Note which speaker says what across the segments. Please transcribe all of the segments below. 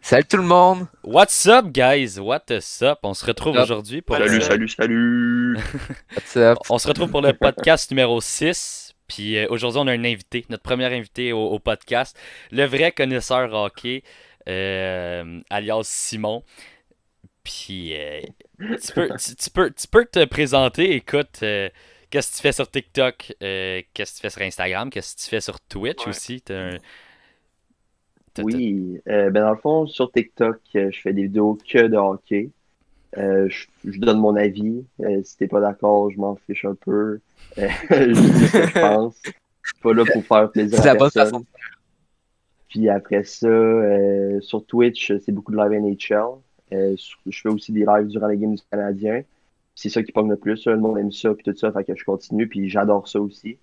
Speaker 1: Salut tout le monde!
Speaker 2: What's up, guys? What's up? On se retrouve
Speaker 1: Up.
Speaker 2: aujourd'hui pour.
Speaker 3: Salut,
Speaker 2: euh,
Speaker 3: salut, salut.
Speaker 1: What's up?
Speaker 2: On se retrouve pour le podcast numéro 6. Puis euh, aujourd'hui, on a un invité, notre premier invité au, au podcast, le vrai connaisseur hockey, euh, alias Simon. Puis euh, tu, peux, tu, tu peux, tu peux te présenter, écoute, euh, qu'est-ce que tu fais sur TikTok, euh, qu'est-ce que tu fais sur Instagram, qu'est-ce que tu fais sur Twitch
Speaker 3: Ouais.
Speaker 2: aussi. t'as un- t'as-
Speaker 3: Oui, euh, ben dans le fond, sur TikTok, euh, je fais des vidéos que de hockey. Euh, je, je donne mon avis. Euh, si t'es pas d'accord, je m'en fiche un peu. Euh, je dis ce que je pense. Je suis pas là pour faire plaisir
Speaker 1: C'est
Speaker 3: à
Speaker 1: la bonne
Speaker 3: personne.
Speaker 1: façon. de-
Speaker 3: Puis après ça, euh, sur Twitch, c'est beaucoup de live NHL. Euh, sur- je fais aussi des lives durant les games du Canadien. C'est ça qui pogne le plus. là. Le monde aime ça, puis tout ça. Fait que je continue, puis j'adore ça aussi.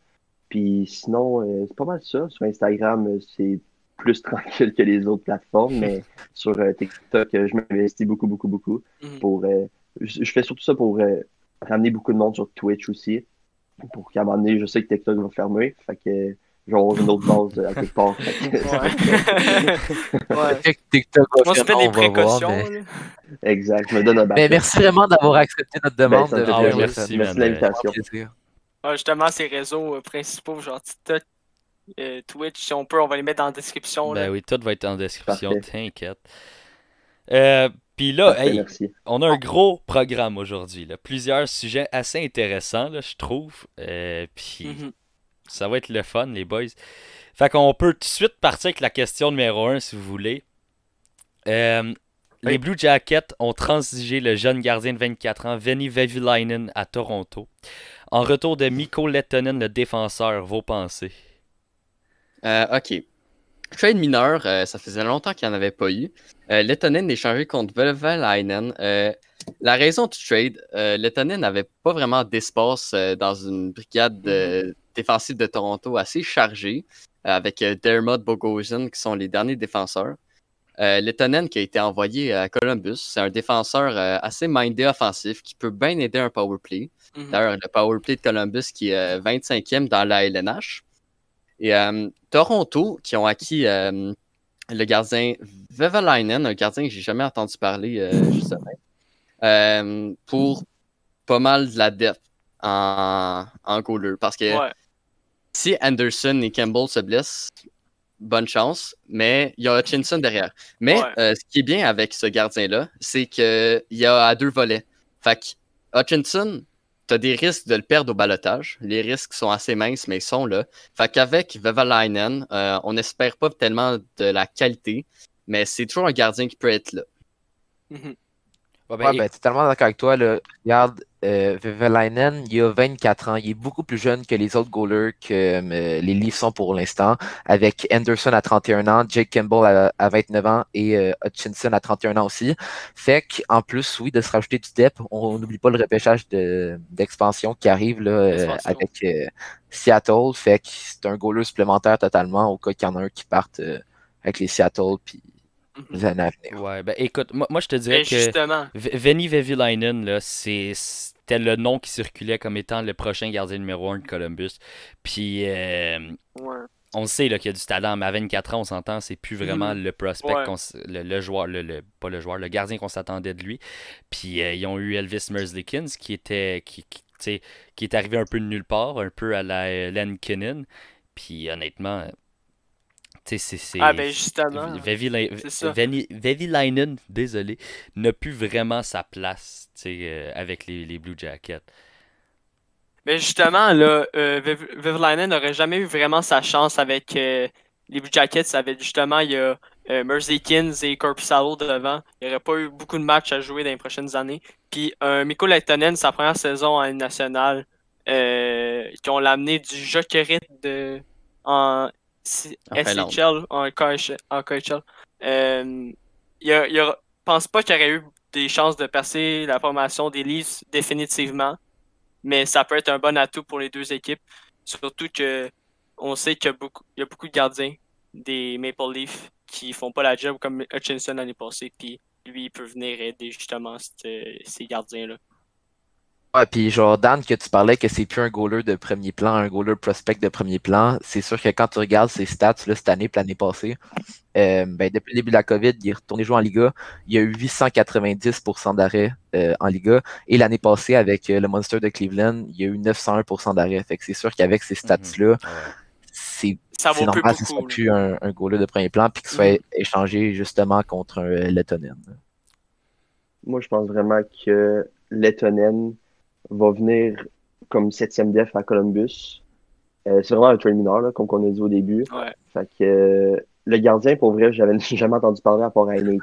Speaker 3: Puis sinon, euh, c'est pas mal ça. Sur Instagram, euh, c'est plus tranquille que les autres plateformes, mais sur euh, TikTok, euh, je m'investis beaucoup, beaucoup, beaucoup.
Speaker 4: Mhm.
Speaker 3: pour, euh, je, je fais surtout ça pour euh, ramener beaucoup de monde sur Twitch aussi. Pour qu'à un moment donné, je sais que TikTok va fermer. Fait que genre une autre base euh, à quelque part. Fait que-
Speaker 4: Ouais. ouais.
Speaker 1: Fait que TikTok va
Speaker 4: Moi, je fais
Speaker 1: fermer,
Speaker 4: des
Speaker 1: on va voir,
Speaker 4: précautions.
Speaker 1: mais...
Speaker 4: là.
Speaker 3: Exact, je me donne un bac.
Speaker 1: mais Ben, merci vraiment d'avoir accepté notre demande. de
Speaker 3: Ben, ça me fait
Speaker 2: Ah ouais,
Speaker 1: venir. Ça me fait
Speaker 2: merci,
Speaker 3: plaisir.
Speaker 2: man.
Speaker 3: Merci de l'invitation.
Speaker 1: vraiment plaisir.
Speaker 4: Ouais, justement, ces réseaux euh, principaux, genre TikTok, euh, Twitch, si on peut, on va les mettre dans la description.
Speaker 2: Ben
Speaker 4: là.
Speaker 2: oui, tout va être en description,
Speaker 3: Parfait.
Speaker 2: t'inquiète. Euh, Puis là,
Speaker 3: Parfait,
Speaker 2: hey,
Speaker 3: Merci.
Speaker 2: On a un gros programme aujourd'hui, là. plusieurs sujets assez intéressants, là, je trouve. Euh, puis
Speaker 3: Mm-hmm.
Speaker 4: Mhm.
Speaker 2: ça va être le fun, les boys. Fait qu'on peut tout de suite partir avec la question numéro 1, si vous voulez. Euh, Les Blue Jackets ont transigé le jeune gardien de 24 ans, Veni Vevilainen, à Toronto. En retour de Mikko Lettonen, le défenseur, vos pensées.
Speaker 5: Euh, ok. Trade mineur, euh, ça faisait longtemps qu'il n'y en avait pas eu. Euh, Lettonen est changé contre Velvalainen. Euh, la raison du trade, euh, Lettonen n'avait pas vraiment d'espace euh, dans une brigade euh, défensive de Toronto assez chargée, euh, avec euh, Dermot Bogosian qui sont les derniers défenseurs. Euh, Lettonen qui a été envoyé à Columbus, c'est un défenseur euh, assez mindé offensif qui peut bien aider un power play.
Speaker 4: Mhm.
Speaker 5: D'ailleurs, le power play de Columbus qui est euh, 25e dans la LNH. Et euh, Toronto, qui ont acquis euh, le gardien Vevalainen, un gardien que j'ai jamais entendu parler, euh, justement, euh, pour pas mal de la dette en, en goaler. Parce que
Speaker 4: Ouais.
Speaker 5: si Anderson et Campbell se blessent, bonne chance, mais il y a Hutchinson derrière. Mais
Speaker 4: Ouais.
Speaker 5: euh, ce qui est bien avec ce gardien-là, c'est qu'il y a à deux volets. Fait que Hutchinson, tu as des risques de le perdre au balotage. Les risques sont assez minces, mais ils sont là. Fait qu'avec Vevalainen, euh, on n'espère pas tellement de la qualité, mais c'est toujours un gardien qui peut être là.
Speaker 4: Mhm.
Speaker 2: Ouais, ben,
Speaker 1: Ouais, ben, totalement d'accord avec toi. Là. Regarde, euh, Vevelainen, il a 24 ans. Il est beaucoup plus jeune que les autres goalers que euh, les Leafs sont pour l'instant. Avec Anderson à 31 ans, Jake Campbell à, à 29 ans et euh, Hutchinson à 31 ans aussi. Fait qu'en plus, oui, de se rajouter du depth, on on n'oublie pas le repêchage de- d'expansion qui arrive là, euh,
Speaker 4: Expansion.
Speaker 1: avec euh, Seattle. Fait que c'est un goaler supplémentaire totalement au cas qu'il y en a un qui parte euh, avec les Seattle puis les années à venir.
Speaker 2: ouais, ben, écoute, moi, moi, je te dirais
Speaker 4: Mais
Speaker 2: que...
Speaker 4: justement,
Speaker 2: V- Veni Vevilainen, là, c'est- c'était le nom qui circulait comme étant le prochain gardien numéro 1 de Columbus. Puis euh,
Speaker 4: ouais.
Speaker 2: on sait là, qu'il y a du talent, mais à 24 ans, on s'entend, c'est plus vraiment le prospect,
Speaker 4: Mm-hmm. Ouais.
Speaker 2: qu'on s- le, le joueur, le, le- pas le joueur, le gardien qu'on s'attendait de lui. Puis euh, ils ont eu Elvis Merzlikins qui était qui, qui, tu sais, qui est arrivé un peu de nulle part, un peu à la euh, Len Kinnan. Puis honnêtement, euh, tu sais, c'est. c'est-
Speaker 4: Ah, ben justement.
Speaker 2: V- Vevi-
Speaker 4: C'est ça.
Speaker 2: Veni- Vevilainen, désolé, n'a plus vraiment sa place tu sais, euh, avec les, les Blue Jackets.
Speaker 4: Mais Ben, justement, là, euh, Viv- Vivlainen n'aurait jamais eu vraiment sa chance avec euh, les Blue Jackets. Avec justement, il y a euh, Merzlikins et Korpisalo devant. Il n'aurait pas eu beaucoup de matchs à jouer dans les prochaines années. Puis euh, Mikko Lehtonen, sa première saison en Ligue nationale, euh, qui ont l'amené du Jokerit de en C-
Speaker 5: En Finlande.
Speaker 4: SHL, en KH en KHL. Euh, il y a- il y aura- pense pas qu'il y aurait eu des chances de passer la formation des Leafs définitivement, mais ça peut être un bon atout pour les deux équipes, surtout que on sait qu'il y a beaucoup, il y a beaucoup de gardiens des Maple Leafs qui font pas la job comme Hutchinson l'année passée, puis lui il peut venir aider justement cette- ces gardiens là.
Speaker 1: Ouais, puis genre, Dan, que tu parlais que c'est plus un goaler de premier plan, un goaler prospect de premier plan, c'est sûr que quand tu regardes ses stats là, cette année et l'année passée, euh, ben, depuis le début de la COVID, il est retourné jouer en Liga. Il y a eu 890% d'arrêt euh, en Liga. Et l'année passée, avec euh, le Monster de Cleveland, il y a eu 901% d'arrêt. Fait que c'est sûr qu'avec ces stats-là, c'est
Speaker 4: Ça
Speaker 1: c'est
Speaker 4: vaut plus
Speaker 1: normal que ce
Speaker 4: beaucoup.
Speaker 1: soit
Speaker 4: là. Mhm.
Speaker 1: plus un, un goaler de premier plan puis qu'il soit échangé justement contre un euh, Lettonen.
Speaker 3: Moi, je pense vraiment que Lettonen va venir comme septième def à Columbus. Euh, c'est vraiment un trade mineur, là, comme on a dit au début.
Speaker 4: Ouais.
Speaker 3: Fait que euh, le gardien, pour vrai, j'avais jamais entendu parler à part à NHL.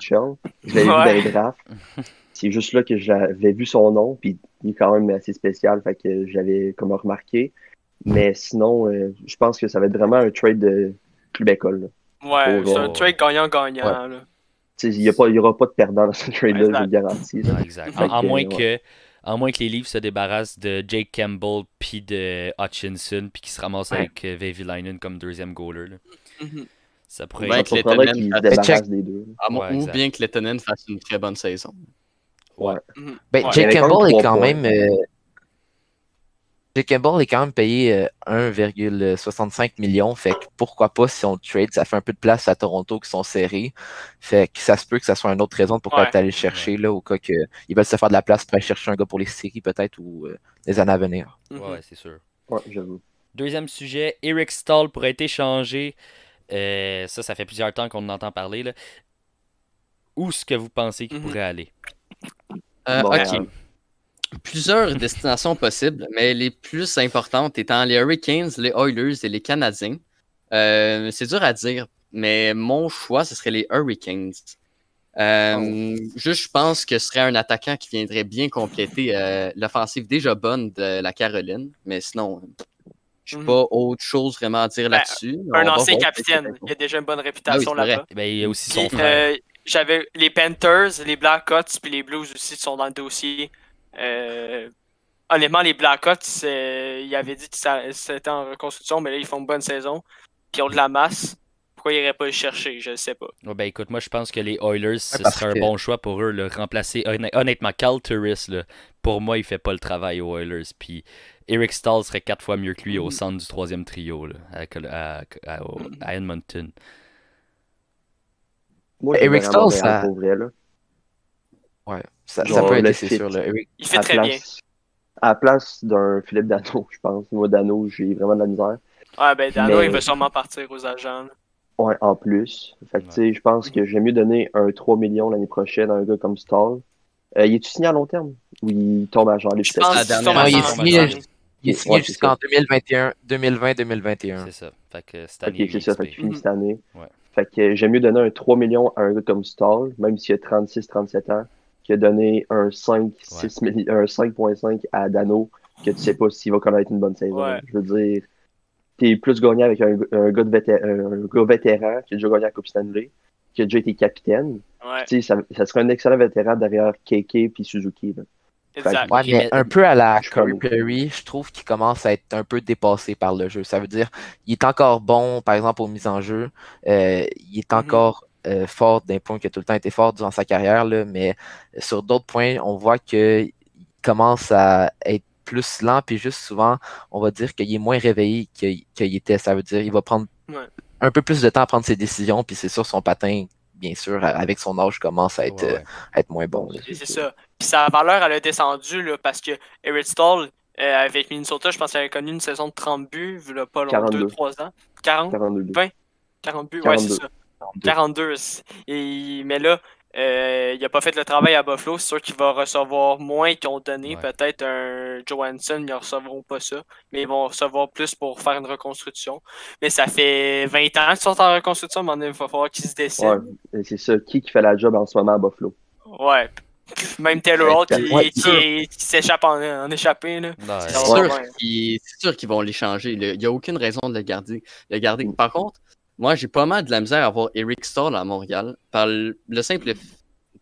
Speaker 3: Je l'avais
Speaker 4: Ouais.
Speaker 3: vu dans les drafts. C'est juste là que j'avais vu son nom, puis il est quand même assez spécial, fait que j'avais comme remarqué. Mais sinon, euh, je pense que ça va être vraiment un trade de club-école. là.
Speaker 4: Ouais,
Speaker 3: Oh,
Speaker 4: c'est un
Speaker 2: oh.
Speaker 4: trade gagnant-gagnant. là.
Speaker 3: Tu sais, Il n'y a pas- il y aura pas de perdant dans ce trade-là, je vous le garantis. là.
Speaker 2: Non, Ah, exact.
Speaker 3: Fait
Speaker 2: En, en
Speaker 3: que,
Speaker 2: moins
Speaker 3: ouais.
Speaker 2: que, en moins que les livres se débarrassent de Jake Campbell puis de Hutchinson puis qu'ils se ramassent
Speaker 1: Ouais.
Speaker 2: avec euh, Veivilainen comme deuxième goaler. là.
Speaker 4: Mhm.
Speaker 2: Ça pourrait
Speaker 3: Ça
Speaker 5: Ouais,
Speaker 2: être...
Speaker 3: me surprendrait
Speaker 5: Lettonen
Speaker 3: qu'il se
Speaker 5: fasse-
Speaker 1: Check.
Speaker 3: débarrasse des deux. là.
Speaker 5: À mon-
Speaker 2: Ouais,
Speaker 5: ou
Speaker 2: exact.
Speaker 5: bien que Lettonen fasse une très bonne saison.
Speaker 4: Mhm.
Speaker 1: Ben,
Speaker 4: Ouais.
Speaker 1: Jake
Speaker 3: Il y avait quand
Speaker 1: Campbell
Speaker 3: même
Speaker 1: est
Speaker 3: trois
Speaker 1: quand
Speaker 3: points.
Speaker 1: même. euh, Jake Campbell est quand même payé euh, 1,65 million. Fait que pourquoi pas si on le trade, ça fait un peu de place à Toronto qui sont serrés. Fait que ça se peut que ça soit une autre raison de pourquoi
Speaker 4: Ouais.
Speaker 1: tu allé le chercher là, au cas que ils veulent se faire de la place pour aller chercher un gars pour les séries peut-être ou euh, les années à venir.
Speaker 4: Mhm.
Speaker 2: Ouais, ouais, c'est sûr.
Speaker 3: Ouais, j'avoue.
Speaker 2: Deuxième sujet, Eric Stahl pourrait être échangé. Euh, ça, ça fait plusieurs temps qu'on en entend parler. Là. Où est-ce que vous pensez qu'il
Speaker 4: Mhm.
Speaker 2: pourrait aller?
Speaker 5: Euh,
Speaker 3: Montréal.
Speaker 5: ok. Plusieurs destinations possibles, mais les plus importantes étant les Hurricanes, les Oilers et les Canadiens. Euh, c'est dur à dire, mais mon choix, ce serait les Hurricanes. Euh,
Speaker 4: Oh.
Speaker 5: Juste, je pense que ce serait un attaquant qui viendrait bien compléter euh, l'offensive déjà bonne de la Caroline, mais sinon, je n'ai
Speaker 4: Mhm. Ben,
Speaker 5: pas autre chose vraiment à dire là-dessus.
Speaker 4: Un
Speaker 5: On va
Speaker 4: ancien
Speaker 5: voir.
Speaker 4: capitaine. Il a déjà une bonne réputation
Speaker 5: Ah oui, c'est
Speaker 4: là-bas.
Speaker 2: Ben, il y a aussi son
Speaker 4: Puis,
Speaker 2: frère.
Speaker 4: euh, j'avais les Panthers, les Blackhawks, puis les Blues aussi sont dans le dossier. Euh, honnêtement, les Blackhawks, euh, ils avaient dit que ça- c'était en reconstruction, mais là, ils font une bonne saison. Puis ils ont de la masse. Pourquoi ils n'iraient pas le chercher Je ne sais pas.
Speaker 2: Ouais, ben, écoute, moi, je pense que les Oilers, ce
Speaker 1: parce
Speaker 2: serait un
Speaker 1: que-
Speaker 2: bon choix pour eux. Là, remplacer, honn- honnêtement, Cal Turris, là, pour moi, il fait pas le travail aux Oilers. Puis Eric Stahl serait quatre fois mieux que lui
Speaker 3: Mm.
Speaker 2: au
Speaker 4: Mhm.
Speaker 2: centre du troisième trio là, à, Col- à- à- au- à Edmonton.
Speaker 3: Moi, je
Speaker 1: Eric
Speaker 3: le verrais à
Speaker 1: Stahl,
Speaker 3: Montréal,
Speaker 1: ça-
Speaker 3: pour vrai, là.
Speaker 1: Ouais, ça, ça
Speaker 3: Genre,
Speaker 1: peut aider,
Speaker 3: le
Speaker 1: c'est
Speaker 3: fit.
Speaker 1: sûr. là. Eric-
Speaker 4: Il fait
Speaker 3: à
Speaker 4: très bien.
Speaker 3: place- À la place d'un Philippe Dano, je pense. Moi, Dano, j'ai vraiment de la misère.
Speaker 4: Ouais, ben Dano,
Speaker 3: Mais-
Speaker 4: il va sûrement partir aux agents. là.
Speaker 3: Ouais, en plus. Fait que, tu sais, je pense que j'aime mieux donner un 3 millions l'année prochaine à un gars comme Stahl. Euh, il est-tu signé à long terme? Ou il tombe à genre les
Speaker 4: Je pense
Speaker 5: la
Speaker 4: qu'il
Speaker 5: dernière
Speaker 4: tombe à
Speaker 1: fois, il est
Speaker 4: 100.
Speaker 1: signé- Il est
Speaker 3: Ouais,
Speaker 1: signé
Speaker 3: c'est
Speaker 1: jusqu'en
Speaker 3: ça.
Speaker 1: 2021, 2020-2021.
Speaker 2: C'est ça. Fait que cette
Speaker 3: Ok,
Speaker 2: année, il
Speaker 3: c'est
Speaker 2: est
Speaker 3: ça, fait qu'il
Speaker 2: expé-
Speaker 3: finit cette année.
Speaker 2: Ouais.
Speaker 3: Fait que j'aime mieux donner un 3 millions à un gars comme Stahl, même s'il a 36-37 ans, que donner un 5, 6 milli- un 5.5 à Dano, que tu sais pas s'il va connaître une bonne saison.
Speaker 4: Ouais.
Speaker 3: Je veux dire, t'es plus gagnant avec un, un gars de vété- un gars vétéran qui a déjà gagné la Coupe Stanley, qui a déjà été capitaine.
Speaker 4: Ouais,
Speaker 3: Tu sais, ça, ça serait un excellent vétéran derrière KK puis Suzuki. là.
Speaker 4: exact.
Speaker 1: Ouais,
Speaker 3: Ok,
Speaker 1: mais
Speaker 3: mais-
Speaker 1: un peu à la
Speaker 3: Je comprends.
Speaker 1: Corey Perry, je trouve qu'il commence à être un peu dépassé par le jeu. Ça veut dire il est encore bon, par exemple, aux mises en jeu. Euh, il est
Speaker 4: Mhm.
Speaker 1: encore euh, fort d'un point qui a tout le temps été fort durant sa carrière, là, mais sur d'autres points, on voit qu'il commence à être plus lent, puis juste souvent, on va dire qu'il est moins réveillé qu'il qu'il était. Ça veut dire il va prendre
Speaker 4: Ouais.
Speaker 1: un peu plus de temps à prendre ses décisions, puis c'est sûr, son patin, bien sûr, avec son âge, commence à être,
Speaker 2: Ouais, ouais.
Speaker 1: euh, à être moins bon. là.
Speaker 4: C'est ça. Puis sa valeur, elle a descendu là, parce que Eric Stahl, euh, avec Minnesota, je pense qu'il avait connu une saison de 30 buts, il a pas longtemps,
Speaker 3: 42.
Speaker 4: 2-3 ans. 40,
Speaker 3: 42 buts.
Speaker 4: 40 buts, ouais, c'est
Speaker 3: 42.
Speaker 4: ça. 42. Et, mais là, euh, il a pas fait le travail à Buffalo. C'est sûr qu'il va recevoir moins qu'ils ont donné.
Speaker 2: Ouais.
Speaker 4: Peut-être un Johansson, ils ne recevront pas ça. Mais ils vont recevoir plus pour faire une reconstruction. Mais ça fait 20 ans qu'ils sont en reconstruction. mais il va falloir qu'ils se
Speaker 3: Ouais,
Speaker 4: décident.
Speaker 3: et c'est ça. Qui qui fait la job en ce moment à Buffalo?
Speaker 4: Ouais. Même Taylor Hall qui,
Speaker 1: Ouais.
Speaker 4: qui- qui s'échappe en, en échappé. Là.
Speaker 2: Ouais.
Speaker 5: C'est
Speaker 4: Ouais.
Speaker 5: sûr
Speaker 4: Ouais.
Speaker 5: qu'ils- c'est sûr qu'ils vont les changer. Il n'y a aucune raison de le garder. Le garder. Par contre, moi, j'ai pas mal de la misère à voir Eric Stahl à Montréal par, le le simple,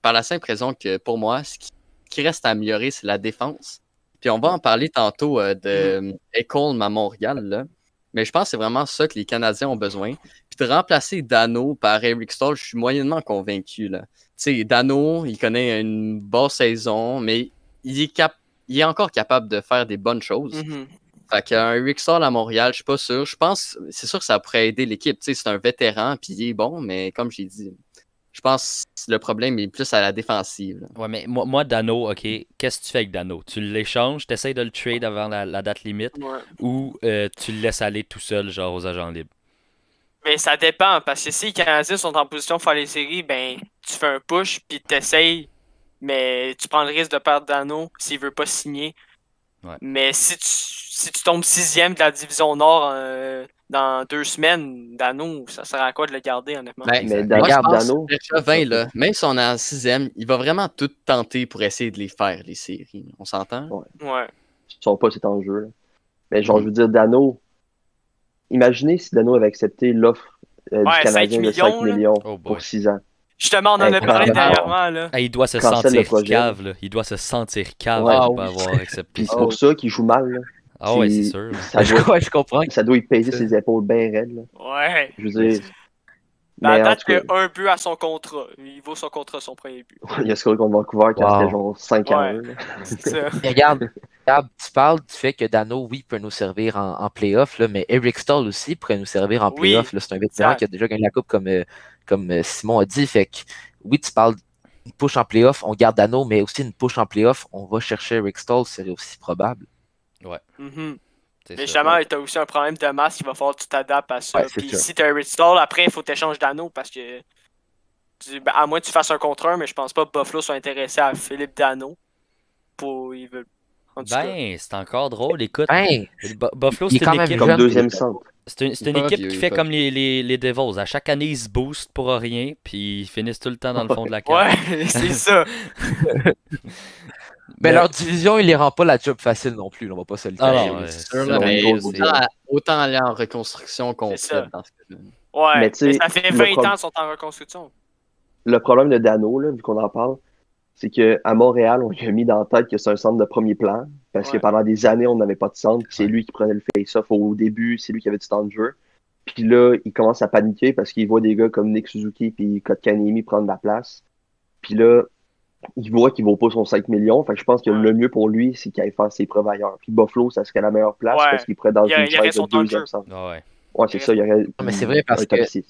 Speaker 5: par la simple raison que pour moi, ce qui, qui reste à améliorer, c'est la défense. Puis on va en parler tantôt euh, de Ecolm à Montréal. là. Mais je pense que c'est vraiment ça que les Canadiens ont besoin. Puis de remplacer Dano par Eric Stahl, je suis moyennement convaincu. Là. Tu sais, Dano, il connaît une bonne saison, mais il est capable il est encore capable de faire des bonnes choses.
Speaker 4: Mhm.
Speaker 5: Fait qu'un Rick Saul à Montréal, je suis pas sûr. Je pense, c'est sûr que ça pourrait aider l'équipe. Tu sais, c'est un vétéran, puis il est bon, mais comme j'ai dit, je pense que le problème est plus à la défensive. là.
Speaker 2: Ouais, mais moi, moi, Dano, ok, qu'est-ce que tu fais avec Dano Tu l'échanges, t'essayes de le trade avant la, la date limite
Speaker 4: Ouais.
Speaker 2: ou euh, tu le laisses aller tout seul, genre aux agents libres
Speaker 4: Mais ça dépend, parce que si les Canadiens sont en position de faire les séries, ben tu fais un push puis t'essayes, mais tu prends le risque de perdre Dano s'il veut pas signer.
Speaker 2: Ouais.
Speaker 4: Mais si tu si tu tombes sixième de la division Nord euh, dans deux semaines, Dano, ça sert à quoi de le garder honnêtement?
Speaker 5: Ben,
Speaker 3: Mais
Speaker 5: moi, je
Speaker 3: regarde,
Speaker 5: pense
Speaker 3: Dano-
Speaker 5: que Bergevin, là, même si on est en sixième, il va vraiment tout tenter pour essayer de les faire, les séries. On s'entend? là?
Speaker 4: Ouais.
Speaker 3: Ils sont pas cet enjeu. Là. Mais
Speaker 2: Mm.
Speaker 3: genre, je veux dire, Dano, imaginez si Dano avait accepté l'offre euh,
Speaker 4: Ouais,
Speaker 3: du Canadien
Speaker 4: 5
Speaker 3: de 5
Speaker 4: millions, là.
Speaker 3: millions
Speaker 2: Oh boy.
Speaker 3: pour 6 ans.
Speaker 4: Justement, on en
Speaker 3: Hey,
Speaker 4: a parlé
Speaker 3: quand-
Speaker 4: dernièrement
Speaker 3: ben,
Speaker 4: là.
Speaker 2: Ah, il doit se
Speaker 3: Cancel le
Speaker 2: sentir
Speaker 3: projet.
Speaker 2: cave, là. Il doit se sentir cave
Speaker 3: Ouais. Oh
Speaker 2: de
Speaker 5: Ah
Speaker 2: pas
Speaker 5: oui.
Speaker 2: avoir accepté
Speaker 3: Puis c'est
Speaker 2: ça.
Speaker 3: pour ça qu'il joue mal. là.
Speaker 2: Oh. Ah ouais,
Speaker 3: c'est-
Speaker 2: c'est sûr.
Speaker 3: Ça
Speaker 1: Je,
Speaker 3: doit,
Speaker 1: ouais, je comprends.
Speaker 3: ça doit y peser ses épaules bien raides. là.
Speaker 4: Ouais.
Speaker 3: Je veux dire.
Speaker 4: Ben, à
Speaker 3: mais en
Speaker 4: date,
Speaker 3: tout
Speaker 4: il y
Speaker 3: cas,
Speaker 4: a un but à son contrat. Il vaut son contrat, son premier but.
Speaker 3: il a scoré contre Vancouver quand
Speaker 1: Wow.
Speaker 3: c'était genre 5 à
Speaker 4: Ouais.
Speaker 3: 1. là.
Speaker 4: C'est ça.
Speaker 1: Mais regarde, regarde, tu parles du fait que Dano, oui, peut nous servir en, en playoff, là, mais Eric Stahl aussi pourrait nous servir en
Speaker 4: Oui,
Speaker 1: playoff. là. c'est un vétéran
Speaker 4: exact.
Speaker 1: qui a déjà gagné la coupe comme, euh, comme euh, Simon a dit. Fait que oui, tu parles d'une push en playoff, on garde Dano, mais aussi une push en playoff, on va chercher Eric Stahl, c'est aussi probable.
Speaker 4: Mhm.
Speaker 2: C'est ça.
Speaker 4: Mais justement, t'as aussi un problème de masse, il va falloir que tu t'adaptes à ça.
Speaker 1: Ouais, c'est
Speaker 4: Puis
Speaker 1: sûr.
Speaker 4: si t'as un Ritstall, après, il faut que t'échanges d'anneau parce que. tu- ben, à moins que tu fasses un contre un, mais je pense pas que Buffalo soit intéressé à Philippe Dano. Pour. Ils veulent. En tout cas.
Speaker 2: Ben, c'est encore drôle. Écoute,
Speaker 1: Hein,
Speaker 2: le Bu- Buffalo,
Speaker 1: il est
Speaker 2: c'est
Speaker 1: quand
Speaker 2: une
Speaker 1: même
Speaker 2: équipe,
Speaker 1: jeune.
Speaker 3: Comme deuxième
Speaker 1: c'est-
Speaker 3: centre.
Speaker 2: c'est une, c'est
Speaker 5: Il est
Speaker 2: une
Speaker 5: pas
Speaker 2: équipe
Speaker 5: vieux,
Speaker 2: qui
Speaker 5: Ah, il
Speaker 2: fait
Speaker 5: est pas
Speaker 2: comme les, les, les Devils. À chaque année, ils se boostent pour rien, puis ils finissent tout le temps dans le fond de la cave.
Speaker 4: Ouais, c'est ça.
Speaker 1: Mais leur division, il les rend pas la job facile non plus, là, on va pas se le
Speaker 2: Ah
Speaker 1: cacher,
Speaker 2: non,
Speaker 1: là.
Speaker 2: ouais,
Speaker 5: C'est
Speaker 2: c'est
Speaker 5: sûr,
Speaker 3: c'est
Speaker 5: là,
Speaker 3: une
Speaker 5: mais
Speaker 3: grosse idée.
Speaker 5: autant, autant aller en reconstruction qu'on
Speaker 4: C'est ça.
Speaker 5: fait dans ce cas-là.
Speaker 4: Ouais.
Speaker 3: Mais
Speaker 4: Mais
Speaker 3: tu sais,
Speaker 4: ça fait
Speaker 3: le
Speaker 4: 20 ans
Speaker 3: problème-
Speaker 4: qu'ils sont en reconstruction.
Speaker 3: Le problème de Dano, là, vu qu'on en parle, c'est qu'à Montréal, on lui a mis dans la tête que c'est un centre de premier plan. Parce
Speaker 4: Ouais.
Speaker 3: que pendant des années, on n'avait pas de centre. puis C'est
Speaker 2: Ouais.
Speaker 3: lui qui prenait le face-off au début. C'est lui qui avait du temps de jeu. Puis là, il commence à paniquer parce qu'il voit des gars comme Nick Suzuki puis Kotkaniemi prendre la place. Puis là, il voit qu'il vaut pas son 5 millions. Fait que je pense que
Speaker 4: Ouais.
Speaker 3: le mieux pour lui, c'est qu'il aille faire ses preuves ailleurs. Puis Buffalo, ça serait la meilleure place
Speaker 4: Ouais.
Speaker 3: parce qu'il pourrait dans
Speaker 4: Il y a-
Speaker 3: une
Speaker 4: il y aurait
Speaker 3: chaise
Speaker 4: son
Speaker 3: de
Speaker 4: temps de
Speaker 3: deuxième
Speaker 4: jeu.
Speaker 3: centre.
Speaker 2: Ah ouais.
Speaker 3: Ouais, c'est ça. Il y aurait
Speaker 1: Non, Ah, mais c'est vrai, parce
Speaker 3: un top
Speaker 1: que-
Speaker 3: six.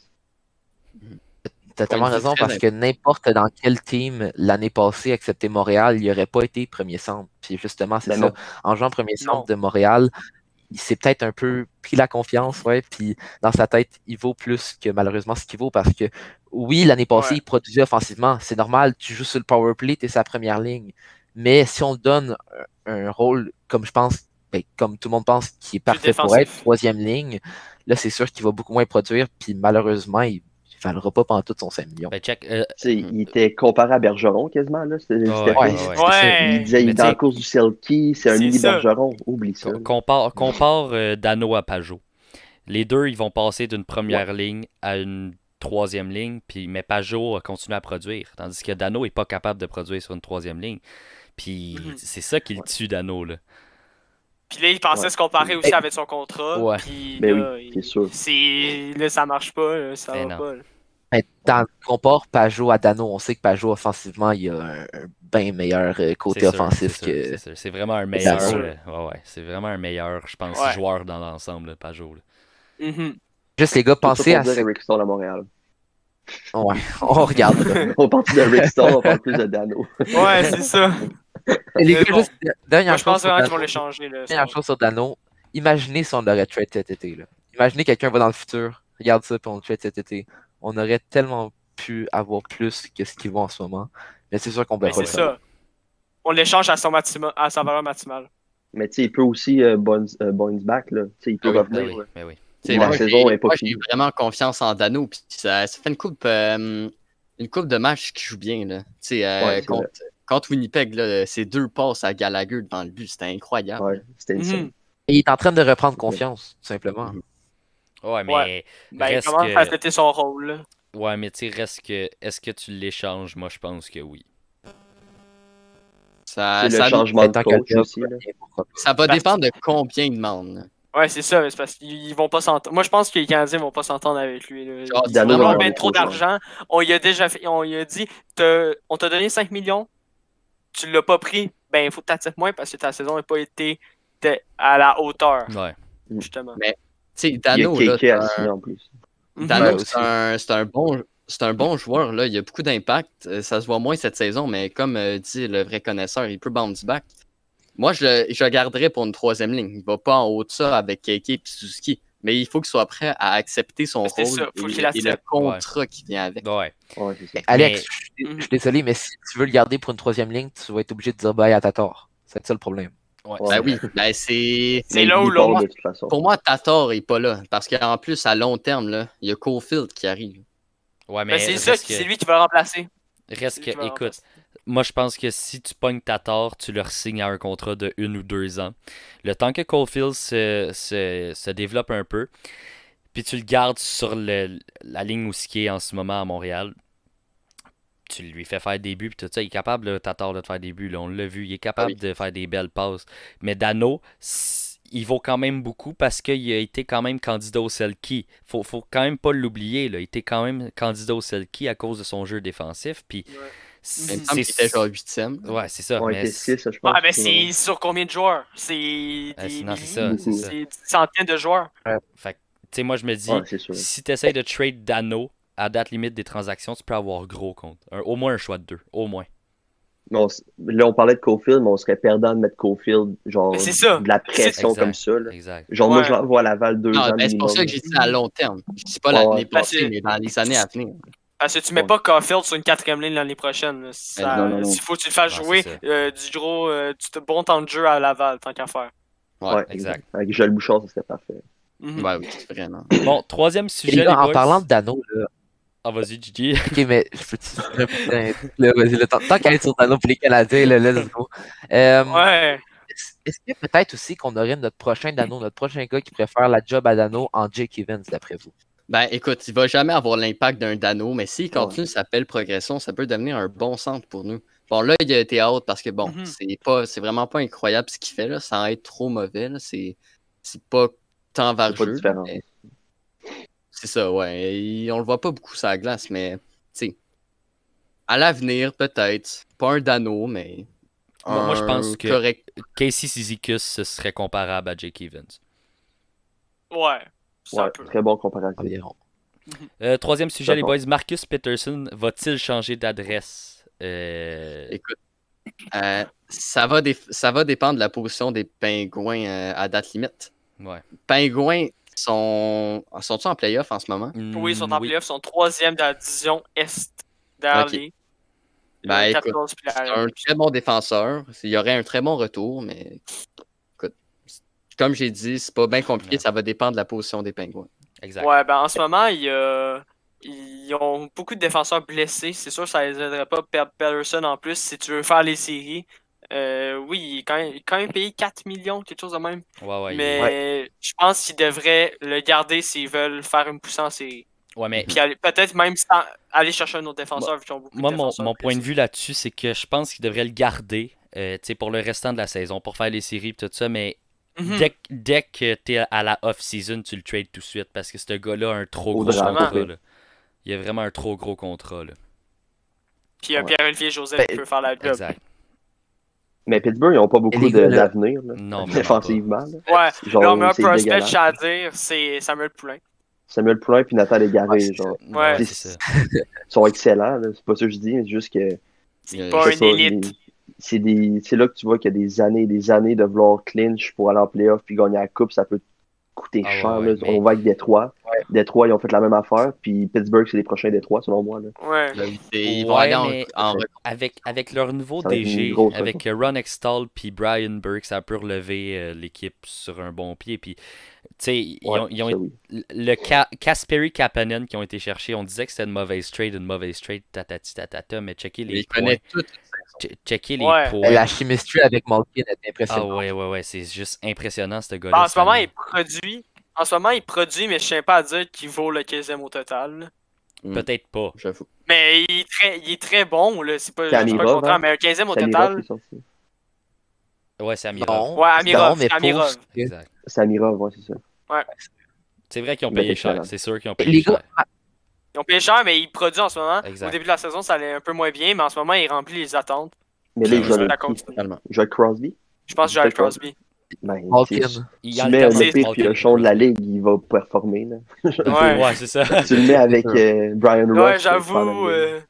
Speaker 1: T'as tellement
Speaker 5: Ouais,
Speaker 1: raison
Speaker 5: c'est très
Speaker 1: parce que n'importe dans quel team l'année passée, excepté Montréal, il n'aurait pas été premier centre. Puis justement, c'est
Speaker 3: Ben
Speaker 1: ça.
Speaker 3: non.
Speaker 1: En jouant premier
Speaker 4: Non.
Speaker 1: centre de Montréal, il s'est peut-être un peu pris la confiance, ouais. Puis dans sa tête, il vaut plus que malheureusement ce qu'il vaut parce que oui, l'année passée,
Speaker 4: Ouais.
Speaker 1: il produisait offensivement. C'est normal, tu joues sur le power play, t'es sa première ligne. Mais si on te donne un un rôle comme je pense, ben, comme tout le monde pense, qui est parfait pour
Speaker 4: défensif.
Speaker 1: être troisième ligne, là c'est sûr qu'il va beaucoup moins produire. Puis malheureusement, il ne valera pas pantoute son 5 millions.
Speaker 2: Ben, check. euh,
Speaker 3: Tu sais, il était comparé à Bergeron quasiment. Là. C'était,
Speaker 2: Ah ouais,
Speaker 3: c'était-
Speaker 1: ouais,
Speaker 2: ouais, ouais.
Speaker 3: Il
Speaker 4: Ouais.
Speaker 3: disait il
Speaker 2: Mais
Speaker 3: est dans
Speaker 2: tu
Speaker 3: la
Speaker 2: sais-
Speaker 3: course du Selkie, c'est un
Speaker 4: C'est
Speaker 3: mini
Speaker 4: ça.
Speaker 3: Bergeron. Oublie ça.
Speaker 2: Com- Compare, compare euh, Dano à Pajot. Les deux, ils vont passer d'une première ligne à une troisième ligne, puis, mais Pajot a continué à produire, tandis que Dano n'est pas capable de produire sur une troisième ligne. Puis
Speaker 4: Mhm.
Speaker 2: c'est ça qui le
Speaker 3: Ouais.
Speaker 2: tue, Dano. Là.
Speaker 4: Puis là, il pensait
Speaker 3: Ouais.
Speaker 4: se comparer aussi
Speaker 1: Eh.
Speaker 4: avec son contrat.
Speaker 2: Ouais.
Speaker 4: Puis
Speaker 3: Ben
Speaker 4: là,
Speaker 3: C'est
Speaker 4: il-
Speaker 3: sûr.
Speaker 4: c'est- là, ça marche pas. là, ça
Speaker 2: Ben
Speaker 4: va
Speaker 2: non.
Speaker 4: pas. là.
Speaker 1: Mais dans compare Pajot à Dano, on sait que Pajot offensivement, il a un, bien meilleur euh,
Speaker 2: C'est
Speaker 1: côté
Speaker 2: sûr,
Speaker 1: offensif
Speaker 2: c'est sûr,
Speaker 1: que.
Speaker 2: c'est sûr. C'est vraiment un
Speaker 1: Dano.
Speaker 2: meilleur. euh, ouais, ouais, c'est vraiment un meilleur, je pense,
Speaker 4: Ouais.
Speaker 2: joueur dans l'ensemble, là, Pajot. là.
Speaker 4: Mhm.
Speaker 1: Juste les gars, pensez
Speaker 3: Pensez
Speaker 1: à
Speaker 3: dire
Speaker 1: ce.
Speaker 3: Rick Stall à Montréal.
Speaker 1: Ouais, on regarde.
Speaker 3: On parle de Rick Stall, on parle plus de Dano.
Speaker 4: Ouais, c'est ça.
Speaker 1: les
Speaker 4: Mais
Speaker 1: gars,
Speaker 4: bon.
Speaker 1: juste euh, dernière
Speaker 4: Moi, je pense
Speaker 1: chose sur
Speaker 4: vraiment qu'ils vont
Speaker 1: Dano-
Speaker 4: l'échanger. là,
Speaker 1: dernière
Speaker 4: ça.
Speaker 1: chose sur Dano. Imaginez si on l'aurait trade cet été. Là. Imaginez quelqu'un va dans le futur, regarde ça, puis on le trade cet été. On aurait tellement pu avoir plus que ce qu'ils vont en ce moment. Mais c'est sûr qu'on ne
Speaker 4: Mais
Speaker 1: pas
Speaker 4: Ben, c'est
Speaker 1: le
Speaker 4: ça. On l'échange à, son maxima- à sa valeur maximale.
Speaker 3: Mais tu sais, il peut aussi euh, bounce, euh, bounce back. Là. Tu sais, il peut
Speaker 5: Ah oui,
Speaker 2: Ben
Speaker 3: revenir.
Speaker 2: oui,
Speaker 3: là.
Speaker 2: ben oui.
Speaker 5: Tu sais,
Speaker 3: La
Speaker 5: moi,
Speaker 3: saison
Speaker 5: j'ai-
Speaker 3: est pas
Speaker 5: moi,
Speaker 3: finie.
Speaker 5: J'ai vraiment confiance en Dano. Puis ça, ça fait une coupe, euh, une coupe de match qui joue bien. Là. Tu sais, euh,
Speaker 3: Ouais, c'est
Speaker 5: contre, contre Winnipeg, là, ses deux passes à Gallagher devant le but, c'était incroyable.
Speaker 3: Ouais, c'était
Speaker 2: Euh,
Speaker 3: insane.
Speaker 4: Mhm.
Speaker 1: Et il est en train de reprendre confiance, tout
Speaker 5: Mm.
Speaker 1: simplement.
Speaker 2: Ouais, mais.
Speaker 4: Ouais. Ben, il
Speaker 2: reste
Speaker 4: commence
Speaker 2: que-
Speaker 4: à accepter son rôle. là.
Speaker 2: Ouais, mais tu sais, reste que. Est-ce que tu l'échanges Moi, je pense que oui.
Speaker 5: Ça,
Speaker 3: C'est
Speaker 5: ça,
Speaker 3: le changement
Speaker 1: Mais
Speaker 3: de
Speaker 1: tant qu'à
Speaker 3: coach
Speaker 1: job,
Speaker 3: aussi. là.
Speaker 1: et pourquoi pas.
Speaker 5: ça va
Speaker 4: Parce-
Speaker 5: dépendre de combien il demande. là.
Speaker 4: Ouais, c'est ça. mais C'est parce qu'ils vont pas s'entendre. Moi, je pense que les Canadiens vont pas s'entendre avec lui. là.
Speaker 3: Ah,
Speaker 5: Genre,
Speaker 4: Ils
Speaker 5: Dano
Speaker 4: vont
Speaker 5: va
Speaker 4: avoir bien
Speaker 3: demander
Speaker 4: trop
Speaker 3: trop, genre.
Speaker 4: d'argent. On lui a déjà fait- on lui a dit, T'as- on t'a donné 5 millions. Tu l'as pas pris. ben il faut que tu actifs moins parce que ta saison n'a pas été de- à la hauteur,
Speaker 2: Ouais.
Speaker 3: Hmm.
Speaker 4: justement.
Speaker 5: Tu sais,
Speaker 3: Il y a
Speaker 5: Dano, là,
Speaker 3: Keke
Speaker 5: c'est
Speaker 3: à
Speaker 5: un-
Speaker 3: signer en plus.
Speaker 4: Mhm.
Speaker 5: Dano,
Speaker 1: Ouais,
Speaker 5: c'est un, c'est un bon, c'est un bon joueur. Là. Il a beaucoup d'impact. Euh, Ça se voit moins cette saison, mais comme euh, dit le vrai connaisseur, il peut bounce back. Moi, je le, je le garderais pour une troisième ligne. Il va pas en haut de ça avec Keke et Suzuki. Mais il faut qu'il soit prêt à accepter son
Speaker 4: C'est
Speaker 5: rôle
Speaker 4: ça, faut
Speaker 5: et,
Speaker 4: qu'il
Speaker 5: et
Speaker 4: accepte.
Speaker 5: le contrat qui vient avec.
Speaker 4: Ben,
Speaker 2: Ouais.
Speaker 3: Ouais, c'est ça.
Speaker 1: Alex, je suis-
Speaker 4: Mhm.
Speaker 1: je suis désolé, mais si tu veux le garder pour une troisième ligne, tu vas être obligé de dire bye à Tatar. C'est ça le problème.
Speaker 2: Ouais.
Speaker 3: Ouais.
Speaker 5: Ben oui, ben c'est.
Speaker 4: C'est là
Speaker 3: Mais
Speaker 4: où
Speaker 3: il part
Speaker 4: l'on-
Speaker 3: de toute façon.
Speaker 5: Pour moi, Tatar est pas là. Parce qu'en plus, à long terme, là, il y a Caulfield qui arrive.
Speaker 2: Ouais, mais,
Speaker 4: Mais ben, c'est ça,
Speaker 2: reste
Speaker 4: qui-
Speaker 2: que-
Speaker 4: c'est lui qui va le remplacer.
Speaker 2: Reste
Speaker 4: C'est
Speaker 2: que,
Speaker 4: lui qui va le
Speaker 2: écoute, moi je pense que si tu pognes ta tort, tu leur signes à un contrat de une ou deux ans. Le temps que Caulfield se, se, se développe un peu, puis tu le gardes sur le- la ligne où ce qui est en ce moment à Montréal, tu lui fais faire des buts, puis tout ça, il est capable, là, Tatar, de te faire des buts, là, on l'a vu, il est capable
Speaker 5: Ah
Speaker 2: de faire des belles passes. Mais Dano, s- il vaut quand même beaucoup parce qu'il a été quand même candidat au Selkie. Faut, faut quand même pas l'oublier, là. il était quand même candidat au Selkie à cause de son jeu défensif, puis
Speaker 4: Ouais.
Speaker 5: Même
Speaker 2: c'est-
Speaker 5: temps qu'il
Speaker 2: c'est-
Speaker 5: était genre huitième.
Speaker 2: Ouais, c'est ça.
Speaker 3: On
Speaker 2: mais
Speaker 3: était
Speaker 2: c'est-
Speaker 3: 6, je pense.
Speaker 4: Ah, mais c'est sur combien de joueurs? C'est des
Speaker 2: Ah, c'est- non, c'est
Speaker 4: milliers,
Speaker 2: ça, c'est ça.
Speaker 4: c'est des centaines de joueurs.
Speaker 2: Tu sais, moi, je me dis,
Speaker 3: Ouais, c'est sûr.
Speaker 2: si tu essaies de trade Dano, à date limite des transactions, tu peux avoir gros compte. Un- au moins un choix de deux. Au moins.
Speaker 3: Mais on s- là, on parlait de Cofield, mais on serait perdant de mettre Cofield, genre,
Speaker 4: Mais c'est ça.
Speaker 3: de la pression
Speaker 2: Exact.
Speaker 3: comme ça. là.
Speaker 2: Exact.
Speaker 3: Genre, moi,
Speaker 4: Ouais.
Speaker 3: je l'envoie à Laval deux
Speaker 5: Non,
Speaker 3: ans.
Speaker 5: ben, c'est pour
Speaker 3: minimum.
Speaker 5: ça que j'ai dit à long terme. Je dis pas
Speaker 3: Ouais,
Speaker 5: l'année
Speaker 3: ouais.
Speaker 5: passée,
Speaker 4: Parce-
Speaker 5: mais dans les années à venir.
Speaker 4: Parce que tu mets
Speaker 3: Ouais.
Speaker 4: pas Caulfield sur une quatrième ligne l'année prochaine. là. Ça-
Speaker 5: non,
Speaker 3: non, non.
Speaker 4: Il faut que tu le fasses
Speaker 2: Non,
Speaker 4: jouer
Speaker 2: c'est
Speaker 4: euh, du gros, euh, du t- bon temps de jeu à Laval, tant qu'à faire.
Speaker 5: Ouais,
Speaker 3: Ouais,
Speaker 2: exact.
Speaker 3: Avec Joël Bouchard, ça serait parfait.
Speaker 2: Mm.
Speaker 4: Mhm.
Speaker 5: Ouais, Ben oui, vraiment.
Speaker 2: Bon, troisième
Speaker 1: Et
Speaker 2: sujet.
Speaker 1: là,
Speaker 2: les
Speaker 1: en
Speaker 2: boys.
Speaker 1: parlant de Dano, là,
Speaker 2: Ah, vas-y, Gigi.
Speaker 1: Ok, mais je peux là, vas-y, là, tant, tant qu'à être sur Dano pour les Canadiens, là, let's go. Euh,
Speaker 4: Ouais.
Speaker 1: Est-ce que peut-être aussi qu'on aurait notre prochain Dano, notre prochain gars qui préfère la job à Dano en Jake Evans, d'après vous?
Speaker 5: Ben écoute, il va jamais avoir l'impact d'un Dano, mais s'il continue sa belle progression, ça peut devenir un bon centre pour nous. Bon là, il a été out parce que bon,
Speaker 2: Mm-hmm.
Speaker 4: Mhm.
Speaker 5: c'est pas c'est vraiment pas incroyable ce qu'il fait là, sans être trop mauvais, là, c'est c'est pas tant vers
Speaker 3: C'est pas
Speaker 5: le jeu.
Speaker 3: différent.
Speaker 5: Ah, mais- C'est ça, ouais. Il- on le voit pas beaucoup sur la glace, mais tu sais. À l'avenir, peut-être. Pas un Dano, mais.
Speaker 2: Moi- moi, je
Speaker 5: un
Speaker 2: pense que-
Speaker 5: correct-
Speaker 2: Casey Sizikus, ce serait comparable à Jake Evans.
Speaker 4: Ouais. C'est un
Speaker 3: Ouais,
Speaker 4: peu.
Speaker 3: très bon comparatif.
Speaker 1: Environ.
Speaker 2: Euh, troisième sujet, les
Speaker 3: D'accord.
Speaker 2: boys. Marcus Peterson va-t-il changer d'adresse Euh,
Speaker 5: Écoute, euh, ça, va dé- ça va dépendre de la position des pingouins euh, à date limite.
Speaker 2: Ouais.
Speaker 5: Pingouins sont sont-ils en playoff en ce moment?
Speaker 4: Oui, ils sont en
Speaker 2: Mm, oui.
Speaker 4: playoff, ils sont troisième de la division Est.
Speaker 5: Ok.
Speaker 4: D'Ali.
Speaker 5: Ben, écoute,
Speaker 4: 14 puis
Speaker 5: C'est
Speaker 4: la-
Speaker 5: un très bon défenseur. Il y aurait un très bon retour, mais écoute, comme j'ai dit, c'est pas bien compliqué,
Speaker 2: Ouais.
Speaker 5: ça va dépendre de la position des pingouins.
Speaker 2: Exact.
Speaker 4: Ouais, ben en ce moment, il y a- ils ont beaucoup de défenseurs blessés. C'est sûr, ça les aiderait pas de perdre Patterson en plus si tu veux faire les séries. Euh, oui, il est quand même, il est quand même payé 4 millions, quelque chose de même.
Speaker 2: Ouais, ouais, il-
Speaker 4: mais je pense qu'ils devraient le garder s'ils veulent faire une poussée en série.
Speaker 2: ouais, mais
Speaker 4: Puis aller- peut-être même sans- aller chercher un autre défenseur. vu qu'ils ont beaucoup de
Speaker 2: Moi, mon,
Speaker 4: défenseurs
Speaker 2: mon point de
Speaker 4: blessés.
Speaker 2: vue là-dessus, c'est que je pense qu'il devrait le garder euh, tu sais, pour le restant de la saison, pour faire les séries et tout ça. Mais
Speaker 4: Mhm.
Speaker 2: dès, que- dès que tu es à la off-season, tu le trades tout de suite parce que ce gars-là a un trop gros
Speaker 3: Au draft,
Speaker 2: contrat.
Speaker 3: ouais.
Speaker 2: là. Il a vraiment un trop gros contrat. Là.
Speaker 4: Puis euh,
Speaker 3: Ouais.
Speaker 4: Pierre-Olivier Joseph
Speaker 1: Ben,
Speaker 4: peut faire la job.
Speaker 2: Exact.
Speaker 3: Mais Pittsburgh, ils n'ont pas beaucoup
Speaker 1: les gars,
Speaker 3: de-
Speaker 1: là-
Speaker 3: d'avenir, là.
Speaker 2: Non, vraiment
Speaker 3: défensivement. là.
Speaker 4: Ouais,
Speaker 3: Genre,
Speaker 4: leur meilleur
Speaker 3: c'est
Speaker 4: prospect,
Speaker 3: dégueulasse.
Speaker 4: j'ai à dire, c'est Samuel Poulain.
Speaker 3: Samuel Poulin puis Nathan Légaré,
Speaker 1: Ouais, c'est
Speaker 3: genre,
Speaker 2: pas. Ouais,
Speaker 3: Ouais.
Speaker 2: c'est ça.
Speaker 3: ils sont excellents, là. C'est pas ça que je dis, mais c'est juste que.
Speaker 5: Euh,
Speaker 4: pas
Speaker 3: je
Speaker 4: un
Speaker 3: sais pas,
Speaker 4: élite.
Speaker 3: les- C'est des- c'est là que tu vois qu'il y a des années et des années de vouloir clinch pour aller en playoff puis gagner la coupe, ça peut coûter
Speaker 2: Ah ouais,
Speaker 3: cher.
Speaker 2: ouais,
Speaker 3: là.
Speaker 2: mais-
Speaker 3: On voit avec Détroit. Détroit, ils ont fait la même affaire. Puis Pittsburgh, c'est les prochains Détroit, selon moi. Là.
Speaker 4: Ouais.
Speaker 5: Ils
Speaker 2: Ouais,
Speaker 5: vont aller en,
Speaker 2: mais-
Speaker 5: en rec-
Speaker 2: Avec, avec leur nouveau
Speaker 3: Ça va être une
Speaker 2: DG,
Speaker 3: grosse
Speaker 2: avec euh, Ron Extall puis Brian Burke, ça peut relever euh, l'équipe sur un bon pied. Puis, tu sais, ils
Speaker 3: Ouais,
Speaker 2: ont- ils ont
Speaker 3: ça, oui.
Speaker 2: le Ca- Kasperi Kapanen qui ont été cherchés, on disait que c'était une mauvaise trade, une mauvaise trade, tatati tatata, mais checker les
Speaker 5: Ils
Speaker 2: points.
Speaker 5: connaissent tout.
Speaker 2: che- checker les
Speaker 4: Ouais.
Speaker 2: points.
Speaker 1: La chimistry avec Malkin est
Speaker 2: Ah
Speaker 1: impressionnante.
Speaker 2: ouais, ouais, ouais, c'est juste impressionnant ce gars-là.
Speaker 4: Ben, en ce
Speaker 2: cette
Speaker 4: moment,
Speaker 2: année.
Speaker 4: il produit. En ce moment, il produit, mais je tiens pas à dire qu'il vaut le 15e au total.
Speaker 2: Peut-être pas.
Speaker 5: J'avoue.
Speaker 4: Mais il est très, il est très bon, là. C'est pas, je dis
Speaker 3: Camirov,
Speaker 4: pas le contraire,
Speaker 3: hein?
Speaker 4: mais un 15e au
Speaker 3: Samirov,
Speaker 4: total.
Speaker 3: c'est sorti.
Speaker 2: Ah Ouais, c'est Amirov.
Speaker 1: Non,
Speaker 4: Ouais, Amirov,
Speaker 1: non, mais
Speaker 4: Amirov.
Speaker 1: pour ce que-
Speaker 2: Exact.
Speaker 3: Samirov, ouais, c'est ça.
Speaker 2: C'est vrai qu'ils ont
Speaker 3: Mais
Speaker 2: payé cher,
Speaker 3: excellent.
Speaker 2: c'est sûr qu'ils ont
Speaker 1: Les
Speaker 2: payé
Speaker 1: gars,
Speaker 2: cher.
Speaker 4: Ils ont payé cher, mais il produit en ce moment.
Speaker 2: Exact.
Speaker 4: Au début de la saison, ça allait un peu moins bien, mais en ce moment, il remplit les attentes.
Speaker 3: Mais là, je
Speaker 4: Ça
Speaker 3: vais
Speaker 4: compte.
Speaker 5: totalement.
Speaker 3: je vais avec Crosby.
Speaker 4: Je pense que Jared Crosby.
Speaker 3: Ben,
Speaker 1: Malkin.
Speaker 3: tu sais,
Speaker 2: Il
Speaker 3: tu mets
Speaker 2: alterne-
Speaker 3: le pire puis
Speaker 2: Malkin.
Speaker 3: le champ de la ligue, il va performer. Là.
Speaker 4: Ouais,
Speaker 2: Ouais, c'est ça.
Speaker 3: tu le mets avec euh, Brian Rush.
Speaker 4: ouais
Speaker 3: c'est pas mal.
Speaker 4: j'avoue. euh,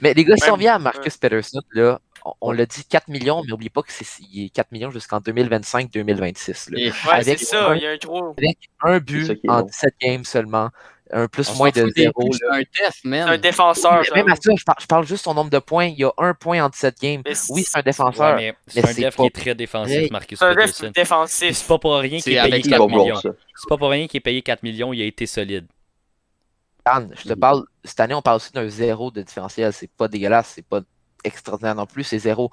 Speaker 1: Mais les gars, si
Speaker 4: Ouais,
Speaker 1: on vient à Marcus Pedersen, là, on, on l'a dit 4 millions, mais n'oubliez pas que c'est il est 4 millions jusqu'en 2025-2026. là.
Speaker 5: Et-
Speaker 4: Ouais, c'est
Speaker 1: Avec
Speaker 4: ça,
Speaker 1: un-
Speaker 4: il y a un gros.
Speaker 1: Un
Speaker 3: ça
Speaker 1: but
Speaker 3: qui est
Speaker 1: en
Speaker 3: bon.
Speaker 1: 17 games seulement, un plus
Speaker 5: on s'en
Speaker 1: moins de
Speaker 5: fout des
Speaker 1: 0.
Speaker 5: plus, C'est un def, man.
Speaker 4: Un défenseur,
Speaker 1: Mais Même
Speaker 4: j'avoue.
Speaker 1: à ça, je par- je parle juste son nombre de points. Il y a un point en 17 games.
Speaker 4: hein. Mais c'est-
Speaker 1: Oui, c'est un
Speaker 2: Ouais,
Speaker 1: défenseur.
Speaker 2: mais
Speaker 1: Mais
Speaker 2: c'est un
Speaker 1: c'est
Speaker 2: def
Speaker 1: pas-
Speaker 2: qui est très défensif,
Speaker 1: Hey.
Speaker 2: Marcus
Speaker 4: C'est un ref
Speaker 2: Pedersen. Puis
Speaker 4: défensif.
Speaker 2: C'est pas pour rien qu'il
Speaker 5: C'est
Speaker 2: est payé
Speaker 5: avec-
Speaker 3: Il va
Speaker 2: 4 millions.
Speaker 3: voir ça.
Speaker 2: C'est pas pour rien qu'il est payé 4 millions, il a été solide.
Speaker 1: Dan, je te
Speaker 5: Mhm.
Speaker 1: parle, cette année, on parle aussi d'un zéro de différentiel. C'est pas dégueulasse, c'est pas extraordinaire non plus, c'est zéro.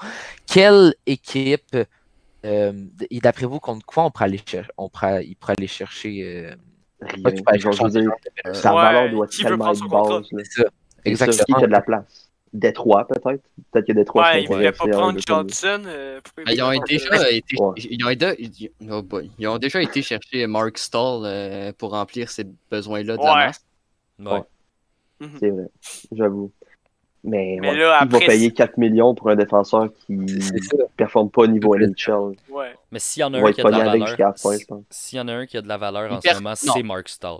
Speaker 1: Quelle équipe, euh, d- et d'après vous, contre quoi on pourrait aller, cher- on pourrait- il pourrait aller chercher euh,
Speaker 3: Rien.
Speaker 1: pas qu'il pourrait aller
Speaker 3: Ben, Je
Speaker 1: chercher un
Speaker 3: veux dire,
Speaker 1: joueur de Pedersen,
Speaker 3: sa
Speaker 4: Ouais,
Speaker 3: valeur doit
Speaker 4: qui veut
Speaker 3: tellement
Speaker 4: prendre son
Speaker 3: être
Speaker 4: contrat?
Speaker 3: basse. là.
Speaker 1: c'est ça.
Speaker 3: Qui
Speaker 1: Exactement.
Speaker 3: a de la place? Détroit, peut-être? Peut-être que Détroit
Speaker 4: Ouais,
Speaker 3: sont
Speaker 4: il voulait pas
Speaker 3: intéressés à un
Speaker 4: prendre
Speaker 3: de
Speaker 4: Johnson. euh, pourquoi il
Speaker 5: Ben, Ils ont
Speaker 4: voulait pas prendre-
Speaker 5: déjà été,
Speaker 3: Ouais.
Speaker 5: ils ont été- ils- oh boy. Ils ont déjà été chercher Mark Stall euh, pour remplir ces besoins-là de la
Speaker 4: Ouais.
Speaker 5: masse.
Speaker 2: Ouais.
Speaker 3: plus. C'est vrai, j'avoue. Mais,
Speaker 4: Mais
Speaker 3: ouais,
Speaker 4: là,
Speaker 3: il va
Speaker 4: après.
Speaker 3: payer 4 millions pour un défenseur qui
Speaker 1: C'est- c'est ça.
Speaker 3: performe pas au niveau NHL.
Speaker 4: c'est- Ouais.
Speaker 2: Mais s'il y en a
Speaker 3: Il
Speaker 2: un
Speaker 3: va
Speaker 2: qui
Speaker 3: être
Speaker 2: a de la
Speaker 3: pogné avec jusqu'à
Speaker 2: valeur.
Speaker 3: la fin, je pense.
Speaker 2: S'il y en a un qui a de la valeur en
Speaker 5: Il perd-
Speaker 2: ce moment,
Speaker 5: non.
Speaker 2: c'est Mark Stahl.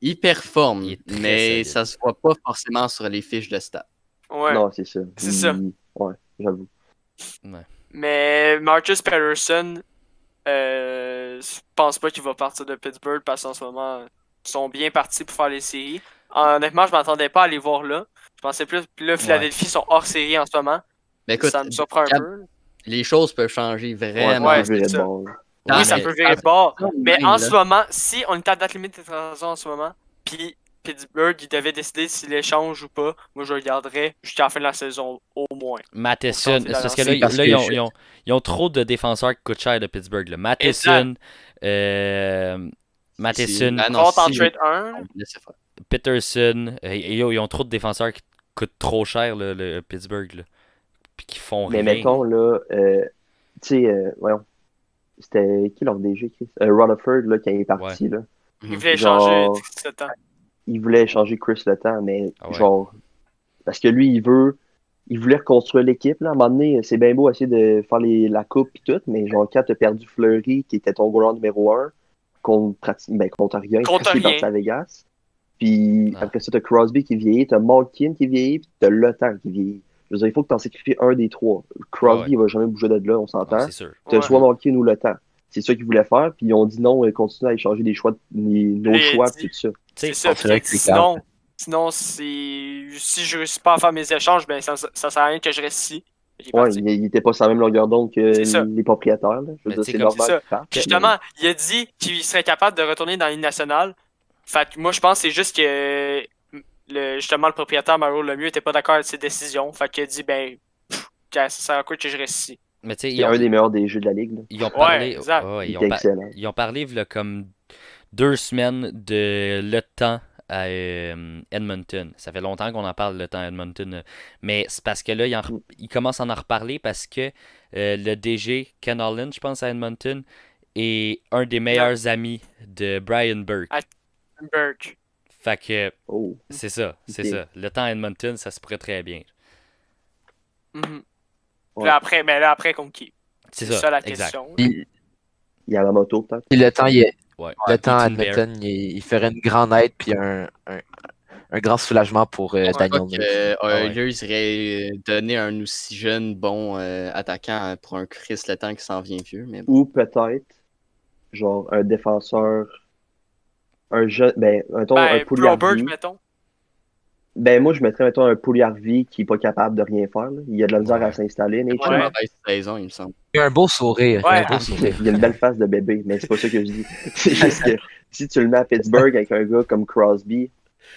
Speaker 5: Ils performent,
Speaker 2: Il est très
Speaker 5: mais
Speaker 2: solide.
Speaker 5: ça se voit pas forcément sur les fiches de stats.
Speaker 4: Ouais.
Speaker 3: Non, c'est ça.
Speaker 4: C'est ça.
Speaker 3: Il- Ouais, j'avoue.
Speaker 4: Mais Marcus Patterson, euh, je pense pas qu'il va partir de Pittsburgh parce qu'en ce moment, ils sont bien partis pour faire les séries. Honnêtement, je m'attendais pas à les voir là. Je pensais plus que là, Philadelphie sont hors série en ce moment.
Speaker 5: Mais écoute,
Speaker 4: ça me surprend un
Speaker 5: Gab-
Speaker 4: peu.
Speaker 5: les choses peuvent changer
Speaker 3: Ouais,
Speaker 5: vraiment.
Speaker 4: ouais,
Speaker 3: je dirais
Speaker 4: c'est ça.
Speaker 3: bon, là.
Speaker 4: Oui,
Speaker 5: Ah,
Speaker 4: ça
Speaker 5: mais-
Speaker 4: peut virer bord.
Speaker 5: Ah,
Speaker 4: Mais
Speaker 5: même,
Speaker 4: en
Speaker 5: là.
Speaker 4: ce moment, si on est à date limite des transactions en ce moment, puis Pittsburgh, il devait décider s'il échange ou pas, moi je regarderais jusqu'à la fin de la saison au moins.
Speaker 2: Matheson, c'est parce que là,
Speaker 1: C'est parce
Speaker 2: là,
Speaker 1: que
Speaker 2: ils, ont,
Speaker 1: je-
Speaker 2: ils ont- ils ont trop de défenseurs qui coûtent cher de Pittsburgh. là. Matheson, euh, Matheson,
Speaker 5: Ah non,
Speaker 4: Contre en
Speaker 5: si- Mhm.
Speaker 4: trade 1,
Speaker 5: Laissez faire.
Speaker 2: Peterson, euh, et yo, ils ont trop de défenseurs qui coûtent trop cher là, le Pittsburgh. là. Puis qui font
Speaker 3: Mais
Speaker 2: rien.
Speaker 3: mettons, là, euh, tu sais, euh, voyons. C'était qui leur DG, Chris? Euh, Rutherford, là, quand il est parti, là.
Speaker 4: il voulait
Speaker 3: Genre-
Speaker 4: échanger d'ici sept ans.
Speaker 3: il voulait échanger Chris Le Temps, mais
Speaker 2: Ah ouais.
Speaker 3: genre. Parce que lui, il veut. Il voulait reconstruire l'équipe. Là. À un moment donné, c'est bien beau essayer de faire les- la coupe et tout, mais genre, quand t'as perdu Fleury, qui était ton goaler numéro 1, contre, prati- ben, contre rien,
Speaker 4: Contre
Speaker 3: parce qu'il est
Speaker 4: rien.
Speaker 3: parti à Vegas. Puis
Speaker 2: Ah.
Speaker 3: après ça, t'as Crosby qui vieillit, t'as Malkin qui vieillit, puis t'as Le Temps qui vieillit. Je veux dire, il faut que t'en sacrifies un des trois. Crosby,
Speaker 2: Ah ouais.
Speaker 3: il va jamais bouger de là, on
Speaker 2: Non,
Speaker 3: s'entend.
Speaker 2: Ah, c'est sûr.
Speaker 3: T'as
Speaker 4: Ouais.
Speaker 3: soit Malkin ou Le Temps. C'est ça qu'ils voulaient faire, puis ils ont dit non, euh, continue à échanger des choix, les- nos
Speaker 4: Les-
Speaker 3: choix, puis tout ça.
Speaker 4: C'est
Speaker 2: T'sais,
Speaker 4: ça.
Speaker 1: c'est vrai
Speaker 4: fait
Speaker 1: que
Speaker 4: que
Speaker 1: c'est
Speaker 4: sinon, sinon c'est... si je réussis pas à faire mes échanges, ben ça, ça, ça sert à rien que je reste ici. Il est
Speaker 3: Ouais,
Speaker 4: parti.
Speaker 3: il il était pas sur la même longueur d'onde que
Speaker 4: C'est ça.
Speaker 3: les propriétaires. Là. Je
Speaker 2: Mais
Speaker 3: veux dire,
Speaker 2: t'sais,
Speaker 3: c'est
Speaker 2: comme
Speaker 4: c'est ça.
Speaker 3: normal. qu'ils partent, mais-
Speaker 4: Justement, il a dit qu'il serait capable de retourner dans la Ligue nationale. Fait que moi, je pense que c'est juste que le, justement le propriétaire Mario Lemieux était pas d'accord avec ses décisions. Fait qu'il a dit, ben, pff, ça sert à quoi que je reste ici?
Speaker 2: Mais tu sais,
Speaker 3: Il
Speaker 2: ils
Speaker 3: est
Speaker 2: ont,
Speaker 3: un des meilleurs des jeux de la ligue. là.
Speaker 2: ils ont
Speaker 4: Ouais,
Speaker 2: parlé.
Speaker 4: exact.
Speaker 2: ouais,
Speaker 3: Il
Speaker 2: ils,
Speaker 3: est
Speaker 2: ont par-
Speaker 3: excellent.
Speaker 2: ils ont parlé v'là comme deux semaines de le temps à euh, Edmonton. Ça fait longtemps qu'on en parle le temps à Edmonton. euh, Mais c'est parce que là, ils, en
Speaker 3: Mm.
Speaker 2: re- ils commencent à en reparler parce que euh, le DG Ken Holland, je pense, à Edmonton, est un des meilleurs amis de Brian Burke.
Speaker 4: Burke.
Speaker 2: Fait que
Speaker 3: Oh.
Speaker 2: c'est ça, c'est
Speaker 3: Ok.
Speaker 2: ça. Le temps à Edmonton, ça se pourrait très bien.
Speaker 4: Mhm.
Speaker 3: Ouais.
Speaker 4: Là, après, mais là, après, contre qui?
Speaker 2: C'est
Speaker 4: C'est
Speaker 2: ça,
Speaker 4: ça la
Speaker 2: exact.
Speaker 4: question.
Speaker 1: Puis-
Speaker 3: Il y a la moto, peut-être.
Speaker 1: puis le temps, il est-
Speaker 2: Ouais.
Speaker 1: le temps à
Speaker 2: Eaton Bear.
Speaker 1: Edmonton, il, il ferait une grande aide puis un, un- un grand soulagement pour euh,
Speaker 5: Je pense
Speaker 1: Daniel
Speaker 5: pas
Speaker 1: Nurse.
Speaker 5: que
Speaker 2: Ah ouais.
Speaker 5: Oilers irait donner un aussi jeune bon euh, attaquant pour un Chris le temps qui s'en vient vieux, mais bon.
Speaker 3: Ou peut-être, genre, un défenseur. Un jeune. Ben, mettons,
Speaker 4: Ben,
Speaker 3: un Pouliarvi.
Speaker 4: Robert, mettons.
Speaker 3: Ben, moi, je mettrais, mettons, un Pouliarvi qui est pas capable de rien faire. là. Il a de la misère à s'installer.
Speaker 5: Il
Speaker 3: Nate.
Speaker 5: a pas une
Speaker 4: Ouais.
Speaker 5: mauvaise saison, il me semble.
Speaker 1: Il a un beau sourire.
Speaker 4: Ouais.
Speaker 1: Il a un beau sourire.
Speaker 3: Il a une belle face de bébé, mais c'est pas ça que je dis. C'est juste que si tu le mets à Pittsburgh avec un gars comme Crosby,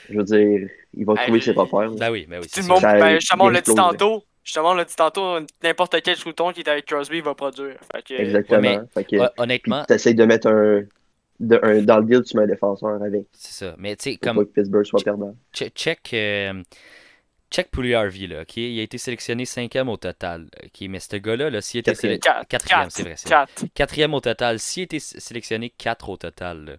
Speaker 3: je veux dire, il va
Speaker 4: Ah,
Speaker 3: trouver
Speaker 4: lui-
Speaker 3: ses repères. là.
Speaker 2: Ben oui, ben oui.
Speaker 4: Tout
Speaker 2: c'est
Speaker 4: le
Speaker 2: ça.
Speaker 4: monde,
Speaker 3: Ça,
Speaker 4: ben,
Speaker 3: il-
Speaker 4: justement, on
Speaker 3: il
Speaker 4: l'a dit
Speaker 3: explose.
Speaker 4: tantôt. Justement, on l'a dit tantôt, n'importe quel shooton qui est avec Crosby, il va produire. Fait que,
Speaker 3: Exactement.
Speaker 2: Ouais,
Speaker 3: Fait que-
Speaker 2: Hon-
Speaker 3: Puis
Speaker 2: Honnêtement,
Speaker 3: t'essayes de mettre un, de- un- Dans le deal, tu mets un défenseur avec.
Speaker 2: c'est ça. Mais tu sais,
Speaker 3: Pour
Speaker 2: comme
Speaker 3: pas que Pittsburgh soit perdant.
Speaker 2: Che- Check, euh, check Pouliarvi, là, ok? Il a été sélectionné cinquième au total, ok? Mais ce gars-là, là, s'il était
Speaker 3: Quatrième.
Speaker 2: sélectionné...
Speaker 4: Quatre,
Speaker 2: Quatrième,
Speaker 4: quatre,
Speaker 2: c'est vrai, c'est vrai.
Speaker 4: quatre.
Speaker 2: Quatrième au total, s'il était sé- sélectionné quatre au total, là,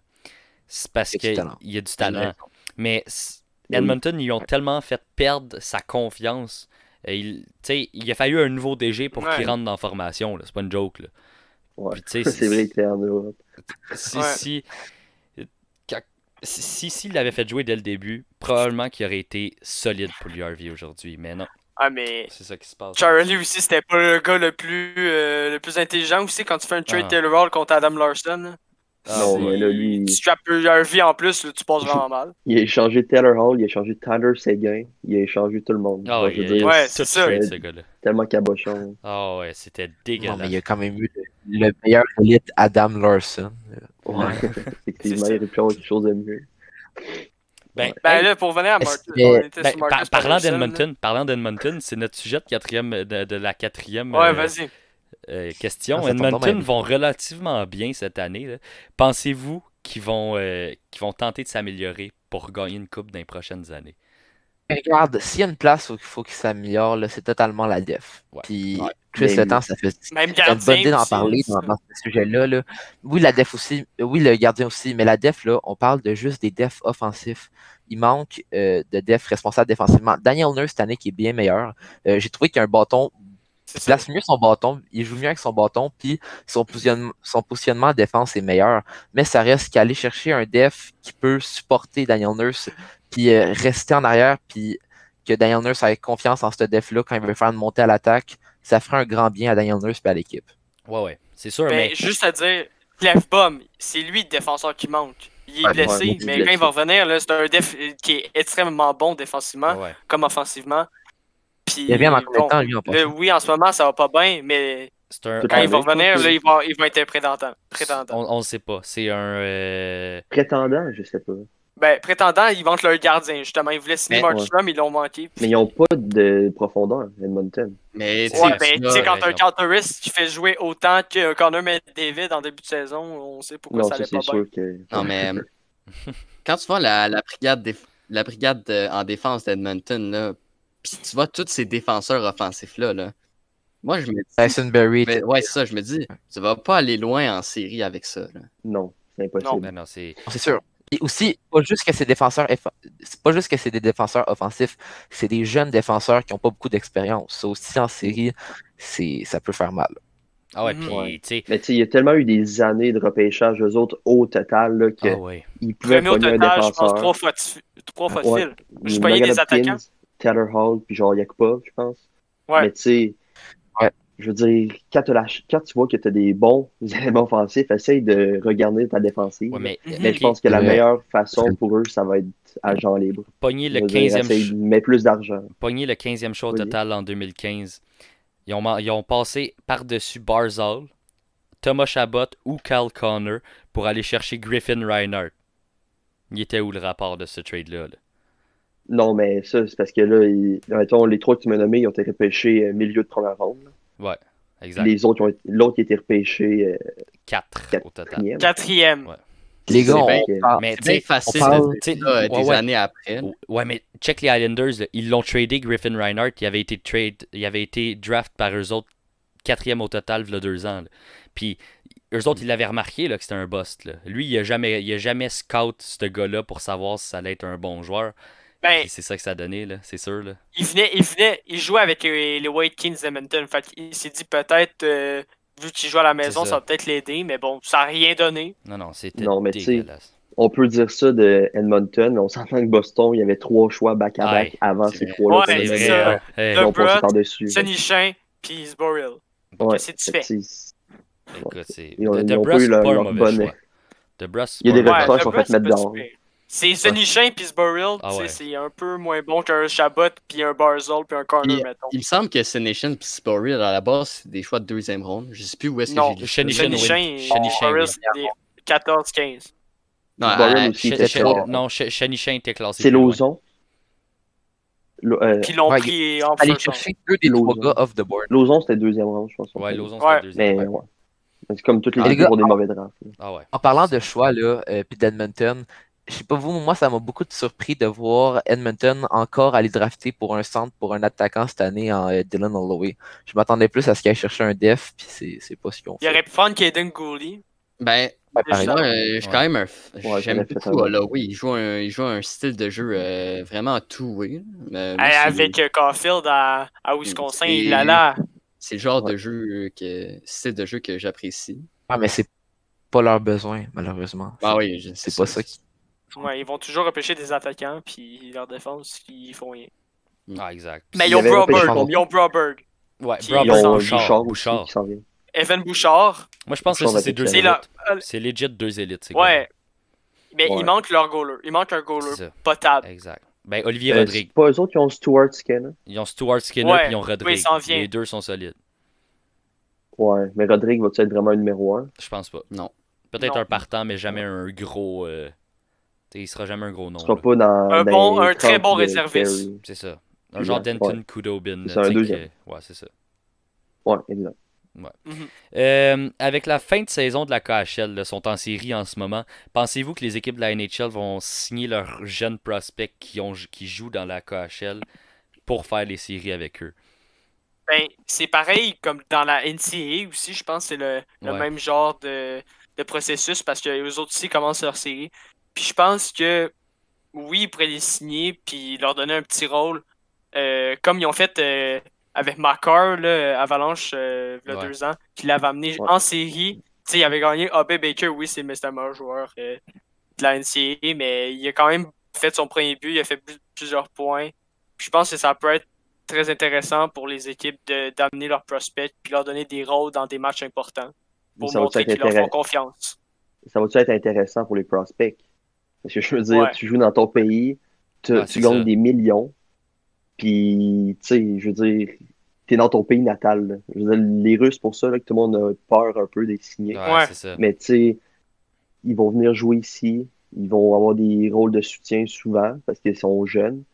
Speaker 2: c'est parce
Speaker 1: Il y a du
Speaker 2: qu'il
Speaker 1: talent.
Speaker 2: y a du talent. Mais s-
Speaker 3: Mais oui.
Speaker 2: Edmonton, ils ont tellement fait perdre sa confiance euh, il, tu sais, il a fallu un nouveau DG pour
Speaker 4: Ouais.
Speaker 2: qu'il rentre dans la formation. là. C'est pas une joke. Là.
Speaker 3: Ouais.
Speaker 2: Puis, tu sais,
Speaker 3: C'est vrai qu'il est en Europe.
Speaker 2: si,
Speaker 4: Ouais.
Speaker 2: si, quand- si, si- s'il l'avait fait jouer dès le début, probablement qu'il aurait été solide pour l'URV aujourd'hui. Mais non,
Speaker 4: Ah, mais
Speaker 2: c'est ça qui se passe.
Speaker 4: Charlie aussi, c'était pas le gars le plus, euh, le plus intelligent aussi quand tu fais un trade
Speaker 2: Ah.
Speaker 4: Taylor Hall contre Adam Larson.
Speaker 1: Mm.
Speaker 4: là.
Speaker 2: Ah,
Speaker 3: non,
Speaker 2: c'est-
Speaker 3: mais là, lui,
Speaker 4: Tu
Speaker 3: il-
Speaker 4: trappes un vie en plus, là, tu passes vraiment mal.
Speaker 3: il a échangé Taylor Hall, il a échangé Tyler Seguin, il a échangé tout le monde.
Speaker 2: Ah,
Speaker 3: Moi,
Speaker 2: ouais,
Speaker 3: je veux
Speaker 2: il-
Speaker 3: dire,
Speaker 4: Ouais,
Speaker 2: tout
Speaker 4: c'est ça.
Speaker 2: trade, ce gars-là.
Speaker 3: tellement cabochon.
Speaker 2: Ah ouais, c'était
Speaker 1: Non,
Speaker 2: dégueulasse.
Speaker 1: mais il y a quand même eu le, le meilleur élite Adam Larson.
Speaker 2: Ouais.
Speaker 3: Effectivement,
Speaker 4: ça.
Speaker 3: il aurait pu avoir quelque chose de mieux.
Speaker 2: Ben,
Speaker 4: Ben
Speaker 2: hey,
Speaker 4: là, pour revenir à
Speaker 1: Est-ce
Speaker 4: Marcus,
Speaker 1: que-
Speaker 4: on était
Speaker 2: ben,
Speaker 4: sur
Speaker 2: par-
Speaker 4: Marcus
Speaker 2: parlant
Speaker 4: Patterson, là.
Speaker 2: d'Edmonton, parlant d'Edmonton, c'est notre sujet de quatrième de, de la quatrième
Speaker 4: Ouais,
Speaker 2: euh,
Speaker 4: vas-y.
Speaker 2: euh, question.
Speaker 1: Ah, ça tombe donc
Speaker 2: Edmonton
Speaker 1: bien.
Speaker 2: vont relativement bien cette année. là. Pensez-vous qu'ils vont euh, qu'ils vont tenter de s'améliorer pour gagner une coupe dans les prochaines années?
Speaker 1: Regarde, s'il y a une place où il faut qu'il s'améliore, là, c'est totalement la def.
Speaker 2: Ouais.
Speaker 1: Puis
Speaker 5: Ouais.
Speaker 1: Chris
Speaker 3: Mais-
Speaker 1: Le Temps, ça fait
Speaker 4: Même
Speaker 1: C'est une bonne idée
Speaker 4: gardien
Speaker 1: d'en
Speaker 4: aussi,
Speaker 1: parler
Speaker 4: ça.
Speaker 1: dans, dans ce sujet-là. là. Oui, la def aussi, oui, le gardien aussi, mais la def, là, on parle de juste des defs offensifs. Il manque euh, de def responsable défensivement. Daniel Nurse, cette année, qui est bien meilleur. Euh, J'ai trouvé qu'il a un bâton.
Speaker 4: C'est
Speaker 1: Il
Speaker 4: ça.
Speaker 1: place mieux son bâton, il joue mieux avec son bâton, puis son, positionne- son positionnement en défense est meilleur. Mais ça reste qu'aller chercher un def qui peut supporter Daniel Nurse, puis euh, rester en arrière, puis que Daniel Nurse ait confiance en ce def-là quand il veut faire une montée à l'attaque, ça ferait un grand bien à Daniel Nurse et à l'équipe.
Speaker 2: Ouais, ouais, c'est sûr,
Speaker 4: Ben,
Speaker 2: mais
Speaker 4: juste à dire, Clefbaum, c'est lui le défenseur qui manque. Il est
Speaker 3: Ouais,
Speaker 4: blessé,
Speaker 3: ouais, il est
Speaker 4: mais quand il
Speaker 3: blessé.
Speaker 4: va revenir, là, c'est un def euh, qui est extrêmement bon défensivement,
Speaker 2: ouais,
Speaker 4: comme offensivement. Puis,
Speaker 1: Il revient dans combien
Speaker 4: bon,
Speaker 1: de temps, lui, en
Speaker 4: là,
Speaker 1: passant?
Speaker 4: oui, en ce moment, ça va pas bien, mais
Speaker 2: c'est un.
Speaker 3: Tout
Speaker 4: quand
Speaker 3: Ouais,
Speaker 4: il va
Speaker 3: mais-
Speaker 4: revenir, là, il, va, il va être prétendant. prétendant.
Speaker 2: On, on le sait pas. C'est un. euh,
Speaker 3: Prétendant, je sais pas.
Speaker 4: Ben, prétendant, ils vantent leur gardien, justement. Ils voulaient signer
Speaker 5: Mais-
Speaker 4: Markstrom, ils l'ont manqué.
Speaker 3: Mais ils n'ont pas de profondeur, Edmonton.
Speaker 5: Mais tu sais,
Speaker 4: Ouais,
Speaker 2: c'est-
Speaker 4: ben,
Speaker 5: là,
Speaker 4: tu sais, quand
Speaker 2: ouais,
Speaker 4: t'as un
Speaker 2: genre.
Speaker 4: counterist qui fait jouer autant que Connor McDavid en début de saison, on sait pourquoi
Speaker 3: non,
Speaker 4: ça
Speaker 3: ça,
Speaker 4: allait
Speaker 3: c'est
Speaker 4: pas bien.
Speaker 3: sûr que.
Speaker 5: Non, mais euh, quand tu vois la, la brigade, déf- la brigade euh, en défense d'Edmonton, là, pis tu vois tous ces défenseurs offensifs-là, là, moi, je me dis.
Speaker 1: Tyson Berry,
Speaker 5: mais- ouais, c'est ça, je me dis, tu vas pas aller loin en série avec ça. là.
Speaker 3: Non, c'est impossible.
Speaker 2: Ben non, c'est.
Speaker 1: c'est sûr. Et aussi, pas juste que c'est défenseurs, eff- c'est pas juste que c'est des défenseurs offensifs, c'est des jeunes défenseurs qui n'ont pas beaucoup d'expérience. Ça aussi en série, c'est ça peut faire mal.
Speaker 2: Ah ouais,
Speaker 4: Mhm.
Speaker 2: puis,
Speaker 3: Ouais.
Speaker 2: tu sais.
Speaker 3: Mais tu sais, il y a tellement eu des années de repêchage, eux autres, au total, là,
Speaker 2: Ah
Speaker 3: qu'ils
Speaker 2: ouais.
Speaker 3: pouvaient
Speaker 4: Premier au
Speaker 3: pogner un
Speaker 4: total, je pense,
Speaker 3: défenseur.
Speaker 4: trois fois de, fi- trois fois de
Speaker 3: Ouais.
Speaker 4: fil.
Speaker 3: Il
Speaker 4: Juste
Speaker 3: y a
Speaker 4: pogner des
Speaker 3: Megan Hopkins,
Speaker 4: attaquants.
Speaker 3: Taylor Hall, puis genre Yakupov, je pense.
Speaker 4: Ouais.
Speaker 3: Mais tu sais,
Speaker 1: Ouais.
Speaker 3: je veux dire, quand, t'as la ch- quand tu vois que tu as des bons éléments offensifs, essaye de regarder ta défensive.
Speaker 2: Ouais, mais.
Speaker 3: Mais
Speaker 4: Ok.
Speaker 3: je pense que la
Speaker 1: Ouais.
Speaker 3: meilleure façon pour eux, ça va être agent libre.
Speaker 2: Pogner le
Speaker 3: Je veux dire,
Speaker 2: 15e
Speaker 3: essaye de mettre plus d'argent.
Speaker 2: pogné le 15e show au
Speaker 3: Oui.
Speaker 2: total en 2015. Ils ont, man- ils ont passé par-dessus Barzal, Thomas Chabot ou Kyle Connor pour aller chercher Griffin Reinhardt. Il était où le rapport de ce trade-là? là?
Speaker 3: Non, mais ça, c'est parce que là, ils- mettons, les trois que tu m'as nommés, ils ont été repêchés euh, milieu de première ronde. là.
Speaker 2: Exact.
Speaker 3: Les autres, ils ont été- l'autre qui a été repêché euh,
Speaker 2: 4
Speaker 3: quatre-
Speaker 2: au total.
Speaker 3: quatrième.
Speaker 4: Quatrième.
Speaker 2: Ouais.
Speaker 1: Les gars,
Speaker 3: C'est
Speaker 1: on
Speaker 3: bien que-
Speaker 1: parle-
Speaker 2: Mais
Speaker 5: C'est
Speaker 2: tu sais,
Speaker 5: bien facile
Speaker 1: on parle-
Speaker 5: de
Speaker 2: tu sais,
Speaker 5: dire ça, euh,
Speaker 2: ouais,
Speaker 5: des
Speaker 2: ouais.
Speaker 5: années après. là.
Speaker 2: Ouais, mais check les Islanders, là. ils l'ont tradé Griffin Reinhardt, il avait été trade, il avait été draft par eux autres quatrième au total v'là deux ans. là. Puis eux autres, ils l'avaient remarqué là, que c'était un bust. là. Lui, il a jamais, il a jamais scout ce gars-là pour savoir si ça allait être un bon joueur.
Speaker 4: Ben,
Speaker 2: Puis c'est ça que ça a donné, là, c'est sûr. Là.
Speaker 4: il venait, il venait, il jouait avec les, les White Kings d'Edmonton. Fait qu'il s'est dit peut-être, euh, vu qu'il joue à la maison,
Speaker 2: ça.
Speaker 4: ça. va peut-être l'aider, mais bon, ça n'a rien donné.
Speaker 2: Non, non, c'était
Speaker 3: Non, mais tu sais,
Speaker 2: dégueulasse.
Speaker 3: On peut dire ça de Edmonton, mais on s'entend que Boston, il y avait trois choix back-à-back
Speaker 2: Ouais,
Speaker 3: avant
Speaker 5: c'est
Speaker 3: ces
Speaker 5: vrai.
Speaker 3: trois-là.
Speaker 4: Ouais,
Speaker 3: qu'on
Speaker 2: C'est
Speaker 3: avait
Speaker 2: vrai.
Speaker 4: ça.
Speaker 3: fait.
Speaker 2: hein. Hey,
Speaker 3: Ils ont
Speaker 4: Le Brot,
Speaker 3: passé par-dessin.
Speaker 4: Sonny Chin, puis Isboril.
Speaker 3: Ouais,
Speaker 4: c'est
Speaker 3: fait que
Speaker 4: différent.
Speaker 3: c'est-
Speaker 2: écoute, c'est-
Speaker 3: Ils ont-
Speaker 2: De-
Speaker 3: ils
Speaker 2: De
Speaker 3: ont pas
Speaker 2: Brus,
Speaker 3: eu
Speaker 2: c'est
Speaker 3: leur-
Speaker 2: pas un
Speaker 3: leur
Speaker 2: mauvais
Speaker 3: bonne-
Speaker 2: choix. De Brus, c'est
Speaker 3: Il y a
Speaker 2: pas
Speaker 3: des
Speaker 2: un
Speaker 4: Ouais,
Speaker 2: mauvais
Speaker 3: reproches,
Speaker 4: le
Speaker 2: choix.
Speaker 3: en fait,
Speaker 4: Brot, c'est
Speaker 3: mettre
Speaker 4: pas
Speaker 3: dehors.
Speaker 4: super. C'est Sonny Chin puis Isboril,
Speaker 2: Ah
Speaker 4: tu sais,
Speaker 2: ouais.
Speaker 4: c'est un peu moins bon qu'un Chabot puis un Barzol puis un Corner, mettons.
Speaker 5: Il me semble que Senation et Sporry, à la base, c'est des choix de deuxième ronde. Je sais plus où est-ce que
Speaker 4: Non,
Speaker 5: j'ai lu ça.
Speaker 2: Shani-
Speaker 4: Sonny
Speaker 2: Chin,
Speaker 4: Chin
Speaker 2: oui.
Speaker 4: et
Speaker 2: Sonny Chin,
Speaker 4: Boril,
Speaker 2: oui.
Speaker 4: c'est des 14-15.
Speaker 5: Non,
Speaker 3: Sporry
Speaker 5: euh,
Speaker 3: aussi,
Speaker 2: Ah, Ch-
Speaker 3: était
Speaker 2: Ch-
Speaker 3: fort.
Speaker 2: non, Ch- Chanichin était classé.
Speaker 3: C'est
Speaker 2: plus loin.
Speaker 3: Lozon. Lo- euh,
Speaker 4: Puis ils l'ont
Speaker 1: Ouais,
Speaker 4: pris en
Speaker 1: aller
Speaker 4: first round.
Speaker 1: chercher deux des trois
Speaker 3: Lozon.
Speaker 1: gars off the board.
Speaker 3: Lozon, c'était deuxième round, je pense.
Speaker 2: Ouais, Lozon,
Speaker 4: Ouais.
Speaker 2: c'était deuxième.
Speaker 3: Mais ouais. C'est comme toutes les
Speaker 1: Ah, les
Speaker 3: équipes
Speaker 1: gars,
Speaker 3: ont des mauvais drafts. là.
Speaker 2: Ah ouais.
Speaker 1: En parlant de choix là, euh, puis d'Edmonton, je sais pas vous, mais moi ça m'a beaucoup de surpris de voir Edmonton encore aller drafter pour un centre pour un attaquant cette année en euh, Dylan Holloway. Je m'attendais plus à ce qu'il aille chercher un def, puis c'est- c'est pas ce qu'ils ont
Speaker 4: Il
Speaker 1: fait.
Speaker 4: aurait pu prendre Kaden Gooley.
Speaker 5: Ben,
Speaker 1: Ouais, par
Speaker 4: Déjà.
Speaker 1: exemple.
Speaker 5: Moi, euh, je suis
Speaker 2: Ouais.
Speaker 5: quand même un. f-
Speaker 3: Ouais,
Speaker 5: J'aime
Speaker 3: j'aurais fait ça,
Speaker 5: beaucoup
Speaker 3: ouais.
Speaker 5: Holloway. Il joue un, il joue un style de jeu euh, vraiment tout-way. Euh, moi,
Speaker 4: Hey,
Speaker 5: c'est-
Speaker 4: avec euh, Caulfield à, à Wisconsin,
Speaker 5: Et-
Speaker 4: il allait.
Speaker 5: C'est le genre
Speaker 3: Ouais.
Speaker 5: de jeu que style de jeu que j'apprécie.
Speaker 1: Ah, mais c'est pas leur besoin, malheureusement.
Speaker 5: Ah oui, je-
Speaker 1: Bah, C'est pas ça qui.
Speaker 4: Ouais, ils vont toujours repêcher des attaquants, puis leur défense, ils font rien.
Speaker 2: Ah, exact.
Speaker 4: Mais
Speaker 3: Il
Speaker 4: ils ont
Speaker 3: avait repêché
Speaker 4: Broberg,
Speaker 1: Charlotte.
Speaker 4: ils ont Broberg.
Speaker 2: Ouais,
Speaker 4: Ils
Speaker 2: Broberg,
Speaker 4: ont,
Speaker 3: euh,
Speaker 2: Bouchard,
Speaker 3: aussi
Speaker 2: Bouchard.
Speaker 3: qui s'en vient.
Speaker 4: Evan Bouchard,
Speaker 2: Moi, je pense que
Speaker 3: Bouchard
Speaker 2: ça,
Speaker 3: va
Speaker 2: c'est
Speaker 3: être
Speaker 2: deux
Speaker 4: c'est
Speaker 2: élites.
Speaker 3: excellent.
Speaker 4: là.
Speaker 2: C'est legit deux élites. ces
Speaker 4: Ouais. Mais
Speaker 3: Ouais.
Speaker 4: il manque leur goaler. Il manque un
Speaker 2: gars-là.
Speaker 4: goaler
Speaker 2: C'est ça,
Speaker 4: potable.
Speaker 2: exact. Ben, Olivier
Speaker 3: Euh,
Speaker 2: Rodrigue.
Speaker 3: c'est hein? pas eux autres qui ont Stuart Skinner.
Speaker 2: Ils ont Stuart Skinner
Speaker 4: Ouais,
Speaker 2: et ils ont Rodrigue.
Speaker 4: oui, ça en vient.
Speaker 2: Les deux sont solides.
Speaker 3: Ouais, mais Rodrigue va-tu être vraiment un numéro 1?
Speaker 2: Je pense pas.
Speaker 5: Non.
Speaker 2: Peut-être
Speaker 4: Non.
Speaker 2: un partant, mais jamais un gros. euh, t'sais, il sera jamais un gros nom.
Speaker 3: Il sera
Speaker 2: là.
Speaker 3: pas dans.
Speaker 4: Un
Speaker 3: dans
Speaker 4: bon-
Speaker 3: les
Speaker 4: un très
Speaker 3: 30
Speaker 4: bon
Speaker 3: de
Speaker 4: réserviste.
Speaker 3: Kerry.
Speaker 2: C'est ça. Un genre
Speaker 3: Exact,
Speaker 2: Denton Kudobin.
Speaker 3: C'est
Speaker 2: là,
Speaker 3: un
Speaker 2: tu sais,
Speaker 3: deuxième.
Speaker 2: que- Ouais, c'est ça.
Speaker 3: Ouais, exact.
Speaker 2: Euh, avec la fin de saison de la KHL, là, sont en série en ce moment. Pensez-vous que les équipes de la NHL vont signer leurs jeunes prospects qui, ont, qui jouent dans la KHL pour faire les séries avec eux?
Speaker 4: Ben, c'est pareil comme dans la NCAA aussi, je pense que c'est le, le
Speaker 2: Ouais.
Speaker 4: même genre de, de processus parce que les autres aussi commencent leur série. Puis je pense que oui, ils pourraient les signer puis leur donner un petit rôle euh, comme ils ont fait euh, avec Makar là, Avalanche euh, il y a
Speaker 2: Ouais.
Speaker 4: deux ans, qui l'avait amené
Speaker 3: Ouais.
Speaker 4: en série. Tu sais, il avait gagné A.B. Baker, oui, c'est le meilleur joueur euh, de la NCAA, mais il a quand même fait son premier but, il a fait plus- plusieurs points. Puis je pense que ça peut être très intéressant pour les équipes de- d'amener leurs prospects puis leur donner des rôles dans des matchs importants
Speaker 3: Mais
Speaker 4: pour
Speaker 3: Ça va-tu
Speaker 4: montrer
Speaker 3: être,
Speaker 4: qu'ils leur font
Speaker 3: intéress-
Speaker 4: confiance.
Speaker 3: ça va-tu être intéressant pour les prospects? Parce que je veux dire,
Speaker 4: Ouais.
Speaker 3: tu joues dans ton pays, tu,
Speaker 2: Ah,
Speaker 3: tu
Speaker 2: c'est
Speaker 3: gagnes
Speaker 2: ça.
Speaker 3: des millions, puis, tu sais, je veux dire, t'es dans ton pays natal. là. Je veux dire, les Russes, pour ça, là, que tout le monde a peur un peu des signés.
Speaker 4: Ouais.
Speaker 2: c'est ça.
Speaker 3: Mais tu sais, ils vont venir jouer ici, ils vont avoir des rôles de soutien souvent parce qu'ils sont jeunes.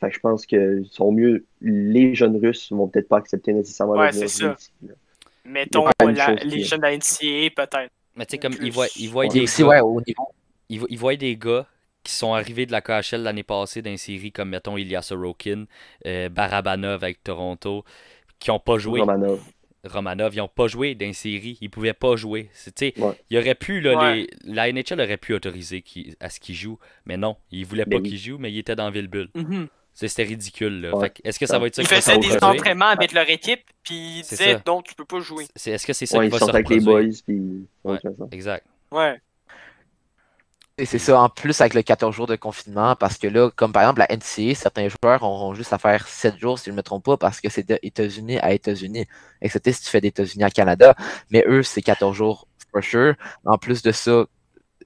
Speaker 3: Fait que je pense que sont mieux les jeunes Russes vont peut-être pas accepter nécessairement de
Speaker 4: Ouais,
Speaker 3: venir
Speaker 4: c'est
Speaker 3: jouer
Speaker 4: ça.
Speaker 3: ici. là.
Speaker 4: Mettons
Speaker 3: pas une
Speaker 4: la-
Speaker 3: chose qui
Speaker 4: les
Speaker 3: est-
Speaker 4: jeunes de la NCAA peut-être.
Speaker 2: Mais tu sais, comme
Speaker 4: Plus-
Speaker 2: ils voient, ils voient
Speaker 3: Ouais.
Speaker 1: Puis
Speaker 2: des
Speaker 1: aussi,
Speaker 2: gars-
Speaker 1: ouais, au niveau.
Speaker 2: ils, vo- ils voient des gars qui sont arrivés de la KHL l'année passée dans les séries comme, mettons, Ilya Sorokin, euh, Barabanov avec Toronto, qui n'ont pas joué.
Speaker 3: Romanov.
Speaker 2: Romanov, ils n'ont pas joué dans les séries. Ils pouvaient pas jouer. C'est- tu sais,
Speaker 3: Ouais.
Speaker 2: Il aurait pu, là,
Speaker 4: Ouais.
Speaker 2: les- la NHL aurait pu autoriser qu'il- à ce qu'ils jouent, mais non, ils voulaient
Speaker 3: Ben
Speaker 2: pas
Speaker 3: oui.
Speaker 2: qu'ils jouent, mais ils étaient dans Villebule.
Speaker 4: Mhm.
Speaker 2: C'est- C'était ridicule. là.
Speaker 3: Ouais.
Speaker 2: Fait que, Est-ce que ça va être ça
Speaker 4: Ils
Speaker 2: qui va se
Speaker 4: faisaient des
Speaker 2: reproduire?
Speaker 4: entraînements avec leur équipe puis ils
Speaker 2: C'est
Speaker 4: disaient
Speaker 2: ça.
Speaker 4: non, tu peux pas jouer.
Speaker 2: C'est- Est-ce que c'est ça
Speaker 3: Ouais,
Speaker 2: qui
Speaker 3: ils
Speaker 2: va se
Speaker 3: sortent avec les
Speaker 2: reproduire?
Speaker 3: boys, puis ouais, c'est ça.
Speaker 2: Exact.
Speaker 4: Ouais.
Speaker 1: Et c'est ça, en plus avec le 14 jours de confinement, parce que là, comme par exemple la NCA, certains joueurs auront juste à faire 7 jours, si je ne me trompe pas, parce que c'est de États-Unis à États-Unis, excepté si tu fais des États-Unis à Canada. Mais eux, c'est 14 jours for sure. En plus de ça,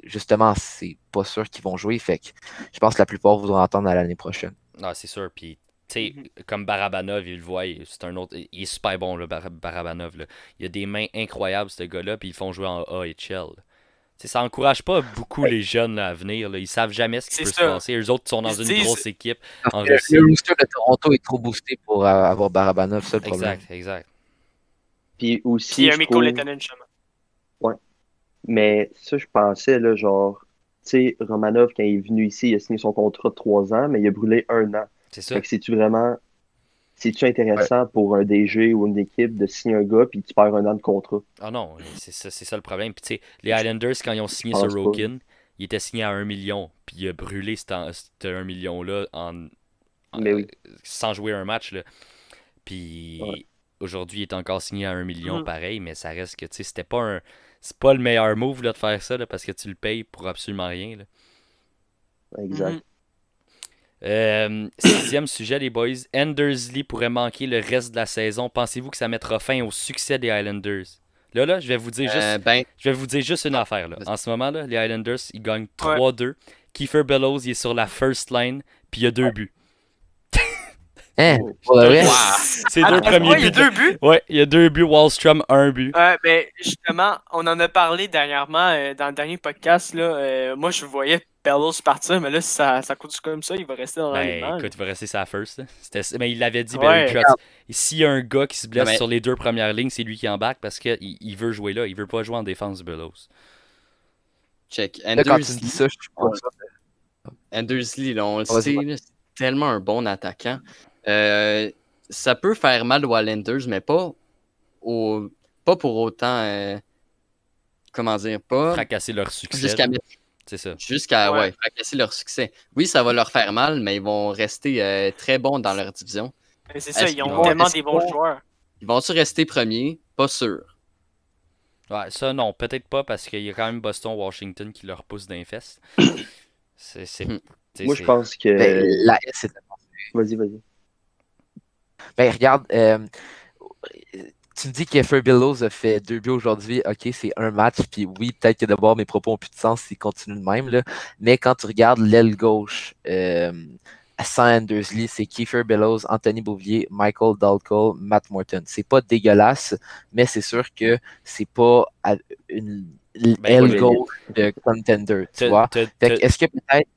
Speaker 1: justement, c'est pas sûr qu'ils vont jouer. Fait que je pense que la plupart voudront attendre à l'année prochaine.
Speaker 2: Non, Ah, c'est sûr. Puis, tu sais,
Speaker 4: Mm-hmm.
Speaker 2: comme Barabanov, il le voit, il- c'est un autre. Il est super bon, le Barabanov. Là. Il a des mains incroyables, ce gars-là, puis ils le font jouer en AHL. Tu sais, ça encourage pas beaucoup les jeunes là, à venir. Là. Ils savent jamais ce qui
Speaker 4: C'est
Speaker 2: peut
Speaker 4: ça.
Speaker 2: se passer. Eux autres sont dans
Speaker 4: Ils se
Speaker 2: une
Speaker 4: disent-
Speaker 2: grosse équipe.
Speaker 1: Parce
Speaker 2: En
Speaker 1: que
Speaker 2: Russie.
Speaker 1: le roster de Toronto est trop boosté pour euh, avoir Barabanov, c'est le problème.
Speaker 2: Exact, exact.
Speaker 3: Puis
Speaker 4: Puis
Speaker 3: aussi,
Speaker 4: un
Speaker 3: je
Speaker 4: Mikko
Speaker 3: trouve-
Speaker 4: Lettinen, justement.
Speaker 3: mais ça, je pensais, là, genre, tu sais, Romanov, quand il est venu ici, il a signé son contrat de 3 ans, mais il a brûlé un an.
Speaker 2: C'est ça.
Speaker 3: Fait que c'est-tu vraiment. C'est-tu intéressant pour un DG ou une équipe de signer un gars puis tu perds un an de contrat?
Speaker 2: Ah non, c'est ça, c'est ça le problème. Puis tu sais, les Islanders, quand ils ont signé
Speaker 3: pense pas.
Speaker 2: Sorokin, il était signé à 1 million. Puis il a brûlé cet en- cet 1 million-là en, en- euh,
Speaker 3: Mais oui.
Speaker 2: sans jouer un match. Là. Puis
Speaker 3: Ouais.
Speaker 2: aujourd'hui, il est encore signé à 1 million,
Speaker 4: Mhm.
Speaker 2: pareil. Mais ça reste que, tu sais, c'était pas un. C'est pas le meilleur move là, de faire ça là, parce que tu le payes pour absolument rien. là.
Speaker 3: Exact.
Speaker 4: Mhm.
Speaker 2: Euh, sixième sujet, les boys. Endersley pourrait manquer le reste de la saison. Pensez-vous que ça mettra fin au succès des Islanders? Là, là, je vais vous dire juste
Speaker 5: Euh, ben,
Speaker 2: Je vais vous dire juste une affaire. Là. En ce moment, là, les Islanders, ils gagnent 3-2. Kiefer Bellows, il est sur la first line, puis il y a deux buts.
Speaker 1: Hein, pour le vrai?
Speaker 5: Wow.
Speaker 2: C'est
Speaker 4: Ah,
Speaker 2: deux
Speaker 4: pourquoi
Speaker 2: premiers
Speaker 4: il y
Speaker 2: buts.
Speaker 4: a deux buts.
Speaker 2: de- Ouais, il y a deux buts. Wallstrom, un but.
Speaker 4: Ouais, ben, justement, on en a parlé dernièrement euh, dans le dernier podcast. Là, euh, moi, je voyais Bellows partir, mais là, si ça, ça continue comme ça, il va rester dans
Speaker 2: Ben,
Speaker 4: l'alignement.
Speaker 2: écoute, il va rester sa first. là. C'était- Mais il l'avait dit,
Speaker 4: Ouais.
Speaker 2: Barry Trotz. S'il y a un gars qui se blesse
Speaker 5: Non, mais-
Speaker 2: sur les deux premières lignes, c'est lui qui embarque parce qu'il il veut jouer là. Il veut pas jouer en défense, Bellows.
Speaker 5: check.
Speaker 1: Là, quand tu
Speaker 5: Anders
Speaker 1: me dis ça, je suis pas
Speaker 5: Ouais. Andersley, là, on le
Speaker 1: Vas-y,
Speaker 5: sait,
Speaker 1: vas-y.
Speaker 5: là, c'est tellement un bon attaquant. Euh, ça peut faire mal aux Islanders, mais pas, au, pas pour autant. euh, comment dire, pas
Speaker 2: Fracasser leur succès.
Speaker 5: jusqu'à mettre
Speaker 2: C'est ça.
Speaker 5: Jusqu'à
Speaker 4: Ouais.
Speaker 5: ouais. fracasser leur succès. Oui, ça va leur faire mal, mais ils vont rester euh, très bons dans leur division.
Speaker 4: Mais c'est ça,
Speaker 5: Est-ce
Speaker 4: ils ont
Speaker 5: qu'ils vont-
Speaker 4: tellement
Speaker 5: est-ce
Speaker 4: des bons
Speaker 5: qu'on-
Speaker 4: joueurs.
Speaker 5: Ils vont-tu rester premiers? Pas sûr.
Speaker 2: Ouais, ça, non, peut-être pas parce qu'il y a quand même Boston, Washington qui leur pousse d'un fest. C'est. c'est-
Speaker 5: Hmm.
Speaker 2: t'sais,
Speaker 3: Moi, je
Speaker 2: c'est-
Speaker 3: pense que.
Speaker 1: Ben, la S, c'est
Speaker 3: Vas-y, vas-y.
Speaker 1: Ben, regarde, euh, tu me dis que Billows a fait deux buts aujourd'hui. OK, c'est un match. Puis oui, peut-être que d'abord, mes propos ont plus de sens s'ils continuent de même. Là. Mais quand tu regardes l'aile gauche euh, sans Andersley, c'est Kiefer Bellows, Anthony Bouvier, Michael Dalcole, Matt Morton. C'est pas dégueulasse, mais c'est sûr que c'est pas à- une
Speaker 2: oui.
Speaker 1: aile gauche de contender, tu
Speaker 2: Ben, T'as-
Speaker 1: vois.
Speaker 2: t'as-
Speaker 1: Fait
Speaker 2: t'as-
Speaker 1: que Est-ce que peut-être.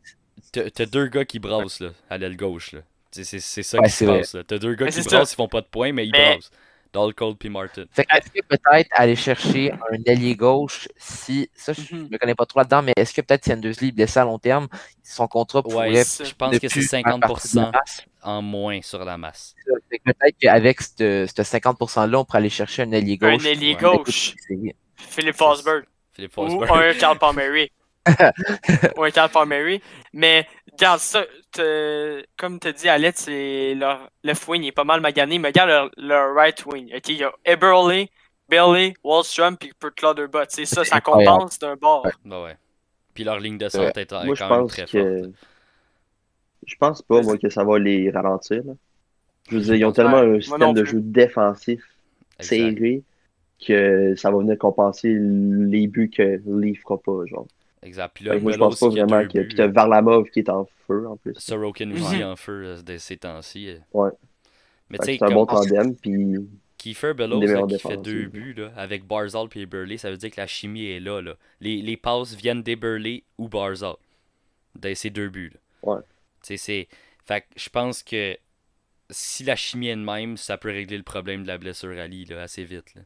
Speaker 2: T'as t'as deux gars qui brassent là, à l'aile gauche. là. T'sais, C'est c'est ça
Speaker 1: Ouais,
Speaker 2: qui se
Speaker 1: c'est vrai.
Speaker 2: passe. là. T'as deux gars
Speaker 4: Mais
Speaker 2: qui
Speaker 4: c'est ça.
Speaker 2: brassent, ils font pas de points, mais ils
Speaker 4: Mais-
Speaker 2: brassent. Dahl Cole puis Martin.
Speaker 1: Fait que est-ce que peut-être aller chercher un allié gauche si. Ça, je
Speaker 4: Mhm.
Speaker 1: me connais pas trop là-dedans, mais est-ce que peut-être si Andersley est blessé à long terme, son contrat pourrait.
Speaker 2: Ouais,
Speaker 4: c'est-
Speaker 2: je pense
Speaker 1: ne
Speaker 2: que c'est
Speaker 1: plus faire partie de la
Speaker 2: 50%
Speaker 1: masse.
Speaker 2: en moins sur la masse.
Speaker 1: Fait que Peut-être qu'avec ce ce 50%-là, on pourrait aller chercher un allié
Speaker 4: Un
Speaker 1: gauche.
Speaker 4: ailier
Speaker 2: ouais.
Speaker 4: gauche,
Speaker 1: C'est-
Speaker 4: Philippe Forsberg.
Speaker 2: Philippe
Speaker 4: Ou
Speaker 2: Forsberg.
Speaker 4: un Carl Palmieri. ou un Carl Palmieri. Mais regarde ça, t'as- comme tu dis, Alette, c'est leur left wing est pas mal magané, mais regarde leur, leur right wing. ok, Il y a Eberle, Bailey, Wallstrom, puis Kurt Lauderbot. C'est ça, ça
Speaker 1: incroyable.
Speaker 4: compense d'un bord.
Speaker 1: Ouais.
Speaker 2: Bah ouais. Puis leur ligne de centre est, est
Speaker 3: Moi, je
Speaker 2: quand même
Speaker 3: pense
Speaker 2: très
Speaker 3: que.
Speaker 2: forte. hein.
Speaker 3: Je pense pas, moi, que ça va les ralentir. là. Je veux dire, ils ont tellement un
Speaker 4: non
Speaker 3: système de
Speaker 4: plus.
Speaker 3: jeu défensif
Speaker 2: Exact.
Speaker 3: serré que ça va venir compenser les buts que Lee fera pas, genre.
Speaker 2: exact. Puis euh,
Speaker 3: Fait
Speaker 2: là,
Speaker 3: que moi, je
Speaker 2: Bellows
Speaker 3: pense pas
Speaker 2: qui a
Speaker 3: vraiment
Speaker 2: deux
Speaker 3: que.
Speaker 2: buts,
Speaker 3: Puis t'as Varlamov qui est en feu, en plus.
Speaker 2: Sorokin
Speaker 4: Mhm.
Speaker 2: aussi en feu euh, de ces temps-ci. euh.
Speaker 3: Ouais.
Speaker 2: Mais
Speaker 3: Fait
Speaker 2: tu
Speaker 3: que
Speaker 2: sais,
Speaker 3: C'est un bon
Speaker 2: comme
Speaker 3: tandem, puis
Speaker 2: Kiefer Bellows
Speaker 3: Des
Speaker 2: là,
Speaker 3: meilleures
Speaker 2: qui fait
Speaker 3: défenses,
Speaker 2: deux
Speaker 3: oui.
Speaker 2: buts là, avec Barzal et Burley, ça veut dire que la chimie est là. là. Les, les passes viennent des Burley ou Barzal. De ces deux buts. là.
Speaker 3: Ouais.
Speaker 2: Tu sais, c'est. Fait que je pense que si la chimie est de même, ça peut régler le problème de la blessure à Lee là, assez vite. là.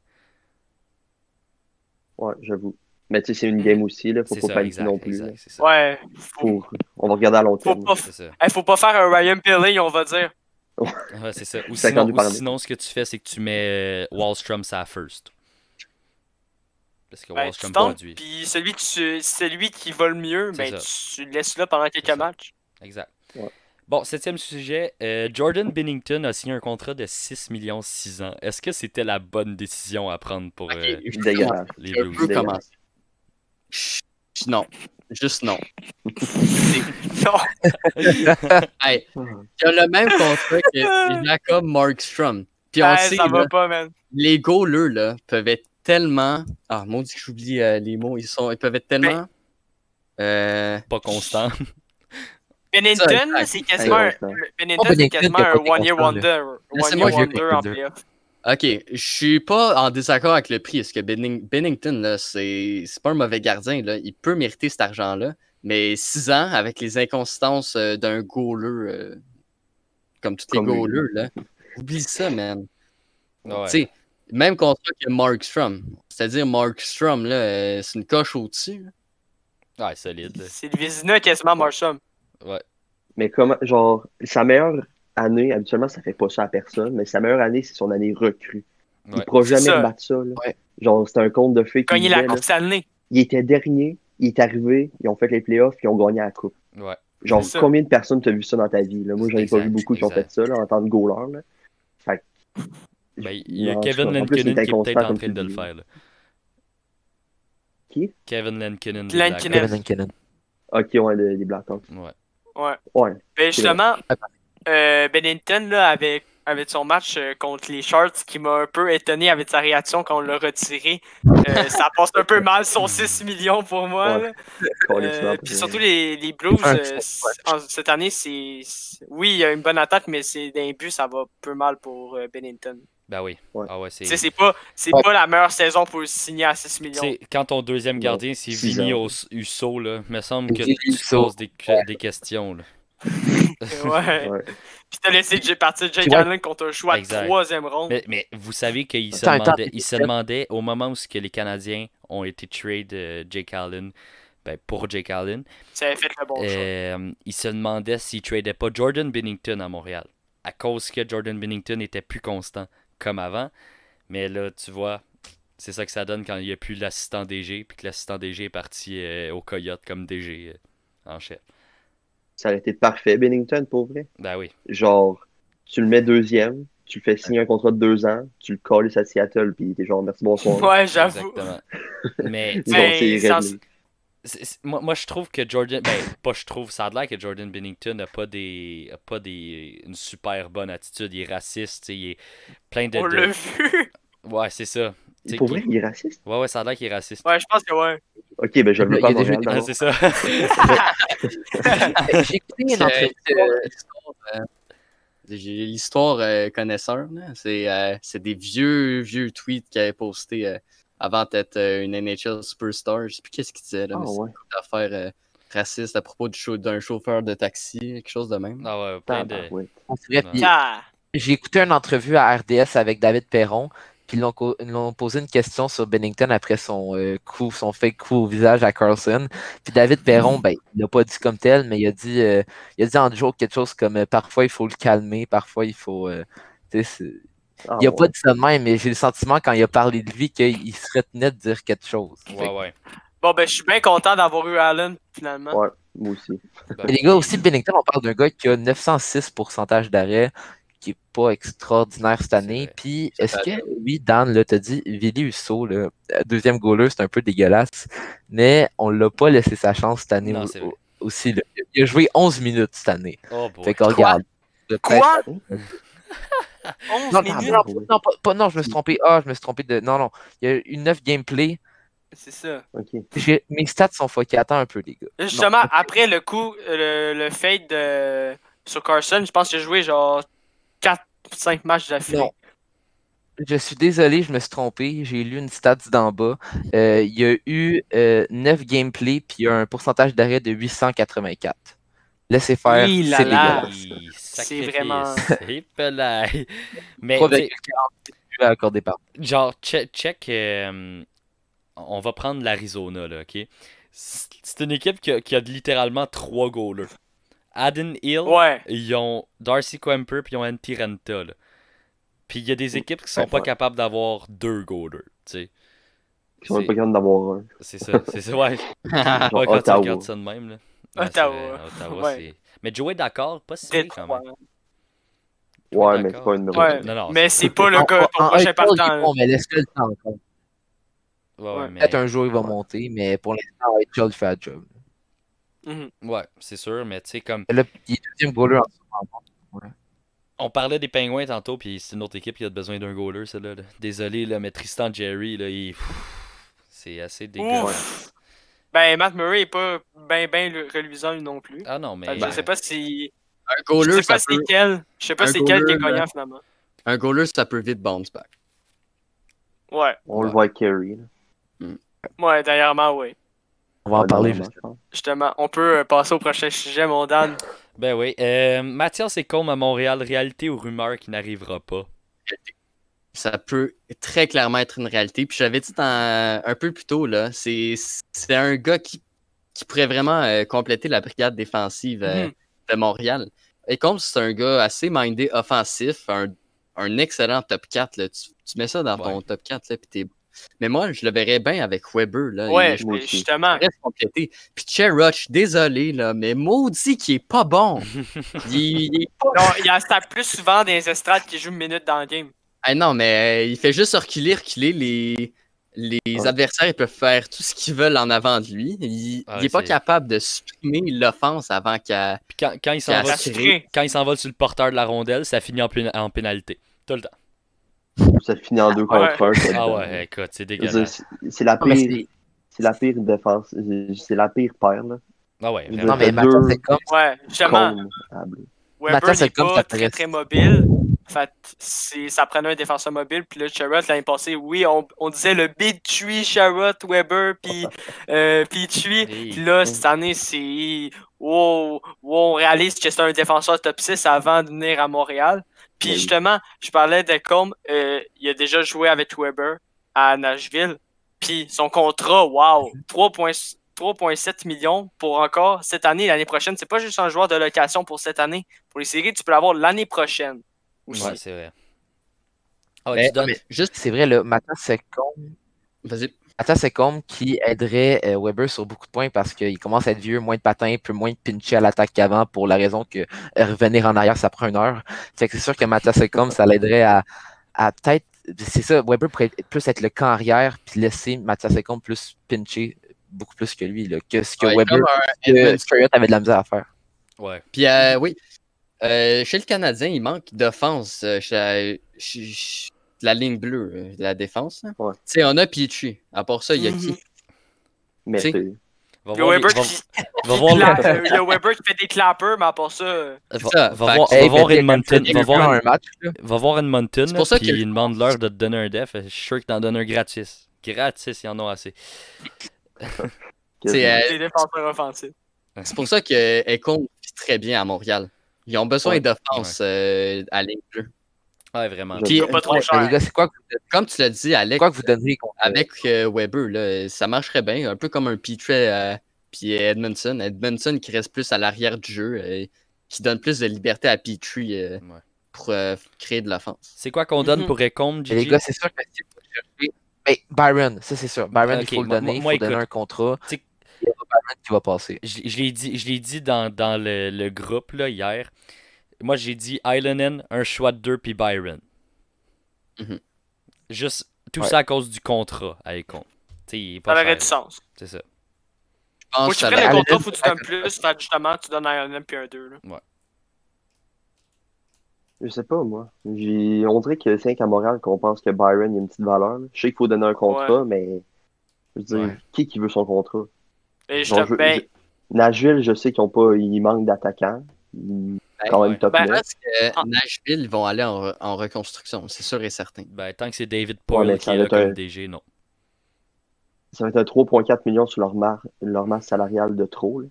Speaker 3: ouais, j'avoue. Mais tu sais, c'est une game aussi, là.
Speaker 2: Mm-hmm.
Speaker 3: Faut
Speaker 2: C'est
Speaker 3: pas
Speaker 2: ça,
Speaker 3: paniquer
Speaker 2: exact.
Speaker 3: non plus. là.
Speaker 2: exact, c'est ça.
Speaker 4: Ouais. Faut,
Speaker 3: Faut- On va regarder à long
Speaker 4: faut,
Speaker 3: terme.
Speaker 4: pas,
Speaker 2: C'est ça.
Speaker 4: hey, faut pas faire un Ryan Bailey, on va dire.
Speaker 2: Ouais, c'est ça. Ou
Speaker 3: Ça
Speaker 2: sinon,
Speaker 3: compte
Speaker 2: ou
Speaker 3: par là.
Speaker 2: sinon, ce que tu fais, c'est que tu mets euh, Wallstrom ça first. Parce que
Speaker 4: Ben,
Speaker 2: Wallstrom
Speaker 4: tu tentes,
Speaker 2: produit.
Speaker 4: puis celui, que tu- celui qui va le mieux,
Speaker 2: C'est
Speaker 4: ben, tu le laisses là pendant quelques
Speaker 2: ça.
Speaker 4: matchs.
Speaker 2: Exact.
Speaker 3: Ouais.
Speaker 2: Bon, septième sujet. euh, Jordan Bennington a signé un contrat de 6 millions 6 ans. Est-ce que c'était la bonne décision à prendre pour euh,
Speaker 5: Ok, je-
Speaker 3: Dégueulasse.
Speaker 2: les
Speaker 5: je peux
Speaker 2: Blues?
Speaker 3: Dégueulasse.
Speaker 5: commencer. Chut, Non. Juste non.
Speaker 4: Non,
Speaker 5: Hey, il a le même contrat que Jacob Markstrom. Puis on
Speaker 4: hey,
Speaker 5: sait,
Speaker 4: ça va
Speaker 5: là,
Speaker 4: pas, man.
Speaker 5: les goalers là, peuvent être tellement. Ah, mon dieu, j'oublie euh, les mots. Ils, sont... ils peuvent être tellement.
Speaker 4: Ben.
Speaker 5: Euh...
Speaker 2: Pas constant.
Speaker 5: Ça,
Speaker 4: Bennington,
Speaker 5: exact.
Speaker 4: c'est quasiment, un-
Speaker 3: Exactement.
Speaker 4: Bennington,
Speaker 1: Oh,
Speaker 4: c'est
Speaker 1: Bennington
Speaker 4: quasiment
Speaker 1: qui a
Speaker 4: un
Speaker 1: pas été
Speaker 4: one year
Speaker 1: content,
Speaker 4: wonder. One
Speaker 5: Laissez-moi
Speaker 4: year
Speaker 1: jouer contre
Speaker 4: wonder en
Speaker 1: les deux.
Speaker 4: playoff.
Speaker 5: euh, Ok, je suis pas en désaccord avec le prix. Est-ce que Benning- Bennington, là, c'est c'est pas un mauvais gardien, là. Il peut mériter cet argent-là. Mais 6 ans avec les inconstances euh, d'un goaler, euh, comme tous les
Speaker 3: Comme lui.
Speaker 5: goalers, là. Oublie ça, man.
Speaker 2: Ouais.
Speaker 5: Tu sais, même contrat que Markstrom. C'est-à-dire Markstrom, là, euh, c'est une coche au-dessus. là.
Speaker 2: Ouais, solide. là.
Speaker 4: C'est le Vizina quasiment Marsham.
Speaker 3: Mais comment, genre, sa meilleure année, habituellement, ça fait pas ça à personne, mais sa meilleure année, c'est son année recrue.
Speaker 2: Ouais.
Speaker 3: Il pourra
Speaker 4: C'est
Speaker 3: jamais
Speaker 4: ça.
Speaker 3: battre ça, là.
Speaker 1: Ouais.
Speaker 3: Genre, c'était un conte de fées qui
Speaker 4: Cogner
Speaker 3: disait,
Speaker 4: la
Speaker 3: là,
Speaker 4: coupe Stanley. Ben,
Speaker 3: il était dernier, il est arrivé, ils ont fait les playoffs, puis ils ont gagné la coupe.
Speaker 2: Ouais.
Speaker 3: Genre,
Speaker 4: C'est ça.
Speaker 3: combien de personnes t'as vu ça dans ta vie, là? Moi, j'en ai pas
Speaker 2: Exact,
Speaker 3: vu beaucoup qui ont
Speaker 2: exact.
Speaker 3: fait ça, là, en tant que goaler, là. Fait que-
Speaker 2: Ben, il y a
Speaker 3: Non, en
Speaker 2: Kevin
Speaker 3: tout cas, en plus, il
Speaker 2: Lankinen
Speaker 3: était
Speaker 2: qui est peut-être
Speaker 3: constant
Speaker 2: en
Speaker 3: comme
Speaker 2: train
Speaker 3: tu
Speaker 2: de le
Speaker 3: dis.
Speaker 2: faire. là.
Speaker 3: Qui?
Speaker 2: Kevin Lankinen. des
Speaker 4: Lankinen.
Speaker 2: Blackhawks.
Speaker 1: Kevin Lankinen.
Speaker 3: Ok, ouais, le- les Blackhawks.
Speaker 2: Ouais.
Speaker 3: Ouais.
Speaker 4: Ben justement, euh, Bennington là, avec, avec son match euh, contre les Sharks qui m'a un peu étonné avec sa réaction quand on l'a retiré. Euh, ça passe un peu mal son 6 millions pour moi.
Speaker 3: Ouais.
Speaker 4: là.
Speaker 3: Qu'on les
Speaker 4: Euh,
Speaker 3: frappe,
Speaker 4: puis
Speaker 3: ouais.
Speaker 4: surtout les, les Blues,
Speaker 1: Un
Speaker 4: euh,
Speaker 1: petit peu,
Speaker 4: c- en- cette année, c'est. c'est- Oui, il y a une bonne attaque, mais c'est d'un but, ça va peu mal pour euh, Bennington.
Speaker 2: Ben oui.
Speaker 3: Ouais.
Speaker 2: Ah ouais,
Speaker 4: Tu
Speaker 2: c'est.
Speaker 4: sais, c'est pas, c'est
Speaker 1: Ouais.
Speaker 4: pas la meilleure saison pour le signer à 6
Speaker 2: Tu
Speaker 4: millions.
Speaker 2: sais, quand ton deuxième
Speaker 3: Non.
Speaker 2: gardien, c'est
Speaker 3: Six
Speaker 2: Vini
Speaker 3: ans.
Speaker 2: Os- Usso, là, me semble que
Speaker 1: Vini
Speaker 2: tu te
Speaker 1: Usso.
Speaker 2: poses des, que- des questions. Là.
Speaker 4: Ouais.
Speaker 3: Ouais.
Speaker 4: Puis t'as laissé Jay- partir Jake
Speaker 1: Ouais.
Speaker 4: Allen contre un choix de
Speaker 2: Exact.
Speaker 4: troisième ronde.
Speaker 2: Mais, mais vous savez qu'il se
Speaker 1: Attends, attends,
Speaker 2: demandait,
Speaker 1: attends.
Speaker 2: il se demandait au moment où ce que les Canadiens ont été trade euh, Jake Allen, ben, pour Jake Allen,
Speaker 4: Ça avait fait le bon choix.
Speaker 2: euh, il se demandait s'ils tradaient pas Jordan Bennington à Montréal. À cause que Jordan Bennington était plus constant comme avant. Mais là, tu vois, C'est ça que ça donne quand il n'y a plus l'assistant DG, puis que l'assistant DG est parti euh, au Coyote comme DG euh, en chef.
Speaker 3: Ça aurait été parfait, Bennington, pour vrai.
Speaker 2: Ben oui.
Speaker 3: Genre, tu le mets deuxième, tu le fais signer un contrat de deux ans, tu le colles à Seattle, puis t'es genre, merci, bonsoir.
Speaker 4: Ouais, j'avoue.
Speaker 2: Exactement. Mais
Speaker 3: Bon,
Speaker 4: Mais
Speaker 3: c'est
Speaker 4: sans-
Speaker 3: réglé.
Speaker 2: c'est- c'est- moi, moi, je trouve que Jordan. Ben, pas je trouve, ça a l'air que Jordan Bennington n'a pas des. a pas des. une super bonne attitude. Il est raciste, tu sais, il est plein de.
Speaker 4: On
Speaker 2: de-
Speaker 4: l'a vu.
Speaker 2: Ouais, c'est ça. Tu sais,
Speaker 3: Pour
Speaker 2: qui-
Speaker 3: vrai, il est raciste?
Speaker 2: Ouais, ouais, ça a l'air qu'il est raciste.
Speaker 4: Ouais, je pense que ouais.
Speaker 3: Ok, ben je le veux
Speaker 1: Il
Speaker 3: pas
Speaker 1: y
Speaker 3: à
Speaker 1: a déjà
Speaker 3: Montréal,
Speaker 1: eu des-
Speaker 2: Ouais,
Speaker 3: d'abord.
Speaker 2: c'est ça.
Speaker 1: J'ai écouté une entrevue. euh,
Speaker 5: L'histoire, euh, j'ai l'histoire euh, connaisseur, là. c'est euh, c'est des vieux, vieux tweets qu'il avait postés euh, avant d'être euh, une NHL superstar. Je sais plus qu'est-ce qu'il disait, là,
Speaker 3: Ah
Speaker 5: mais c'est
Speaker 3: ouais.
Speaker 5: une affaire euh, raciste à propos du chau- d'un chauffeur de taxi, quelque chose de même.
Speaker 2: Ah ouais, plein de.
Speaker 3: Tabarouette.
Speaker 1: on dirait,
Speaker 2: Ouais.
Speaker 1: puis
Speaker 4: Ah.
Speaker 1: J'ai écouté une entrevue à RDS avec David Perron, puis ils l'ont co- ils l'ont posé une question sur Bennington après son euh, coup, son fake coup au visage à Carlson. Puis
Speaker 3: Mm.
Speaker 1: David Perron, ben, il l'a pas dit comme tel, mais il a dit, euh, il a dit en joke quelque chose comme euh, parfois il faut le calmer, parfois il faut. euh, tu sais, c'est-
Speaker 3: Ah
Speaker 1: il a pas
Speaker 3: ouais.
Speaker 1: dit ça de même, mais j'ai le sentiment quand il a parlé de lui qu'il se retenait de dire quelque chose. Fait
Speaker 2: Ouais,
Speaker 1: que-
Speaker 2: ouais.
Speaker 4: Bon, ben, je suis bien content d'avoir eu Allen, finalement.
Speaker 3: Ouais. Moi aussi.
Speaker 1: Mais les gars, aussi, Bennington, on parle d'un gars qui a 906 d'arrêt, qui n'est pas extraordinaire cette
Speaker 2: C'est
Speaker 1: année.
Speaker 2: vrai.
Speaker 1: Puis,
Speaker 5: C'est
Speaker 1: est-ce
Speaker 5: pas
Speaker 1: que, oui, Dan, là, t'as dit, Vili Husso, le deuxième goaler, c'est un peu dégueulasse, mais on l'a pas laissé sa chance cette année
Speaker 2: Non,
Speaker 1: au-
Speaker 2: c'est vrai.
Speaker 1: au- aussi. là. Il a joué 11 minutes cette année.
Speaker 2: Oh, boy.
Speaker 1: Fait qu'on regarde. Le prêtre-
Speaker 4: Quoi?
Speaker 3: Peut-être.
Speaker 1: Ben,
Speaker 4: 11
Speaker 1: Non,
Speaker 4: minutes?
Speaker 1: non, non, non, pas- pas- non, je me suis trompé. Ah, je me suis trompé de. Non, non. Il y a eu 9 gameplay.
Speaker 4: C'est ça.
Speaker 3: Ok.
Speaker 1: J'ai- Mes stats sont fuckés. Attends un peu, les gars.
Speaker 4: Là, Justement, après le coup, euh, le, le fade de... sur Carson, je pense que j'ai joué genre 4-5 matchs d'affilée.
Speaker 1: Non. Je suis désolé, je me suis trompé. J'ai lu une stats d'en bas. Euh, il y a eu euh, 9 gameplays, puis il y a un pourcentage d'arrêt de 884. Laissez faire,
Speaker 4: Hi là
Speaker 1: c'est
Speaker 4: là.
Speaker 1: dégueulasse.
Speaker 2: Hi,
Speaker 4: C'est
Speaker 2: sacrifice.
Speaker 4: vraiment-
Speaker 2: Hippalaï. Mais tu
Speaker 1: 3,48
Speaker 2: sais,
Speaker 1: buts accordés par.
Speaker 2: genre, check, check, euh, on va prendre l'Arizona, là, ok? C'est c'est une équipe qui a, qui a littéralement trois goalers. Aden Hill,
Speaker 4: Ouais.
Speaker 2: ils ont Darcy Kemper, puis ils ont Antti Ranta, là. Puis il y a des équipes qui sont
Speaker 3: Ouais,
Speaker 2: pas
Speaker 3: ouais.
Speaker 2: capables d'avoir deux goalers, tu sais.
Speaker 3: Ils sont même pas capables d'avoir un.
Speaker 2: C'est ça, c'est ça, ouais.
Speaker 5: Ah,
Speaker 2: Ouais,
Speaker 3: Genre
Speaker 2: quand tu
Speaker 3: Ottawa.
Speaker 2: regardes ça de même, là. Ouais, c'est
Speaker 4: Ottawa.
Speaker 2: vrai, Ottawa,
Speaker 4: Ouais.
Speaker 2: c'est- Mais Joey d'accord, pas si pire, quand
Speaker 4: Détroit.
Speaker 2: même.
Speaker 3: Ouais, mais c'est
Speaker 2: D'accord.
Speaker 3: pas une numéro
Speaker 4: Ouais.
Speaker 3: deux.
Speaker 2: Non, non,
Speaker 4: Mais c'est pas le
Speaker 1: En-
Speaker 4: gars, ton
Speaker 1: en- en
Speaker 4: prochain
Speaker 1: April, il est
Speaker 4: partant. là.
Speaker 1: bon, mais laisse-le le temps. encore.
Speaker 2: c'est- ouais, ouais,
Speaker 4: Ouais.
Speaker 2: mais-
Speaker 1: Peut-être un jour, il va monter, mais pour l'instant, Joel fait un job.
Speaker 4: Mhm.
Speaker 2: Ouais, c'est sûr, mais tu sais, comme
Speaker 1: Là, il est deuxième goaler en ce moment.
Speaker 2: on parlait des Pingouins tantôt, puis c'est une autre équipe qui a besoin d'un goaler, celle-là. là. Désolé, là, mais Tristan Jerry, là, il. pff, C'est assez dégueu.
Speaker 4: Ouf. Ben, Matt Murray est pas ben, ben le- reluisant lui non plus.
Speaker 2: Ah non, mais.
Speaker 4: Fait que Ben, Je sais pas si.
Speaker 5: Un
Speaker 4: Je
Speaker 5: goaler,
Speaker 4: sais
Speaker 5: ça
Speaker 4: pas c'est
Speaker 5: peut,
Speaker 4: quel. Je sais pas
Speaker 5: un
Speaker 4: c'est quel qui est
Speaker 5: goaler,
Speaker 4: gagnant
Speaker 5: euh,
Speaker 4: finalement.
Speaker 5: un goaler, ça peut vite bounce back.
Speaker 4: Ouais.
Speaker 3: On le voit avec Kerry. là.
Speaker 4: Ouais, dernièrement, oui.
Speaker 1: On va en
Speaker 3: Ouais,
Speaker 1: parler.
Speaker 3: normalement,
Speaker 1: juste.
Speaker 3: je pense.
Speaker 4: Justement, on peut euh, passer au prochain sujet, mon Dan.
Speaker 2: Ben oui. Euh, Mathias et Combe à Montréal, réalité ou rumeur qui n'arrivera pas.
Speaker 5: ça peut très clairement être une réalité. Puis j'avais dit dans- un peu plus tôt, là, c'est c'est un gars qui, qui pourrait vraiment euh, compléter la brigade défensive euh,
Speaker 4: Mhm.
Speaker 5: de Montréal. Et comme c'est un gars assez mindé offensif, un, un excellent top 4, là, tu, tu mets ça dans ton top 4, là, puis t'es... Mais moi, je le verrais bien avec Weber. Là,
Speaker 4: Ouais,
Speaker 5: Il- je
Speaker 3: moi
Speaker 4: mais
Speaker 3: aussi.
Speaker 4: justement.
Speaker 5: pourrais se compléter. Puis Cheruch, désolé, là, mais maudit qui est pas bon. il, il est pas
Speaker 4: Non, il y a ça plus souvent des estrades qui jouent une minute dans le game.
Speaker 5: Ah non, mais euh, il fait juste reculer, reculer. Les, les
Speaker 3: Ouais.
Speaker 5: adversaires ils peuvent faire tout ce qu'ils veulent en avant de lui. Il
Speaker 2: Ah
Speaker 5: n'est
Speaker 2: ouais,
Speaker 5: pas
Speaker 2: c'est-
Speaker 5: capable de supprimer l'offense avant qu'elle.
Speaker 2: Puis quand, quand il
Speaker 5: Ça
Speaker 2: s'en va,
Speaker 4: Ça
Speaker 5: se
Speaker 4: se
Speaker 5: crée.
Speaker 4: crée.
Speaker 2: quand il s'envole sur le porteur de la rondelle, ça finit en, pén- en pénalité. Tout le temps.
Speaker 3: Ça finit en deux
Speaker 4: Ouais.
Speaker 3: contre un. ça
Speaker 2: Ah
Speaker 3: donne.
Speaker 2: ouais, écoute, c'est
Speaker 3: Je veux dire,
Speaker 2: dégueulasse.
Speaker 3: c'est- C'est la
Speaker 1: Non, mais
Speaker 3: pire. C'est la pire défense. C'est la pire paire, là.
Speaker 2: Ah ouais,
Speaker 3: Je veux
Speaker 2: vraiment.
Speaker 1: Non, mais Mathias,
Speaker 3: Deux
Speaker 1: c'est comme.
Speaker 4: Ouais, justement.
Speaker 3: Con, à bleu.
Speaker 4: Weber
Speaker 1: Mathias,
Speaker 4: n'est
Speaker 1: c'est comme
Speaker 4: pas
Speaker 1: ça
Speaker 4: très,
Speaker 1: paraît.
Speaker 4: très mobile. Fait que c'est- ça prenait un défenseur mobile. Puis là, Sherrod, l'année passée, oui, on, on disait le big tree, Sherrod, Weber, puis euh, Petrie.
Speaker 2: Hey.
Speaker 4: Puis là, cette année, c'est. Wow, wow, on réalise que c'est un défenseur top 6 avant de venir à Montréal. Puis
Speaker 3: Oui.
Speaker 4: justement, je parlais de Combe, euh, il a déjà joué avec Weber à Nashville. Puis son contrat, wow, 3,6 3,7 millions pour encore cette année, l'année prochaine. C'est pas juste un joueur de location pour cette année. Pour les séries, tu peux l'avoir l'année prochaine aussi.
Speaker 2: Ouais, c'est vrai. Ah,
Speaker 5: Mais-
Speaker 2: tu donnes.
Speaker 5: Juste,
Speaker 1: C'est vrai, là, Mathias, c'est con.
Speaker 5: Vas-y.
Speaker 1: Atta Secombe qui aiderait euh, Weber sur beaucoup de points parce qu'il commence à être vieux, moins de patins, peu moins de pincher à l'attaque qu'avant pour la raison que euh, revenir en arrière, ça prend une heure. Fait que c'est sûr que Mata Secombe, ça l'aiderait à, à peut-être. C'est ça, Weber pourrait être- plus être le camp arrière puis laisser Mata Secombe plus pincher beaucoup plus que lui, là, que ce que
Speaker 5: Ouais,
Speaker 1: Weber, euh,
Speaker 5: comme un
Speaker 1: que
Speaker 5: Edmonds.
Speaker 1: Sherriott avait de la misère à faire.
Speaker 2: Ouais.
Speaker 5: Puis euh, oui, Euh, chez le Canadien, il manque d'offense euh, chez la, chez- chez la ligne bleue, euh, de la défense. là.
Speaker 3: Ouais.
Speaker 5: Tu sais, on a Pichu. À part ça, il y a qui
Speaker 3: Mais
Speaker 5: Tu sais,
Speaker 3: c'est-
Speaker 2: Va
Speaker 4: Il y a
Speaker 2: voir, les-
Speaker 4: Weber
Speaker 2: va-
Speaker 4: qui
Speaker 2: va voir le-
Speaker 4: clappe, euh, il y a Weber qui fait des clappers, mais à part ça, euh,
Speaker 5: C'est ça,
Speaker 2: va-
Speaker 5: fait
Speaker 2: va voir-
Speaker 5: que-
Speaker 2: va
Speaker 1: Hey,
Speaker 2: voir
Speaker 1: mais t'es-
Speaker 2: Edmonton.
Speaker 1: t'es plus
Speaker 2: Va
Speaker 1: en
Speaker 2: voir
Speaker 1: un match.
Speaker 2: Va voir Edmonton.
Speaker 5: C'est pour ça
Speaker 2: puis
Speaker 5: que-
Speaker 2: il demande l'heure de te donner un def. Je suis sûr que t'en donnes un gratis. Gratis, ils en ont assez.
Speaker 5: c'est, euh,
Speaker 4: des défenseurs offensifs.
Speaker 5: c'est pour ça qu'on vit très bien à Montréal. Ils ont besoin
Speaker 2: Ouais.
Speaker 5: d'offense euh, à la ligne bleue.
Speaker 2: Ah, Ouais, vraiment.
Speaker 5: Puis,
Speaker 4: Ils sont pas trop
Speaker 5: ouais,
Speaker 1: Mais Ben, les
Speaker 4: cher.
Speaker 1: gars, c'est quoi, que vous-
Speaker 5: Comme tu l'as dit,
Speaker 1: c'est
Speaker 5: Alex,
Speaker 1: quoi que vous donneriez contre-
Speaker 5: avec euh, Weber, là, ça marcherait bien. Un peu comme un Petrie euh, puis Edmondson. Edmondson qui reste plus à l'arrière du jeu, euh, qui donne plus de liberté à Petrie euh,
Speaker 2: Ouais.
Speaker 5: pour euh, créer de l'offense.
Speaker 2: C'est quoi qu'on donne
Speaker 4: Mhm.
Speaker 2: pour Ecombe,
Speaker 1: Mais les
Speaker 2: Gigi?
Speaker 1: gars, c'est sûr que si vous cherchez. Mais Byron, ça c'est sûr. Byron,
Speaker 2: Ok,
Speaker 1: il faut le
Speaker 2: moi-
Speaker 1: donner, il
Speaker 2: moi,
Speaker 1: faut donner
Speaker 2: écoute.
Speaker 1: un contrat.
Speaker 2: Tu sais-
Speaker 1: Il y aura Byron qui va passer.
Speaker 2: Je, je l'ai dit, je l'ai dit dans, dans le, le groupe là, hier. Moi, j'ai dit Islanen, un choix de deux, puis Byron.
Speaker 5: Mhm.
Speaker 2: Juste tout
Speaker 1: Ouais.
Speaker 2: ça à cause du contrat à Ecombe. Tu sais, il est
Speaker 4: Ça
Speaker 2: pas
Speaker 4: aurait
Speaker 2: cher,
Speaker 4: du sens.
Speaker 2: C'est ça.
Speaker 5: Je pense
Speaker 4: Faut
Speaker 5: que
Speaker 4: que tu
Speaker 5: ça
Speaker 4: prennes
Speaker 5: va-
Speaker 4: le
Speaker 1: Allen,
Speaker 4: contrat, faut que tu
Speaker 1: Allen.
Speaker 4: donnes plus. fait que Justement, tu donnes un Ireland puis un 2. là.
Speaker 3: Je sais pas, moi. J'ai- On dirait que c'est qu'à Montréal qu'on pense que Byron, il a une petite valeur. là. Je sais qu'il faut donner un contrat, mais je veux dire,
Speaker 2: Ouais.
Speaker 3: qui qui veut son contrat?
Speaker 4: Et
Speaker 3: Genre,
Speaker 4: justement,
Speaker 3: je-
Speaker 4: ben,
Speaker 3: je- Nashville, je sais qu'ils ont pas. Ils manquent d'attaquants. Ils- Quand même
Speaker 2: ouais.
Speaker 3: top
Speaker 4: Ben,
Speaker 5: Je
Speaker 3: 9.
Speaker 5: pense que
Speaker 4: Ah.
Speaker 5: euh, Nashville ils vont aller en, re- en reconstruction, c'est sûr et certain.
Speaker 2: Ben, tant que c'est David Poyle
Speaker 3: mais
Speaker 2: qui
Speaker 3: ça
Speaker 2: est là
Speaker 3: doit être
Speaker 2: comme
Speaker 3: un-
Speaker 2: DG, non.
Speaker 3: Ça va être un 3,4 millions sur leur, mar- leur masse salariale de trop. là.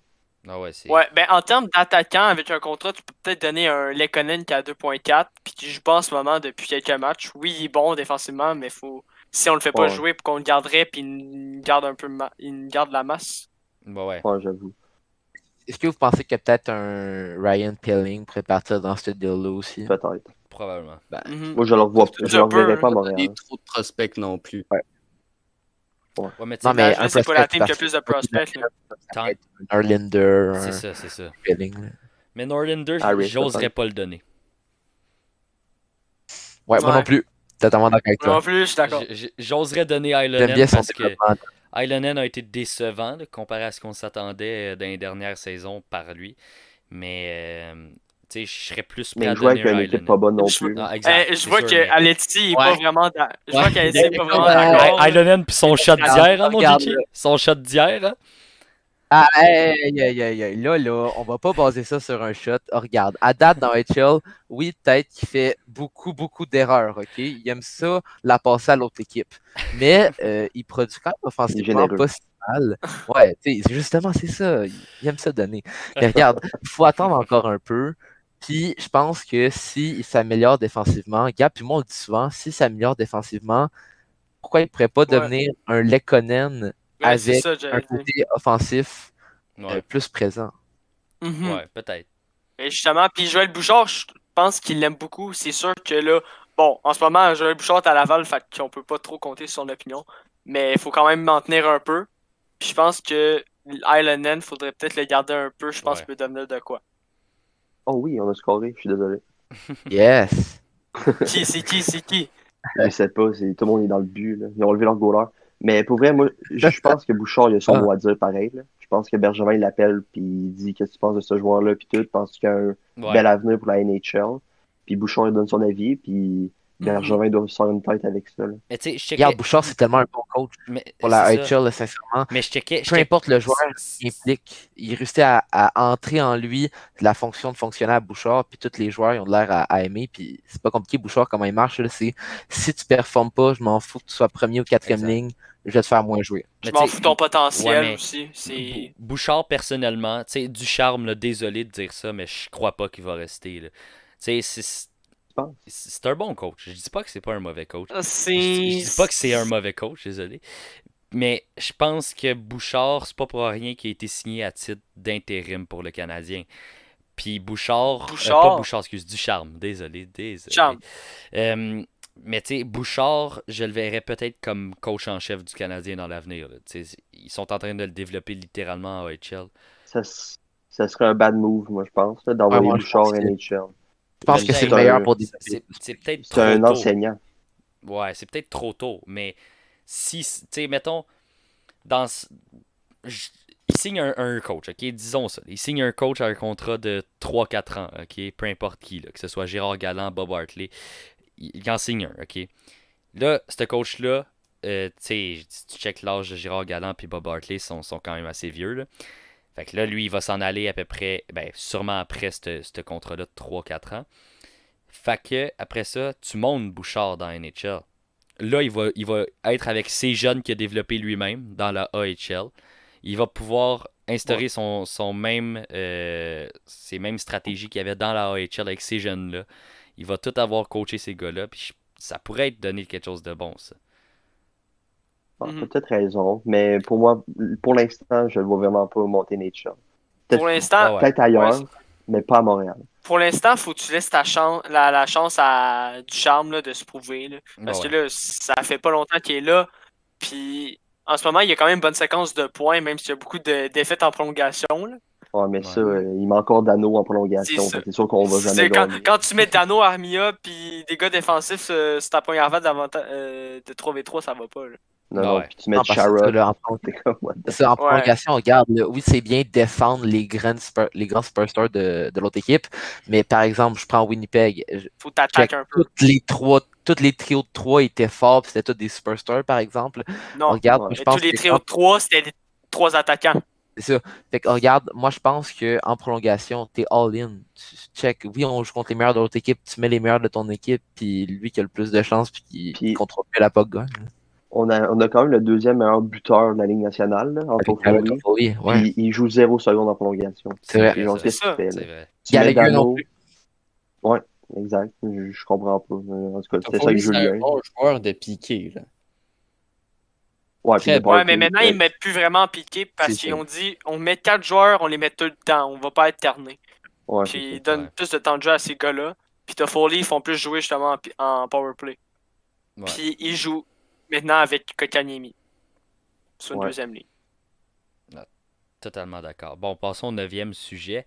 Speaker 2: Ah ouais, c'est.
Speaker 4: ouais, ben, en termes d'attaquant, avec un contrat, tu peux peut-être donner un Lekonen qui est à 2.4, puis qui joue pas en ce moment depuis quelques matchs. Oui, il est bon défensivement, mais faut si on le fait pas
Speaker 3: Ouais.
Speaker 4: jouer, pour qu'on le garderait, puis il nous garde un peu ma- il nous garde la masse.
Speaker 2: Ouais, ouais.
Speaker 3: Ouais, j'avoue.
Speaker 1: Est-ce que vous pensez que peut-être un Ryan Pelling pourrait partir dans ce deal-là aussi?
Speaker 3: Peut-être.
Speaker 2: probablement.
Speaker 4: Mhm.
Speaker 3: Moi, je leur vois
Speaker 4: C'est
Speaker 3: Je leur
Speaker 4: un peu-
Speaker 3: verrai pas à
Speaker 5: Il
Speaker 3: Montréal.
Speaker 5: y a trop de prospects non plus.
Speaker 2: Ouais, mais tu
Speaker 1: Non,
Speaker 2: sais,
Speaker 1: mais
Speaker 4: Nashville,
Speaker 1: un
Speaker 4: c'est pas la
Speaker 1: prospect,
Speaker 4: team qui a
Speaker 1: parce
Speaker 4: plus de prospects. là.
Speaker 1: tant- un Linder,
Speaker 2: c'est
Speaker 1: un
Speaker 2: ça, c'est ça.
Speaker 1: Pelling. là.
Speaker 2: Mais Norlander,
Speaker 3: Harris,
Speaker 2: j'oserais pas le donner.
Speaker 1: Ouais, moi
Speaker 4: Ouais.
Speaker 1: non plus. Totalement d'accord avec
Speaker 4: Moi Non
Speaker 1: toi.
Speaker 4: plus, je suis d'accord.
Speaker 2: J- j- J'oserais donner
Speaker 1: J'aime bien
Speaker 2: Islanen
Speaker 1: son
Speaker 2: parce que
Speaker 1: développement.
Speaker 2: Islanen a été décevant là, comparé à ce qu'on s'attendait euh, dans les dernières saisons par lui. Mais euh, tu sais, je serais plus prêt
Speaker 3: Mais
Speaker 2: à
Speaker 3: ils jouent avec
Speaker 2: donner
Speaker 3: une
Speaker 2: un
Speaker 3: équipe
Speaker 2: Islanen.
Speaker 3: pas bonne non
Speaker 4: Je-
Speaker 3: plus. là.
Speaker 2: Ah, exact,
Speaker 4: Eh, je
Speaker 2: c'est
Speaker 4: vois
Speaker 2: sûr,
Speaker 4: que
Speaker 2: mais-
Speaker 4: Aletti est pas
Speaker 5: Ouais.
Speaker 4: vraiment d'a- je vois
Speaker 5: Ouais.
Speaker 4: qu'Aletti est pas vraiment
Speaker 1: Ouais.
Speaker 4: d'accord. là.
Speaker 2: Islanen pis son shot
Speaker 4: Regarde,
Speaker 2: d'hier, hein, mon
Speaker 1: regarde,
Speaker 2: Gigi?
Speaker 1: là.
Speaker 2: Son shot d'hier, hein?
Speaker 1: Ah, hey, hey, hey, hey, hey, là, là, on va pas baser ça sur un shot. Oh, regarde, à date dans HL, oui, peut-être qu'il fait beaucoup, beaucoup d'erreurs, OK? Il aime ça, la passer à l'autre équipe. Mais euh, il produit quand même offensivement
Speaker 3: généreux.
Speaker 1: pas si mal. Ouais, tu sais, justement, c'est ça. Il il aime ça donner. Mais regarde, il faut attendre encore un peu. Puis, je pense que s'il s'améliore défensivement, Gap, puis moi, on le dit souvent, s'il s'améliore défensivement, pourquoi il pourrait pas devenir un Lekonen,
Speaker 4: Ouais, c'est
Speaker 1: Avec
Speaker 4: ça, j'allais
Speaker 1: un
Speaker 4: dire.
Speaker 1: côté offensif?
Speaker 2: Ouais,
Speaker 1: euh, plus présent.
Speaker 4: Mhm.
Speaker 2: ouais, peut-être.
Speaker 4: Et justement, puis Joël Bouchard, je pense qu'il l'aime beaucoup. C'est sûr que là, bon, en ce moment, Joël Bouchard est à Laval, fait qu'on peut pas trop compter sur son opinion. Mais il faut quand même m'en tenir un peu. Puis je pense que Islanen, faudrait peut-être le garder un peu. Je pense
Speaker 2: Ouais.
Speaker 4: qu'il peut devenir de quoi.
Speaker 3: Oh oui, on a scoré. Je suis désolé.
Speaker 1: Yes.
Speaker 4: qui, c'est qui, c'est qui?
Speaker 3: Je sais pas. c'est- Tout le monde est dans le but. là. Ils ont enlevé leur goaler. Mais pour vrai, moi, je pense que Bouchard, il a son
Speaker 1: Ah.
Speaker 3: mot à dire pareil. là. Je pense que Bergevin il l'appelle puis il dit qu'est-ce que tu penses de ce joueur-là puis tout. Pense qu'il y a un
Speaker 2: Ouais.
Speaker 3: bel avenir pour la NHL. Puis Bouchard il donne son avis puis
Speaker 1: Mm-hmm.
Speaker 3: Bergevin doit se faire une tête avec ça. là.
Speaker 2: Mais tu sais, je checkais.
Speaker 1: Regarde, Bouchard, c'est tellement un bon coach
Speaker 2: mais,
Speaker 1: pour la
Speaker 2: c'est ça.
Speaker 1: HL, là, sincèrement.
Speaker 2: Mais je checkais. je
Speaker 1: Peu
Speaker 2: check-
Speaker 1: importe le joueur
Speaker 2: c'est-
Speaker 1: qui implique, il réussit à, à entrer en lui la fonction de fonctionnaire à Bouchard, puis tous les joueurs ils ont de l'air à, à aimer, puis c'est pas compliqué, Bouchard, comment il marche, là, c'est si tu performes pas, je m'en fous que tu sois premier ou quatrième
Speaker 2: Exact.
Speaker 1: ligne, je vais te faire moins jouer.
Speaker 2: mais
Speaker 4: Je m'en
Speaker 2: tu sais,
Speaker 4: fous de ton potentiel
Speaker 2: Ouais, mais-
Speaker 4: aussi.
Speaker 2: Bou-
Speaker 4: C'est.
Speaker 2: Bouchard, personnellement, tu sais, du charme, là, désolé de dire ça, mais je crois pas qu'il va rester. là. Tu sais, c'est-
Speaker 3: Tu penses?
Speaker 2: c'est c'est un bon coach. Je dis pas que c'est pas un mauvais coach. Je,
Speaker 4: C'est.
Speaker 2: dis je dis pas que c'est un mauvais coach, désolé. Mais je pense que Bouchard, c'est pas pour rien qu'il a été signé à titre d'intérim pour le Canadien. Puis Bouchard, euh,
Speaker 4: Bouchard.
Speaker 2: pas Bouchard, excuse, du charme, désolé, désolé.
Speaker 4: Charme.
Speaker 2: Euh, Mais tu sais, Bouchard, je le verrais peut-être comme coach en chef du Canadien dans l'avenir. là. Tu sais, Ils sont en train de le développer littéralement à AHL.
Speaker 3: Ça, s- ça serait un bad move, moi, je pense, là, d'envoyer
Speaker 1: Ouais, moi, je
Speaker 3: Bouchard
Speaker 1: pense que-
Speaker 3: NHL.
Speaker 1: Je pense que c'est le
Speaker 3: C'est un-
Speaker 1: meilleur pour des.
Speaker 2: C'est c'est peut-être
Speaker 3: C'est un
Speaker 2: trop tôt.
Speaker 3: enseignant.
Speaker 2: Ouais, c'est peut-être trop tôt, mais si, tu sais, mettons, dans. ce- j- Il signe un, un coach, ok? Disons ça. Il signe un coach à un contrat de 3-4 ans, ok? Peu importe qui, là, que ce soit Gérard Galland, Bob Hartley. Il, il en signe un, ok? Là, ce coach-là, euh, tu sais, si tu check l'âge de Gérard Galland puis Bob Hartley, ils sont, sont quand même assez vieux, là. Fait que là, lui, il va s'en aller à peu près, ben, sûrement après ce ce contrat-là de 3-4 ans. Fait que, après ça, tu montes Bouchard dans NHL. Là, il va, il va être avec ces jeunes qu'il a développés lui-même dans la AHL. Il va pouvoir instaurer son, son même, euh, ses mêmes stratégies qu'il y avait dans la AHL avec ces jeunes-là. Il va tout avoir coaché ces gars-là. Puis je- ça pourrait être donné quelque chose de bon, ça.
Speaker 3: Bon,
Speaker 4: Mhm.
Speaker 1: Mm-hmm.
Speaker 3: t'as Ah, peut-être raison, mais pour moi, pour l'instant, je le vois vraiment pas monter NHL.
Speaker 4: Pour l'instant,
Speaker 2: Ah ouais.
Speaker 3: Peut-être ailleurs,
Speaker 4: Ouais.
Speaker 3: mais pas à Montréal.
Speaker 4: pour l'instant, faut que tu laisses ta chance, la, la chance à du charme là, de se prouver. là. Parce
Speaker 2: Bah Ah Ouais.
Speaker 4: que là, ça fait pas longtemps qu'il est là. Puis en ce moment, il y a quand même une bonne séquence de points, même s'il y a beaucoup de défaites en prolongation. là.
Speaker 3: Ouais, mais
Speaker 2: Ouais.
Speaker 3: ça, euh, il met encore Dano en prolongation.
Speaker 4: C'est
Speaker 3: fait que C'est sûr qu'on va
Speaker 4: C'est-
Speaker 3: jamais
Speaker 4: quand,
Speaker 3: gagner.
Speaker 4: quand tu mets Dano, Armia, puis des gars défensifs euh, sur ta première vague d'avanta- euh, de 3v3, ça va pas. là.
Speaker 3: Non, non,
Speaker 2: Ouais.
Speaker 3: puis tu mets Chara.
Speaker 1: là, en
Speaker 3: T'es comme, what the-
Speaker 1: Ça, en
Speaker 4: Ouais.
Speaker 1: prolongation, regarde, là, oui, c'est bien défendre les, grands super- les grands superstars de, de l'autre équipe, mais par exemple, je prends Winnipeg. je-
Speaker 4: Faut que t'attaques
Speaker 1: Check.
Speaker 4: un peu.
Speaker 1: Toutes les trois, toutes les trios de trois étaient forts, puis c'était tous des superstars, par exemple.
Speaker 4: Non.
Speaker 1: regarde,
Speaker 3: ouais.
Speaker 1: je
Speaker 4: Mais
Speaker 1: pense
Speaker 4: tous les
Speaker 1: que-
Speaker 4: trios de 3, c'était les trois attaquants.
Speaker 1: C'est ça. Fait que, regarde, moi, je pense qu'en prolongation, t'es all-in. Tu check. Oui, on joue contre les meilleurs de l'autre équipe. Tu mets les meilleurs de ton équipe, puis lui qui a le plus de chance, puis qui
Speaker 3: Puis-
Speaker 1: qui contrôle mieux la POC gagne.
Speaker 3: On a, on a quand même le deuxième meilleur buteur de la Ligue nationale, là, en
Speaker 1: Avec
Speaker 3: Toffoli.
Speaker 1: Alec Toffoli, euh, ouais.
Speaker 3: Puis Il joue zéro seconde en prolongation.
Speaker 1: C'est vrai.
Speaker 3: Et genre,
Speaker 2: ça.
Speaker 3: qu'est-ce qu'il fait,
Speaker 2: C'est
Speaker 3: là?
Speaker 2: vrai.
Speaker 3: Tu mets
Speaker 1: Gallagher
Speaker 3: Dano-
Speaker 1: non plus.
Speaker 3: Ouais, exact. Je, je comprends pas. Euh, En tout cas, c'était ça que
Speaker 5: Toffoli, C'est un
Speaker 3: Julien.
Speaker 5: bon joueur de piqué. Là.
Speaker 3: Ouais,
Speaker 5: Très
Speaker 3: puis
Speaker 5: bon.
Speaker 4: Ouais,
Speaker 3: Barkley,
Speaker 4: mais maintenant,
Speaker 3: euh,
Speaker 4: ils mettent plus vraiment en piqué parce
Speaker 5: C'est
Speaker 4: qu'ils
Speaker 5: ça.
Speaker 4: ont dit on met quatre joueurs, on les met tout le temps, on va pas être terné.
Speaker 3: ouais, c'est
Speaker 4: Puis
Speaker 3: ça.
Speaker 4: ils donnent
Speaker 2: ouais.
Speaker 4: plus de temps de jeu à ces gars-là. Puis Toffoli, ils font plus jouer justement en, pi- en power play.
Speaker 2: Ouais.
Speaker 4: Puis ils jouent maintenant avec Kokaniemi sur une
Speaker 3: Ouais.
Speaker 4: deuxième ligne.
Speaker 2: Totalement d'accord. Bon, passons au neuvième sujet.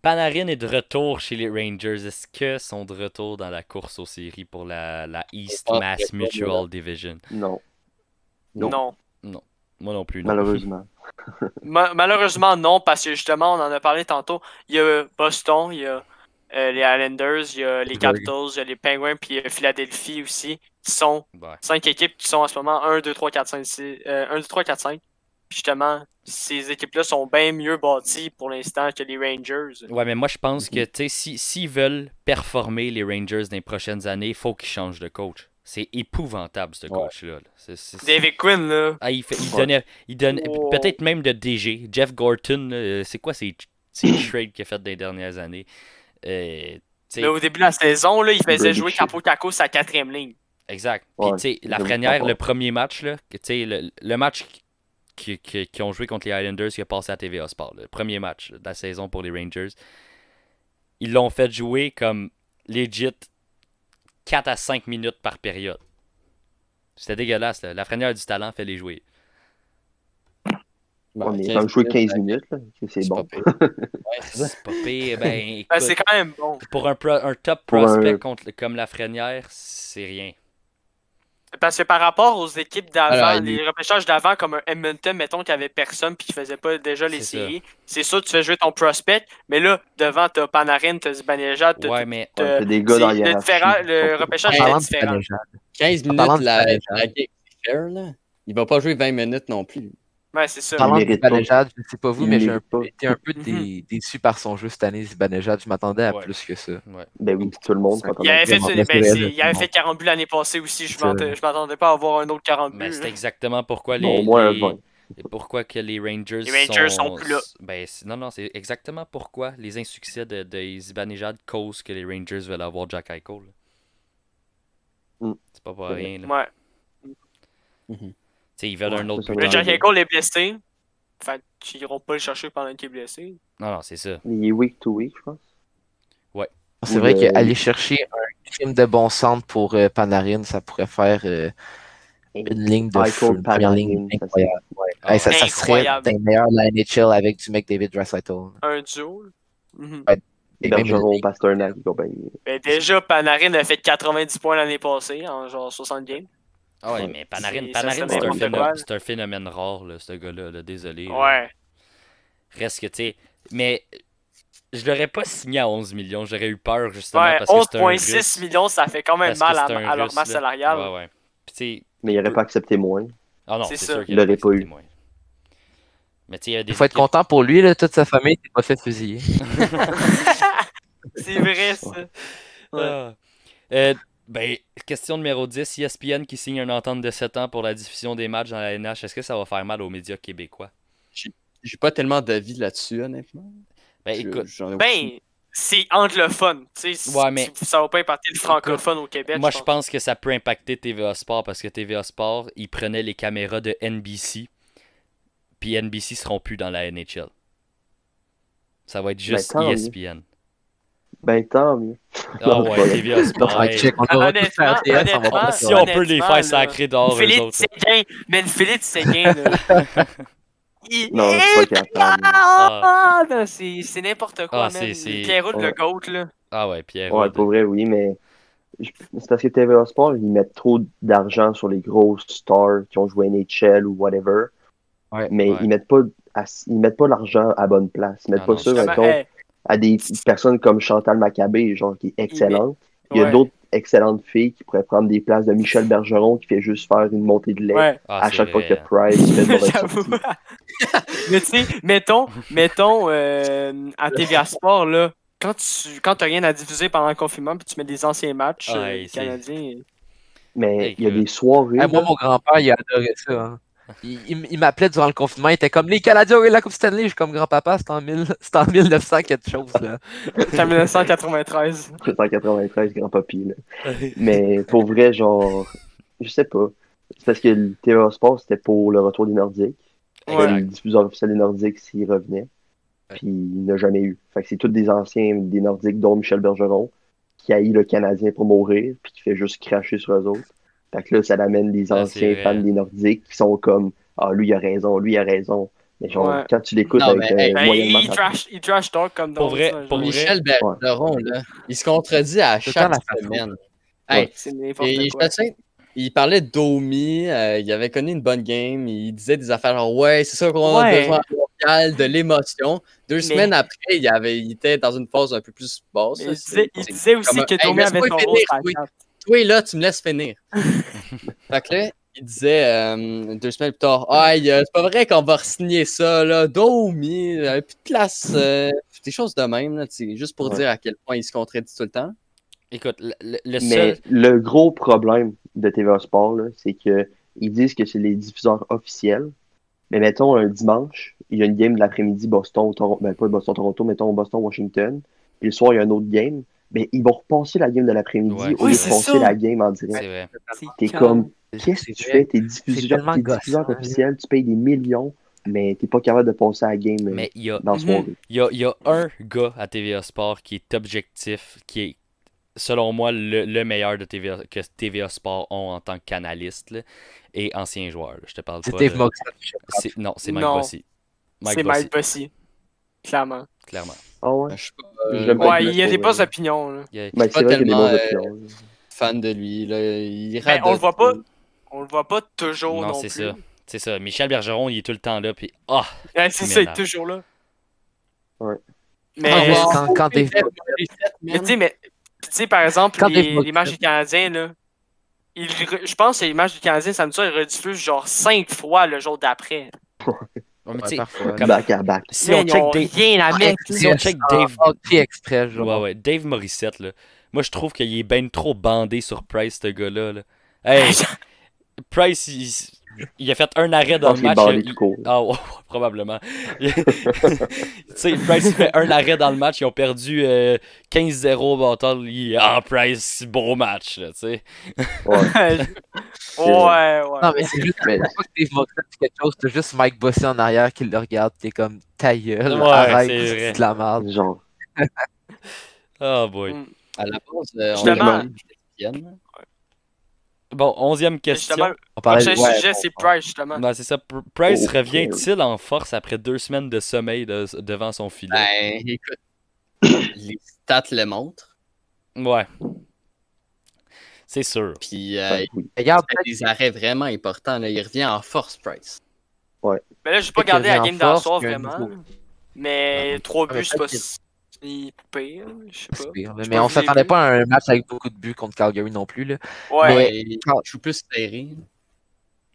Speaker 2: Panarin est de retour chez les Rangers. Est-ce que sont de retour dans la course aux séries pour la, la East
Speaker 5: pense que
Speaker 2: Mass
Speaker 5: non,
Speaker 2: Mutual Division?
Speaker 3: Non, Non.
Speaker 4: Non.
Speaker 2: Moi non plus. non.
Speaker 3: malheureusement.
Speaker 4: Ma- malheureusement, non, parce que justement, on en a parlé tantôt. Il y a Boston, il y a euh, les Islanders, il y a les
Speaker 5: Pittsburgh.
Speaker 4: Capitals, il y a les Penguins, puis il y a Philadelphie aussi, qui sont
Speaker 2: Ouais.
Speaker 4: cinq équipes qui sont en ce moment 1, 2, 3, 4, 5, 6, euh, 1, 2, 3, 4, 5. Justement, ces équipes-là sont bien mieux bâties pour l'instant que les Rangers.
Speaker 2: Ouais, mais moi je pense que tu sais, si- s'ils veulent performer les Rangers dans les prochaines années, il faut qu'ils changent de coach. C'est épouvantable ce
Speaker 5: Ouais.
Speaker 2: coach-là. là. C'est- c'est-
Speaker 4: David Quinn, là,
Speaker 2: Ah, il, fait- il
Speaker 3: Ouais.
Speaker 2: donnait, il donnait-
Speaker 4: Wow.
Speaker 2: peut-être même de DG. Jeff Gorton, là, euh, c'est quoi ces, ces trades qu'il a fait dans les dernières années? Euh, tu sais,
Speaker 4: là, au début de la saison, là, il faisait
Speaker 3: Brady
Speaker 4: jouer
Speaker 3: Shea.
Speaker 4: Capo Caco sa quatrième ligne.
Speaker 2: Exact.
Speaker 3: Ouais,
Speaker 2: Puis, tu sais,
Speaker 3: je
Speaker 2: Lafrenière,
Speaker 3: comprends.
Speaker 2: le premier match, là, que, tu sais, le, le match qui- qui- qu'ils ont joué contre les Islanders qui a passé à TVA Sport, le premier match de la saison pour les Rangers, ils l'ont fait jouer comme legit 4 à 5 minutes par période. C'était dégueulasse, là. Lafrenière a du talent, fait les jouer.
Speaker 3: On est
Speaker 5: Ouais,
Speaker 3: quand même joué 15
Speaker 5: ouais,
Speaker 3: minutes, là. C'est- C'est
Speaker 5: pas
Speaker 3: bon.
Speaker 5: pire.
Speaker 2: Ouais, Ah, c'est pas pire. Ben,
Speaker 4: Ben,
Speaker 2: écoute,
Speaker 4: c'est quand même bon.
Speaker 2: pour un, pro- un top
Speaker 3: Pour un-
Speaker 2: prospect contre, comme Lafrenière, c'est rien.
Speaker 4: Parce que par rapport aux équipes d'avant,
Speaker 5: Alors, il-
Speaker 4: les repêchages d'avant, comme un Edmonton, mettons, qui avait personne puis qui faisait pas déjà les
Speaker 2: C'est
Speaker 4: séries, c'est sûr, tu fais jouer ton prospect, mais là, devant, t'as Panarin, t'as Zibanejad, t'as.
Speaker 2: Ouais, mais
Speaker 4: t'as-
Speaker 3: T'as des
Speaker 4: c'est-
Speaker 3: gars dans la
Speaker 4: le,
Speaker 3: hiérarchie.
Speaker 4: différent- le repêchage
Speaker 5: Parlant
Speaker 4: était
Speaker 1: Parlant de
Speaker 4: différent.
Speaker 1: Panarin,
Speaker 5: 15 minutes,
Speaker 1: parlant de
Speaker 5: la,
Speaker 1: Panarin.
Speaker 5: la game est fair, là. Il va pas jouer 20 minutes non plus.
Speaker 4: Ouais, c'est ça.
Speaker 1: Parlant de
Speaker 3: mérite pas.
Speaker 1: Zibanejad, je sais pas vous,
Speaker 3: Il
Speaker 1: mais j'ai
Speaker 3: mérite
Speaker 1: un-
Speaker 3: pas.
Speaker 1: été un peu dé- déçu par son jeu cette année, Zibanejad. Je m'attendais à
Speaker 2: Ouais.
Speaker 1: plus que ça.
Speaker 3: Ben oui, tout le monde.
Speaker 1: Il
Speaker 3: quand on
Speaker 4: Il
Speaker 3: a
Speaker 4: avait,
Speaker 3: fait-
Speaker 4: fait,
Speaker 1: Vraiment,
Speaker 4: ben,
Speaker 1: c'est
Speaker 4: c'est-
Speaker 1: vrai,
Speaker 4: il avait
Speaker 1: bon.
Speaker 4: fait 40 buts l'année passée aussi. Je
Speaker 1: C'est
Speaker 4: m'entendais- je m'attendais pas à avoir un hein. autre 40 buts.
Speaker 2: Mais c'est
Speaker 4: là.
Speaker 2: exactement pourquoi les,
Speaker 3: Bon, au moins un
Speaker 2: les-
Speaker 3: 20.
Speaker 2: et pourquoi que les Rangers,
Speaker 4: Les Rangers sont plus là.
Speaker 2: Ben, c'est- non, non, c'est exactement pourquoi les insuccès de, de Zibanejad causent que les Rangers veulent avoir Jack Eichel. là.
Speaker 3: Mm.
Speaker 2: C'est pas pour
Speaker 3: C'est vrai.
Speaker 2: rien. là.
Speaker 4: Ouais.
Speaker 2: Tu sais, ils veulent
Speaker 3: Ouais,
Speaker 2: un autre
Speaker 3: c'est
Speaker 2: Brady.
Speaker 4: Mais
Speaker 3: Ouais,
Speaker 4: Jack
Speaker 3: ouais.
Speaker 4: Eichel est blessé. Fait qu'ils iront pas le chercher pendant qu'il est blessé.
Speaker 2: Non, non, c'est ça.
Speaker 3: Il est week to week, je pense.
Speaker 1: C'est
Speaker 3: Ou
Speaker 1: vrai
Speaker 3: le-
Speaker 1: qu'aller chercher un prime de bon centre pour euh, Panarin, ça pourrait faire euh, une ligne de
Speaker 3: Michael
Speaker 1: fou, une première
Speaker 3: Panarin,
Speaker 1: ligne
Speaker 3: ça
Speaker 1: incroyable. Ouais, ça, ça serait
Speaker 4: Incroyable.
Speaker 1: des meilleurs de la NHL avec du mec David Draisaitl.
Speaker 4: Un duo. là. Mhm.
Speaker 1: Et même une
Speaker 3: Bergeron,
Speaker 1: ligne-
Speaker 3: Pasternak et compagnie.
Speaker 4: Ben, déjà, Panarin a fait 90 points l'année passée, en genre 60 games.
Speaker 2: Ah ouais,
Speaker 3: Ouais.
Speaker 2: mais Panarin,
Speaker 4: C'est- ça,
Speaker 2: Panarin,
Speaker 4: c'est
Speaker 2: c'est un,
Speaker 4: n'importe
Speaker 2: phénomène-
Speaker 4: quoi.
Speaker 2: c'est un phénomène rare, là, ce gars-là, là, désolé. là.
Speaker 4: Ouais.
Speaker 2: Reste que, tu sais, mais je l'aurais pas signé à 11 millions, j'aurais eu peur, justement,
Speaker 4: Ouais,
Speaker 2: parce que c'est un Russe.
Speaker 4: 11,6 millions, ça fait quand même
Speaker 2: parce
Speaker 4: mal
Speaker 2: que
Speaker 4: à,
Speaker 2: c'est un
Speaker 4: à leur
Speaker 2: Russe,
Speaker 4: masse
Speaker 2: là.
Speaker 4: salariale.
Speaker 2: Ouais, ouais. Puis, tu sais,
Speaker 3: Mais il n'aurait pas accepté moins.
Speaker 2: ah non,
Speaker 4: C'est
Speaker 2: c'est
Speaker 4: ça.
Speaker 2: sûr
Speaker 3: Il l'aurait pas eu.
Speaker 2: moins. Mais tu sais, il y a des
Speaker 1: Il faut être
Speaker 2: équipes-
Speaker 1: content pour lui, là, toute sa famille s'est pas fait fusiller.
Speaker 4: C'est vrai, ça. Ouais.
Speaker 2: Ah. Euh, ben, question numéro E 10, ESPN qui signe une entente de 7 ans pour la diffusion des matchs dans la NH, est-ce que ça va faire mal aux médias québécois?
Speaker 5: J'ai pas tellement d'avis là-dessus, honnêtement.
Speaker 2: Ben,
Speaker 5: Je-
Speaker 2: écoute,
Speaker 5: j'en ai aucune-
Speaker 4: Ben, c'est anglophone. Tu sais,
Speaker 2: Ouais, mais-
Speaker 4: tu- ça va pas impacter le francophone au Québec.
Speaker 2: Moi, je pense que ça peut impacter TVA Sport parce que TVA Sport, ils prenaient les caméras de NBC. Puis NBC seront plus dans la NHL. Ça va être juste
Speaker 3: Ben,
Speaker 2: E
Speaker 3: tant mieux.
Speaker 2: ESPN.
Speaker 3: Ben, tant mieux.
Speaker 2: Ah
Speaker 3: Non, c'est pas
Speaker 2: ouais,
Speaker 3: vrai.
Speaker 2: TVA Sport. hey. Ah,
Speaker 1: Check, on
Speaker 4: Ah,
Speaker 1: aura tout fait à
Speaker 4: honnêtement,
Speaker 1: RTS, on va
Speaker 3: Ah,
Speaker 1: pas
Speaker 4: honnêtement,
Speaker 1: se
Speaker 2: Si on peut les
Speaker 4: Honnêtement,
Speaker 2: faire
Speaker 4: là,
Speaker 2: sacrer dehors, eux
Speaker 4: Philippe
Speaker 2: autres. là.
Speaker 4: Séguin, man, Philippe Séguin, là. Il
Speaker 3: Non,
Speaker 4: est
Speaker 3: c'est pas capable.
Speaker 4: Ah, non, c'est c'est n'importe quoi,
Speaker 2: Ah,
Speaker 4: man.
Speaker 2: c'est- c'est-
Speaker 4: Pierrot de
Speaker 3: Ouais.
Speaker 4: le goat, là.
Speaker 2: Ah ouais, Pierre.
Speaker 3: Ouais, pour vrai, oui, mais je- c'est parce que TVA Sport, ils mettent trop d'argent sur les grosses stars qui ont joué NHL ou whatever.
Speaker 1: Ouais,
Speaker 3: mais
Speaker 2: ouais.
Speaker 3: ils mettent pas ass- ils mettent pas l'argent à bonne place. Ils mettent
Speaker 2: Ah
Speaker 3: pas
Speaker 2: non,
Speaker 3: ça,
Speaker 2: c'est-
Speaker 3: mettons,
Speaker 4: Eh,
Speaker 3: à des personnes comme Chantal Maccabé, genre qui est excellente. Il y a
Speaker 4: ouais.
Speaker 3: d'autres excellentes filles qui pourraient prendre des places de Michel Bergeron qui fait juste faire une montée de lait
Speaker 4: Ouais.
Speaker 2: Ah,
Speaker 3: à
Speaker 2: c'est
Speaker 3: chaque fois
Speaker 2: vrai,
Speaker 3: que
Speaker 2: hein.
Speaker 3: Price fait une mauvaise
Speaker 4: J'avoue.
Speaker 3: sortie.
Speaker 4: Mais tu sais, mettons, mettons euh, à TVA Sport, là, quand tu quand t'as rien à diffuser pendant le confinement, puis tu mets des anciens matchs euh,
Speaker 2: Ouais, c'est-
Speaker 4: canadiens.
Speaker 3: Mais
Speaker 2: Hey,
Speaker 3: il y a
Speaker 2: que-
Speaker 3: des soirées.
Speaker 1: Hey, moi,
Speaker 3: là,
Speaker 1: mon grand-père, il adorait ça. hein. Il, il m- il m'appelait durant le confinement, il était comme les Canadiens ont eu la Coupe Stanley. Je suis comme grand-papa, c'est en, 1000 c'est en 1900 quelque chose. Là.
Speaker 4: C'est en 1993.
Speaker 3: 193 grand papy. là. Mais pour vrai, genre, je sais pas. C'est parce que le TVA Sport, c'était pour le retour des Nordiques.
Speaker 4: Ouais.
Speaker 3: Le diffuseur officiel des Nordiques, s'il revenait.
Speaker 1: Ouais.
Speaker 3: Puis il n'a jamais eu. Fait que c'est tous des anciens des Nordiques, dont Michel Bergeron, qui haït le Canadien pour mourir, puis qui fait juste cracher sur eux autres. Fait que là, ça l'amène des
Speaker 2: Ah,
Speaker 3: anciens
Speaker 2: c'est vrai.
Speaker 3: fans des Nordiques qui sont comme Ah, lui, il a raison, lui, il a raison. Mais genre,
Speaker 4: Ouais.
Speaker 3: quand tu l'écoutes
Speaker 5: Non,
Speaker 3: avec
Speaker 5: mais, hey,
Speaker 3: euh,
Speaker 4: Ben,
Speaker 3: moyennement,
Speaker 4: il,
Speaker 3: ça-
Speaker 4: trash, il trash talk comme
Speaker 2: Pour
Speaker 4: dans
Speaker 2: vrai,
Speaker 4: ça,
Speaker 2: pour
Speaker 4: genre.
Speaker 2: vrai.
Speaker 5: Michel Bergeron, là, il se contredit à
Speaker 1: Tout le
Speaker 5: chaque
Speaker 1: temps la façon.
Speaker 5: semaine.
Speaker 3: Ouais.
Speaker 5: Hey,
Speaker 4: C'est n'importe
Speaker 5: Et
Speaker 4: quoi.
Speaker 5: Chassin, il parlait d'Omi, euh, il avait connu une bonne game, il disait des affaires genre ouais, c'est ça qu'on a
Speaker 4: Ouais.
Speaker 5: besoin à Montréal, de l'émotion. Deux
Speaker 4: Mais-
Speaker 5: semaines après, il, avait, il était dans une phase un peu plus basse.
Speaker 4: Mais
Speaker 5: là,
Speaker 4: il,
Speaker 5: c'est-
Speaker 4: disait, il
Speaker 5: c'est-
Speaker 4: disait aussi
Speaker 5: comme un-
Speaker 4: que
Speaker 5: Hey,
Speaker 4: Tommy avait
Speaker 5: laisse-moi
Speaker 4: son
Speaker 5: finir,
Speaker 4: rôle sur
Speaker 5: oui.
Speaker 4: la carte.
Speaker 5: Toi là, tu me laisses finir. fait que là, il disait euh, deux semaines plus tard, aïe, euh, c'est pas vrai qu'on va re-signer ça, là, Domi, euh, plus de classe, euh, des choses de même, là, tu sais, juste pour
Speaker 3: Ouais.
Speaker 5: dire à quel point il se contredit tout le temps.
Speaker 2: Écoute, le, le- le
Speaker 3: Mais
Speaker 2: seul.
Speaker 3: le gros problème de TVA Sport, là, c'est que ils disent que c'est les diffuseurs officiels. Mais mettons un dimanche, il y a une game de l'après-midi Boston, Toronto, ben pas Boston Toronto, mettons Boston Washington. Puis le soir, il y a une autre game. Mais ils vont repasser la game de l'après-midi
Speaker 2: Ouais,
Speaker 3: au
Speaker 2: oui,
Speaker 3: lieu de
Speaker 2: c'est
Speaker 3: passer
Speaker 4: ça.
Speaker 3: la game en direct.
Speaker 2: C'est vrai.
Speaker 3: T'es
Speaker 4: C'est
Speaker 3: comme qu'est-ce que
Speaker 1: C'est
Speaker 3: tu
Speaker 1: vrai.
Speaker 3: fais? T'es
Speaker 1: C'est
Speaker 3: diffuseur,
Speaker 1: tellement
Speaker 3: t'es diffuseur
Speaker 1: gossant, là.
Speaker 3: officiel, tu payes des millions, mais t'es pas capable de passer la game euh,
Speaker 2: Mais il y a
Speaker 3: dans ce
Speaker 4: Mhm.
Speaker 3: monde.
Speaker 2: Il y a, il y a un gars à TVA Sport qui est objectif, qui est, selon moi, le, le meilleur de TVA, que TVA Sport ont en tant que canaliste là, et ancien joueur. là. Je te parle
Speaker 1: C'est
Speaker 2: pas
Speaker 1: Dave
Speaker 2: de-
Speaker 1: Moxon.
Speaker 2: C'est- Non, c'est Mike
Speaker 4: Non.
Speaker 2: Bossy. Mike
Speaker 4: C'est
Speaker 2: Bossy,
Speaker 4: Mike Bossy. Clairement.
Speaker 2: clairement.
Speaker 3: Ah ouais?
Speaker 5: Je suis pas, euh,
Speaker 3: Je l'aime pas
Speaker 4: Ouais,
Speaker 3: il
Speaker 4: il y a
Speaker 3: le
Speaker 4: des
Speaker 3: trouve,
Speaker 4: bonnes
Speaker 3: ouais.
Speaker 4: opinions, là.
Speaker 2: Il y a-
Speaker 3: Ben,
Speaker 5: pas
Speaker 3: c'est vrai qu'il y a des
Speaker 5: tellement,
Speaker 3: mauvaises
Speaker 5: euh,
Speaker 3: opinions, là.
Speaker 5: fan de lui. Là. Il
Speaker 4: Mais
Speaker 5: radote.
Speaker 4: Ben, on le voit pas. On le voit pas toujours
Speaker 2: Non,
Speaker 4: non,
Speaker 2: c'est
Speaker 4: plus.
Speaker 2: ça. C'est ça. Michel Bergeron, il est tout le temps là. Puis, ah,
Speaker 4: Ouais, c'est
Speaker 2: Mais
Speaker 4: ça, il
Speaker 2: non.
Speaker 4: est toujours là.
Speaker 3: Ah, Ouais.
Speaker 4: Mais,
Speaker 5: Au revoir.
Speaker 1: Quand, quand Dave,
Speaker 4: mais tu sais, mais, tu sais, par exemple,
Speaker 1: Quand
Speaker 4: les,
Speaker 1: Dave Mock-
Speaker 4: les matchs du Canadien, là, il re- je pense que les matchs du Canadien, samedi soir, ils rediffusent genre 5 fois le jour d'après.
Speaker 2: ouais, mais tu sais,
Speaker 1: parfois,
Speaker 2: comme-
Speaker 3: Back à back.
Speaker 2: si on
Speaker 4: Man, ils
Speaker 2: check
Speaker 4: ont
Speaker 2: Dave.
Speaker 4: rien à mettre.
Speaker 2: Si on check Dave.
Speaker 1: hockey exprès, genre.
Speaker 2: Ah. Ouais, ouais, Dave Morissette, là. Moi, je trouve qu'il est ben trop bandé sur Price, ce gars-là. là.
Speaker 4: Ah,
Speaker 2: Hey, Price, il, il a fait un arrêt
Speaker 3: Je pense
Speaker 2: dans le
Speaker 3: qu'il est
Speaker 2: match.
Speaker 3: bandé
Speaker 2: il-
Speaker 3: tout court.
Speaker 2: Ah, ouais, ouais, probablement. tu sais, Price il fait un arrêt dans le match, ils ont perdu euh, 15-0 au bâton. Il... Ah, Price, beau match, là, tu sais.
Speaker 3: Ouais.
Speaker 4: ouais, ouais.
Speaker 1: Non, mais c'est juste
Speaker 3: Mais-
Speaker 1: c'est pas que Dave Moxon fait quelque chose, t'as juste Mike Bossy en arrière qui le regarde, t'es comme ta gueule,
Speaker 2: Ouais,
Speaker 1: arrête,
Speaker 2: c'est vrai.
Speaker 1: c'est de la merde.
Speaker 3: Genre,
Speaker 2: Ah, boy.
Speaker 4: Mm.
Speaker 5: À la base, euh, on
Speaker 4: Justement-
Speaker 5: est quatrième.
Speaker 2: Bon, onzième
Speaker 4: Mais
Speaker 2: question.
Speaker 4: Justement, le
Speaker 1: On parlait
Speaker 4: prochain
Speaker 1: de...
Speaker 3: Ah, ouais,
Speaker 4: sujet,
Speaker 3: on-
Speaker 4: c'est Price, justement.
Speaker 2: Non, c'est ça. Pr- Price
Speaker 3: Oh,
Speaker 2: revient-il en force après deux semaines de sommeil de- devant son filet?
Speaker 5: Ben, écoute, les stats le montrent.
Speaker 2: Ouais. C'est sûr.
Speaker 5: Puis, euh,
Speaker 3: oui.
Speaker 1: Regarde,
Speaker 5: il fait des arrêts vraiment importants. là. Il revient en force, Price.
Speaker 4: Mais là, j'ai pas
Speaker 1: Peut-être
Speaker 4: gardé
Speaker 1: qu'il
Speaker 4: la
Speaker 1: revient
Speaker 4: game
Speaker 1: en
Speaker 4: dans
Speaker 1: force,
Speaker 4: soir,
Speaker 1: qu'il y a un
Speaker 4: vraiment.
Speaker 1: nouveau-
Speaker 4: Mais trois
Speaker 1: Ah, mais
Speaker 4: buts, c'est pas
Speaker 1: peut-être
Speaker 4: si pire, je sais pas.
Speaker 1: pire, là.
Speaker 4: Je
Speaker 1: Mais
Speaker 4: pense
Speaker 1: on
Speaker 4: que j'ai
Speaker 1: s'attendait
Speaker 4: vu.
Speaker 1: pas à un match avec beaucoup de buts contre Calgary non plus. Là.
Speaker 4: Ouais,
Speaker 1: Mais-
Speaker 5: il
Speaker 1: quand-
Speaker 5: joue plus serré.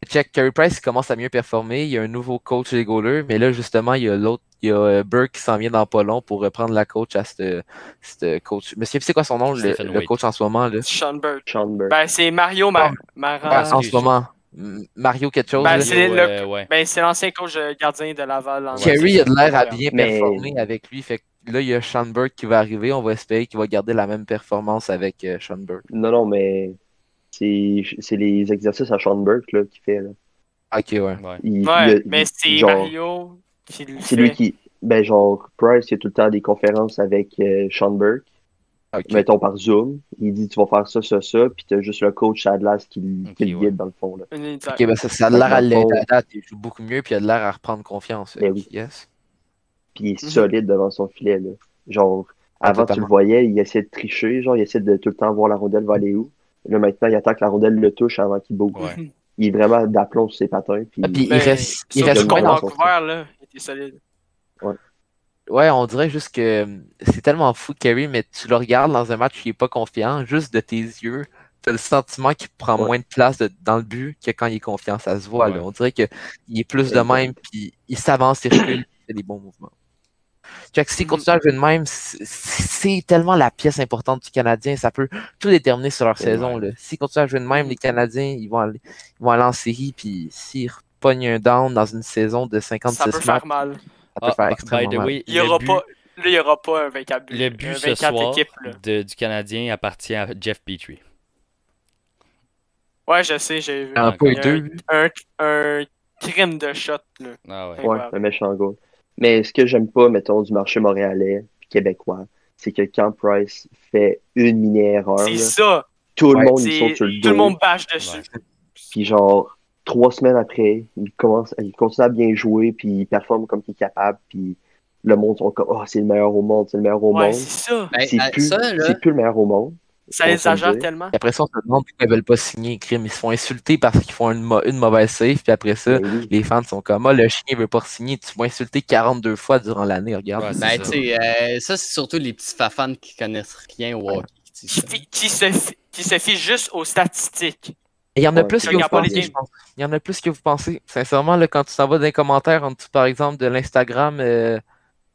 Speaker 1: Check, Carey Price commence à mieux performer. Il y a un nouveau coach des goalers, mais là, justement, il y a l'autre, il y a euh, Burke qui s'en vient dans pas long pour reprendre la coach à ce ce coach. Monsieur, c'est quoi son nom, le,
Speaker 2: Stephen
Speaker 1: le
Speaker 2: Wait.
Speaker 1: coach en ce moment? Là?
Speaker 4: Sean Bird.
Speaker 3: Sean Burke.
Speaker 4: Ben, c'est Mario Mar- Marin.
Speaker 1: Ben, en ce
Speaker 2: excuse-moi.
Speaker 1: moment, M- Mario quelque chose.
Speaker 4: Ben,
Speaker 1: là.
Speaker 4: c'est
Speaker 2: Yo,
Speaker 4: le-
Speaker 2: euh, ouais.
Speaker 4: Ben, c'est l'ancien coach euh, gardien de Laval. en-
Speaker 1: Carey a de l'air à bien
Speaker 3: Mais-
Speaker 1: performer avec lui. Fait que là, il y a Sean Burke qui va arriver. On va espérer qu'il va garder la même performance avec euh, Sean Burke.
Speaker 4: Ben-
Speaker 3: Non, non, mais c'est c'est les exercices à Sean Burke là, qu'il fait. Là.
Speaker 1: Ok, ouais.
Speaker 2: Ouais.
Speaker 3: Il- il
Speaker 4: Ouais,
Speaker 3: a-
Speaker 4: mais
Speaker 3: il-
Speaker 4: c'est
Speaker 3: genre,
Speaker 4: Mario qui le
Speaker 3: C'est lui
Speaker 4: fait.
Speaker 3: qui. Ben, genre, Price, il y a tout le temps des conférences avec euh, Sean Burke,
Speaker 1: Ok.
Speaker 3: mettons par Zoom. Il dit tu vas faire ça, ça, ça, puis t'as juste le coach à Dallas qui, le- qui
Speaker 2: Ok,
Speaker 3: le
Speaker 2: ouais.
Speaker 3: guide dans le fond. Là.
Speaker 4: Une unité.
Speaker 1: Ok, ben ça, ça a de l'air à
Speaker 3: Dans le fond-
Speaker 1: la date. Il joue beaucoup mieux, puis il a de l'air à reprendre confiance.
Speaker 3: Ben oui.
Speaker 1: Yes.
Speaker 3: Puis il est
Speaker 4: Mhm.
Speaker 3: solide devant son filet. Là. Genre,
Speaker 1: Ah,
Speaker 3: avant, tu
Speaker 1: totalement.
Speaker 3: le voyais, il essayait de tricher, genre, il essayait de tout le temps voir la rondelle va aller où. Là, maintenant, il attaque la rondelle, le touche avant qu'il bouge.
Speaker 2: Ouais.
Speaker 3: Il est vraiment d'aplomb sur ses patins. Puis,
Speaker 1: Ah, puis- il
Speaker 4: Mais
Speaker 1: reste- il
Speaker 4: surtout
Speaker 3: reste
Speaker 4: contre
Speaker 3: combien dans son
Speaker 4: Vancouver, là, il était solide.
Speaker 1: Ouais, on dirait juste que euh, c'est tellement fou, Kerry, mais tu le regardes dans un match qui est pas confiant, juste de tes yeux, t'as le sentiment qu'il prend
Speaker 3: Ouais.
Speaker 1: moins de place de- dans le but que quand il est confiant, ça se voit. là.
Speaker 2: Ouais.
Speaker 1: On dirait qu'il est plus de
Speaker 3: Exact.
Speaker 1: même, puis il s'avance, il recule, il fait des bons mouvements. Fait que s'il
Speaker 2: Mm.
Speaker 4: Mhm.
Speaker 1: continue à jouer de même, c'est- c'est tellement la pièce importante du Canadien, ça peut tout déterminer sur leur saison. là. S'ils continuent à jouer de
Speaker 2: Mm.
Speaker 1: même, les Canadiens, ils vont aller, ils vont aller en série, puis s'ils repognent un down dans une saison de 56
Speaker 4: Ça peut
Speaker 1: matchs,
Speaker 4: faire mal.
Speaker 1: ça peut
Speaker 2: Ah,
Speaker 1: faire
Speaker 2: by
Speaker 1: extrêmement
Speaker 2: the
Speaker 1: mal.
Speaker 2: way,
Speaker 4: Il y
Speaker 2: le
Speaker 4: aura
Speaker 2: but-
Speaker 4: pas. Là, il n'y aura pas un 24 buts.
Speaker 2: Le but
Speaker 4: Un
Speaker 2: ce soir
Speaker 4: équipes, là.
Speaker 2: de- du Canadien appartient à Jeff Petrie.
Speaker 4: Ouais, je sais, j'ai vu.
Speaker 1: Un peu
Speaker 4: Il y a
Speaker 1: deux.
Speaker 4: Un, un crime de shot, là.
Speaker 2: Ah ouais.
Speaker 4: Ouais.
Speaker 3: Ouais, un méchant goal. Mais ce que j'aime pas, mettons, du marché montréalais puis québécois, c'est que quand Price fait une mini-erreur,
Speaker 4: C'est
Speaker 3: là,
Speaker 4: ça.
Speaker 3: tout le
Speaker 1: Ouais.
Speaker 3: monde il
Speaker 4: C'est-
Speaker 3: saute sur le
Speaker 4: Tout
Speaker 3: dos.
Speaker 4: le monde bâche dessus.
Speaker 2: Ouais.
Speaker 3: Puis genre, trois semaines après, il commence, il continue à bien jouer, puis il performe comme il est capable, puis le monde sont comme « Oh, c'est le meilleur au monde, c'est le meilleur au
Speaker 4: Ouais,
Speaker 3: monde.
Speaker 4: c'est ça.
Speaker 5: Ben,
Speaker 3: C'est
Speaker 5: à-
Speaker 3: plus,
Speaker 5: ça, là,
Speaker 3: c'est plus le meilleur au monde.
Speaker 4: Ça
Speaker 3: On peut le
Speaker 4: exagère
Speaker 3: dire.
Speaker 4: tellement.
Speaker 1: Puis après ça, on se demande pourquoi ils veulent pas signer crime. Ils se font insulter parce qu'ils font une, mo- une mauvaise save. Puis après
Speaker 5: euh,
Speaker 1: ça,
Speaker 3: Mais Ben oui.
Speaker 1: les fans sont comme Ah, le chien il veut pas signer. Tu vas insulter 42 fois durant l'année. Regarde.
Speaker 2: Ouais,
Speaker 1: C'est
Speaker 5: Ben,
Speaker 1: ça.
Speaker 5: tu sais, euh, ça, c'est surtout les petits fafans qui connaissent rien au hockey. qui disent
Speaker 4: Qui,
Speaker 5: ça.
Speaker 4: qui se fi- qui se fie juste aux statistiques.
Speaker 1: Et Il y en a
Speaker 3: Ouais,
Speaker 1: plus
Speaker 4: tu
Speaker 1: que vous
Speaker 4: regardes pas les
Speaker 1: pensez.
Speaker 4: games.
Speaker 1: je pense. Il y en a plus que vous pensez. Sincèrement, là, quand tu t'en vas dans les commentaires en dessous, par exemple, de l'Instagram euh,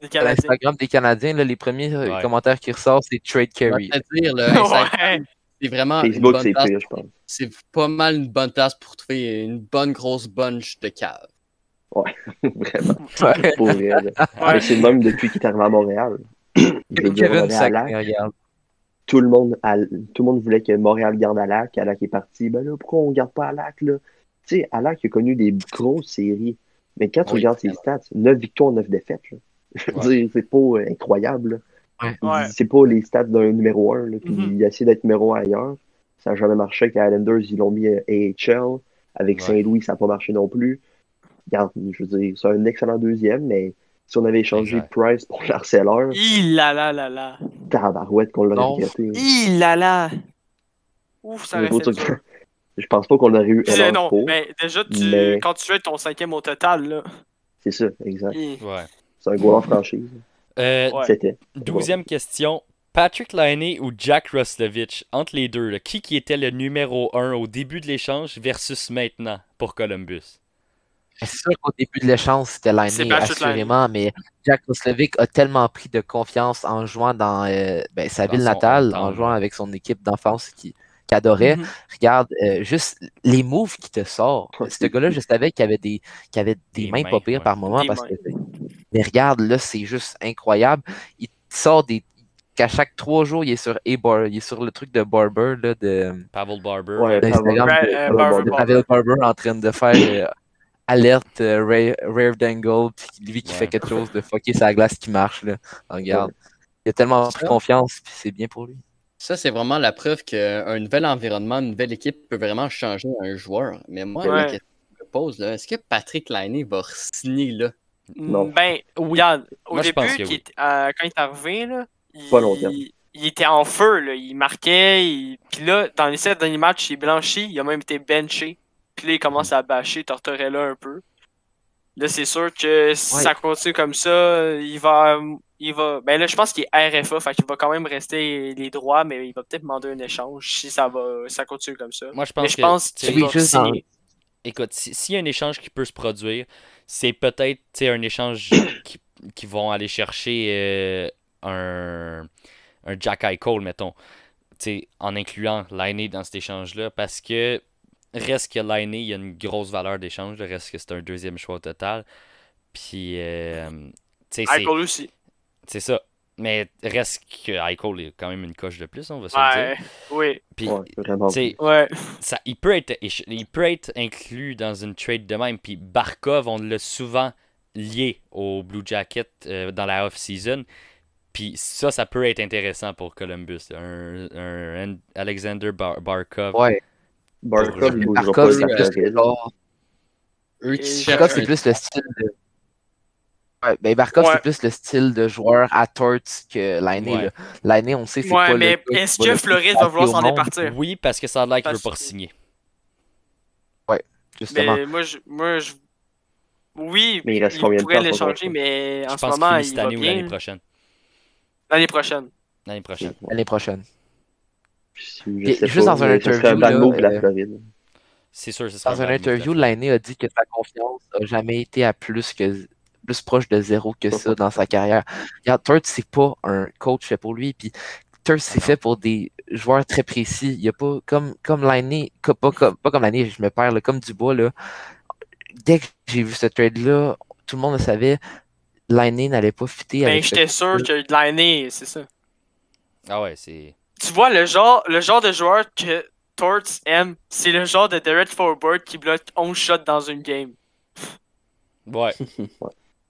Speaker 4: Les
Speaker 1: de
Speaker 4: Canadiens.
Speaker 1: l'Instagram des Canadiens, là, les premiers euh,
Speaker 2: Ouais.
Speaker 1: commentaires qui ressortent, c'est Trade
Speaker 5: Je
Speaker 1: Carry.
Speaker 5: vais te dire, là, Instagram,
Speaker 4: Ouais.
Speaker 5: c'est vraiment une
Speaker 3: Facebook,
Speaker 5: bonne
Speaker 3: c'est
Speaker 5: place-
Speaker 3: pire, je pense.
Speaker 5: C'est pas mal une bonne tasse pour trouver une bonne grosse bunch de cave.
Speaker 3: Vraiment,
Speaker 1: Ouais.
Speaker 3: pour vrai. là. Mais
Speaker 4: Ouais.
Speaker 3: c'est le même depuis qu'il est arrivé à Montréal. Je veux dire, on
Speaker 1: Kevin euh,
Speaker 3: avait Alak,
Speaker 1: Sackner, regarde.
Speaker 3: tout le monde à- tout le monde voulait que Montréal garde Alak, Alak est parti, ben là, pourquoi on garde pas Alak là? Tu sais, Alak a connu des grosses séries, mais quand tu
Speaker 5: Oui,
Speaker 3: regardes ses stats, 9 victoires, 9 défaites, là. je veux
Speaker 2: Ouais.
Speaker 3: dire, c'est pas euh, incroyable. là.
Speaker 1: Ouais.
Speaker 3: Il-
Speaker 4: Ouais.
Speaker 3: C'est pas les stats d'un numéro 1, là, puis
Speaker 4: Mhm.
Speaker 3: il essaie d'être numéro 1 ailleurs. Ça n'a jamais marché avec les Islanders, ils l'ont mis à AHL. Avec
Speaker 2: Ouais.
Speaker 3: Saint-Louis, ça n'a pas marché non plus. Regarde, je veux dire, c'est un excellent deuxième, mais si on avait échangé
Speaker 2: Exact.
Speaker 3: Price pour l'harceleur,
Speaker 4: Il la la la la.
Speaker 3: tabarouette qu'on l'aurait
Speaker 1: Non.
Speaker 3: regretté. là.
Speaker 4: Il la la. Ouf, ça
Speaker 3: Mais
Speaker 4: aurait fait
Speaker 3: autre
Speaker 4: dur.
Speaker 3: que- Je pense pas qu'on aurait eu
Speaker 4: Je-
Speaker 3: Ellen
Speaker 4: non,
Speaker 3: Pro.
Speaker 4: mais déjà, tu,
Speaker 3: mais-
Speaker 4: quand tu es ton cinquième au total, là.
Speaker 3: C'est ça, exact.
Speaker 4: il-
Speaker 2: Ouais.
Speaker 3: C'est un goal en franchise.
Speaker 2: Euh,
Speaker 4: Ouais.
Speaker 3: C'était.
Speaker 2: Douzième question. Patrick Laine ou Jack Roslovich, entre les deux, là, qui qui était le numéro 1 au début de l'échange versus maintenant pour Columbus?
Speaker 1: C'est sûr qu'au début de l'échange, c'était
Speaker 4: C'est
Speaker 1: l'année,
Speaker 4: Patrick
Speaker 1: assurément, mais Jack Roslevic a tellement pris de confiance en jouant dans euh, ben, sa
Speaker 2: Dans
Speaker 1: ville
Speaker 2: son
Speaker 1: natale,
Speaker 2: hometown. Mm-hmm.
Speaker 1: en jouant avec son équipe d'enfance qui, qui adorait.
Speaker 4: Mhm.
Speaker 1: Regarde, euh, juste les moves qui te sortent. Ce gars-là, je savais qu'il avait des, qu'il avait des,
Speaker 2: Des
Speaker 1: mains
Speaker 2: mains,
Speaker 1: pas pires
Speaker 2: ouais.
Speaker 1: par moment.
Speaker 4: Des
Speaker 1: parce que, mais regarde, là, c'est juste incroyable. Il te sort des. Qu'à chaque trois jours, il est sur A-Bar- il est sur le truc de Barber, là, de
Speaker 2: Pavel Barber.
Speaker 3: Ouais,
Speaker 1: Instagram,
Speaker 4: Ra-
Speaker 3: Pavel- Pavel
Speaker 4: euh,
Speaker 3: Barber.
Speaker 4: Barber.
Speaker 1: Pavel Barber en train de faire euh, alerte euh, Ray- Rare Dangle, puis lui qui
Speaker 2: Ouais.
Speaker 1: fait quelque chose de fucké sa glace qui marche. Là. Ah, Regarde. Il a tellement pris
Speaker 5: Ça.
Speaker 1: confiance, puis c'est bien pour lui.
Speaker 5: Ça, c'est vraiment la preuve qu'un nouvel environnement, une nouvelle équipe peut vraiment changer un joueur. Mais moi, la
Speaker 4: Ouais.
Speaker 5: question que je me pose, là, est-ce que Patrick Lainé va signer là?
Speaker 3: Non.
Speaker 4: Ben, regarde, au
Speaker 2: Moi, je
Speaker 4: début,
Speaker 2: pense que
Speaker 4: qu'il
Speaker 2: oui.
Speaker 4: était- euh, quand il est arrivé, là, il,
Speaker 3: Pas long terme.
Speaker 4: il était en feu, là. il marquait. il- Puis là, dans les sept derniers matchs, il est blanchi, il a même été benché. Puis là, il
Speaker 2: Mm.
Speaker 4: commence à bâcher Tortorella un peu. Là, c'est sûr que si
Speaker 1: Ouais.
Speaker 4: ça continue comme ça, il va. Il va... Ben là, je pense qu'il est RFA, fait qu'il va quand même rester les droits, mais il va peut-être demander un échange si ça va ça continue comme ça.
Speaker 2: Moi, je pense
Speaker 4: Mais je
Speaker 2: que.
Speaker 4: pense
Speaker 2: tu sais,
Speaker 4: qu'il va
Speaker 1: Oui, juste dans-
Speaker 4: signer.
Speaker 2: Écoute, si- s'il y a un échange qui peut se produire, c'est peut-être tu sais, un échange qui, qui vont aller chercher euh, un, un Jack Eye Cole, mettons, Tu sais, en incluant Liney dans cet échange-là, parce que reste que Liney, il y a une grosse valeur d'échange, le reste que c'est un deuxième choix au total. Puis, euh, tu sais, c'est-
Speaker 4: Eichel aussi.
Speaker 2: c'est ça. Mais reste que Eye Cole est quand même une coche de plus, on va se le
Speaker 4: Ouais.
Speaker 2: dire.
Speaker 4: Oui.
Speaker 2: Puis,
Speaker 3: Ouais, vraiment.
Speaker 2: tu sais,
Speaker 4: Ouais.
Speaker 2: ça, il, peut être, éche- il peut être inclus dans une trade de même. Puis Barkov, on l'a souvent lié au Blue Jacket euh, dans la off-season. Puis ça, ça peut être intéressant pour Columbus. Un, un- un Alexander Bar- Barkov.
Speaker 1: Ouais.
Speaker 3: Barkov, il bougera pas.
Speaker 1: Barkov,
Speaker 3: lui,
Speaker 1: c'est
Speaker 3: à
Speaker 1: plus
Speaker 3: Torres.
Speaker 1: le corps.
Speaker 5: Eux qui
Speaker 4: Et
Speaker 5: cherchent
Speaker 1: Barkov, c'est
Speaker 5: un-
Speaker 1: plus le style de. Ouais, ben Barkov,
Speaker 4: Ouais.
Speaker 1: c'est plus le style de joueur à torts que Lainé.
Speaker 2: Ouais.
Speaker 1: là. Lainé, on sait c'est
Speaker 4: Ouais,
Speaker 1: pas
Speaker 4: mais
Speaker 1: le gars
Speaker 4: est-ce
Speaker 1: qui va
Speaker 4: que
Speaker 1: le
Speaker 4: Floride
Speaker 1: plus
Speaker 4: va vouloir
Speaker 1: taper au
Speaker 4: s'en
Speaker 1: monde,
Speaker 4: départir?
Speaker 2: Oui, parce que ça a l'air qu'il veut
Speaker 4: Parce
Speaker 2: pas
Speaker 4: que-
Speaker 2: signer.
Speaker 1: Justement.
Speaker 4: Mais Ben, moi, je, moi, je... Oui,
Speaker 3: Mais il reste combien
Speaker 4: il
Speaker 3: de temps
Speaker 4: pourrait
Speaker 3: pour
Speaker 4: l'échanger,
Speaker 3: voir
Speaker 4: mais
Speaker 2: Je
Speaker 4: en ce
Speaker 2: pense
Speaker 4: moment,
Speaker 2: qu'il finit
Speaker 4: il
Speaker 2: cette
Speaker 4: va
Speaker 2: année ou l'année
Speaker 4: bien.
Speaker 2: prochaine.
Speaker 4: L'année prochaine.
Speaker 2: L'année prochaine.
Speaker 1: L'année prochaine.
Speaker 3: Je
Speaker 1: Puis
Speaker 3: sais
Speaker 1: juste
Speaker 3: pas,
Speaker 1: dans un
Speaker 3: mais ça serait
Speaker 1: interview,
Speaker 3: bad
Speaker 1: là,
Speaker 3: move pour la
Speaker 1: euh,
Speaker 3: Floride.
Speaker 2: C'est sûr, ce sera
Speaker 1: Dans
Speaker 2: un
Speaker 1: un
Speaker 2: bad move,
Speaker 1: interview,
Speaker 2: là.
Speaker 1: Lainé euh, a dit que sa confiance n'a jamais été à plus que plus proche de zéro que ça dans sa carrière. Regarde, Turd, c'est pas un coach pour lui. Puis Turd, c'est fait pour des joueurs très précis. Il y a pas comme comme Lainé, co- pas comme pas comme Lainé, je me perds, là, comme Dubois là. Dès que j'ai vu ce trade là, tout le monde le savait. Lainé n'allait pas fitter
Speaker 4: Ben,
Speaker 1: avec. ce-
Speaker 4: j'étais sûr que de l'année, c'est ça.
Speaker 2: Ah ouais, c'est.
Speaker 4: Tu vois, le genre, le genre de joueur que Torts aime, c'est le genre de Derek Forward qui bloque 11 shots dans une game.
Speaker 1: Ouais.
Speaker 2: Ouais.
Speaker 4: Tu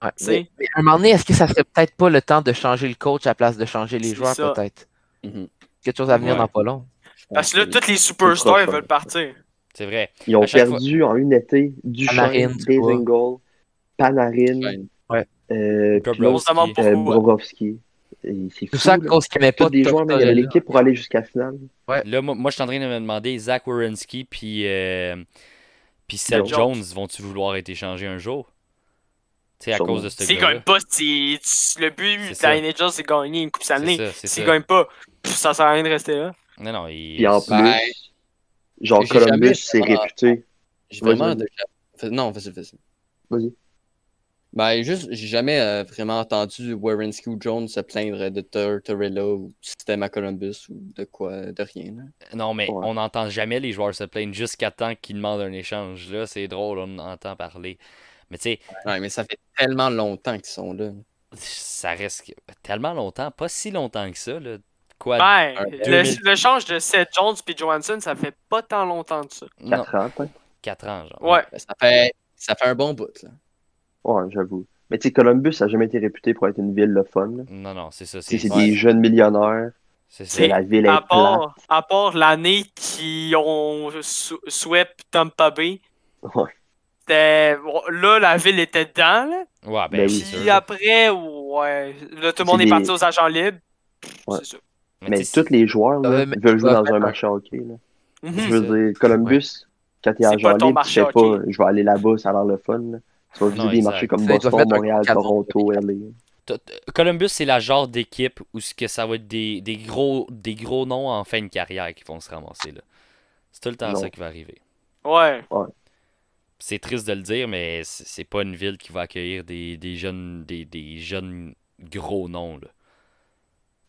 Speaker 1: Mais,
Speaker 4: sais,
Speaker 1: mais à un moment donné, est-ce que ça serait peut-être pas le temps de changer le coach à place de changer les
Speaker 4: C'est
Speaker 1: joueurs
Speaker 4: ça. Mm-hmm.
Speaker 1: peut-être?
Speaker 5: Mhm.
Speaker 1: Quelque chose à venir
Speaker 2: Ouais.
Speaker 1: dans pas long.
Speaker 5: Je pense
Speaker 4: parce que là,
Speaker 5: que-
Speaker 4: toutes les superstars
Speaker 3: proche,
Speaker 4: ils veulent
Speaker 3: ouais.
Speaker 4: partir.
Speaker 2: C'est vrai.
Speaker 3: Ils ont
Speaker 2: à chaque
Speaker 3: perdu en une été
Speaker 1: Panarin,
Speaker 3: Duchamp,
Speaker 1: tu vois.
Speaker 3: Dezingle, Panarin,
Speaker 1: Ouais.
Speaker 3: euh,
Speaker 2: Puis
Speaker 3: puis,
Speaker 4: On se demande
Speaker 3: euh,
Speaker 4: pourquoi.
Speaker 3: Bobrovski. Et C'est fou.
Speaker 1: Tout ça à
Speaker 3: là.
Speaker 1: cause qu'il met
Speaker 3: Tous
Speaker 1: pas
Speaker 3: des joueurs, mais il y avait
Speaker 1: Tortorella.
Speaker 3: l'équipe pour aller jusqu'à la finale.
Speaker 2: Là, moi, moi, je suis en train de me demander, Zach Wierenski puis, euh, puis Seth
Speaker 3: Jones.
Speaker 2: Jones, vont-tu vouloir être échangés un jour? Tu sais, à
Speaker 3: Sûrement.
Speaker 2: cause de ce
Speaker 4: S'ils
Speaker 2: gars-là.
Speaker 4: gagnent pas, c'est- c'est- le but
Speaker 2: C'est
Speaker 4: de la NHL, c'est de gagner une Coupe
Speaker 2: C'est
Speaker 4: Stanley.
Speaker 2: ça, c'est
Speaker 4: S'ils
Speaker 2: ça.
Speaker 4: gagnent pas, pff, ça sert à rien de rester là.
Speaker 2: Non, non, il...
Speaker 3: Puis en
Speaker 5: Ben,
Speaker 3: plus, genre
Speaker 5: j'ai
Speaker 3: Columbus,
Speaker 5: jamais-
Speaker 3: c'est réputé.
Speaker 5: J'ai vraiment
Speaker 3: Vas-y, vas-y.
Speaker 5: déjà- Fais- Non, vas-y, vas-y.
Speaker 3: Vas-y.
Speaker 5: Ben, juste, j'ai jamais euh, vraiment entendu Warrenski ou Jones se plaindre de Tortorella ou du système à Columbus ou de quoi, de rien. là.
Speaker 2: non, mais
Speaker 3: Ouais.
Speaker 2: on n'entend jamais les joueurs se plaindre jusqu'à temps qu'ils demandent un échange. Là, c'est drôle, on en entend parler. Mais tu sais,
Speaker 5: Ouais, mais ça fait tellement longtemps qu'ils sont là.
Speaker 2: ça reste que- tellement longtemps, pas si longtemps que ça. Là. Quoi?
Speaker 4: Ben,
Speaker 5: un-
Speaker 4: le, le change de Seth Jones puis Johansson, ça fait pas tant longtemps de ça.
Speaker 2: non,
Speaker 3: 4 ans, peut-être.
Speaker 2: 4 ans, genre.
Speaker 4: Ouais.
Speaker 5: Ben, ça, fait... ça fait un bon bout, là.
Speaker 3: Ouais, j'avoue. Mais tu sais, Columbus ça a jamais été réputé pour être une ville le fun. là.
Speaker 2: Non, non, c'est ça.
Speaker 3: Tu
Speaker 2: C'est
Speaker 3: sais, C'est
Speaker 2: ouais,
Speaker 3: des jeunes millionnaires.
Speaker 2: c'est ça.
Speaker 3: C'est la ville
Speaker 4: À
Speaker 3: est plate.
Speaker 4: part, à part l'année qui ont sou- swept Tampa Bay,
Speaker 3: Ouais.
Speaker 4: c'était- bon, là, la ville était dedans. là.
Speaker 2: Ouais, ben,
Speaker 3: Ben
Speaker 2: c'est
Speaker 3: oui.
Speaker 2: sûr.
Speaker 4: Puis après, ouais, là, tout le monde
Speaker 3: C'est
Speaker 4: est
Speaker 3: des-
Speaker 4: parti aux agents libres. Pff,
Speaker 3: Ouais.
Speaker 4: C'est ça.
Speaker 2: tu
Speaker 3: Mais
Speaker 2: sais,
Speaker 3: tous les joueurs là,
Speaker 1: Euh, mais-
Speaker 3: veulent jouer
Speaker 1: Ouais,
Speaker 3: dans
Speaker 1: ouais,
Speaker 3: un
Speaker 1: ouais.
Speaker 3: match à hockey. Là.
Speaker 4: Mhm.
Speaker 3: Je veux dire, Columbus, quand t'es
Speaker 4: C'est
Speaker 3: à
Speaker 4: pas
Speaker 3: agent
Speaker 4: ton
Speaker 3: libre, tu fais
Speaker 4: marché
Speaker 3: pas
Speaker 4: hockey.
Speaker 3: « je vais aller là-bas, ça a l'air le fun ». là. Tu vas viser
Speaker 2: Non,
Speaker 3: des
Speaker 2: exact.
Speaker 3: marchés comme
Speaker 1: Ça, ils doivent
Speaker 3: Boston,
Speaker 1: mettre un
Speaker 3: Montréal,
Speaker 1: cadeau.
Speaker 3: Toronto, LA.
Speaker 2: T'as- t'as- Columbus, c'est la genre d'équipe où ce que ça va être des, des gros, des gros noms en fin de carrière qui vont se ramasser là. C'est tout le temps
Speaker 3: Non.
Speaker 2: ça qui va arriver.
Speaker 4: Ouais.
Speaker 2: C'est triste de le dire, mais c'est c'est pas une ville qui va accueillir des, des jeunes des, des jeunes gros noms là.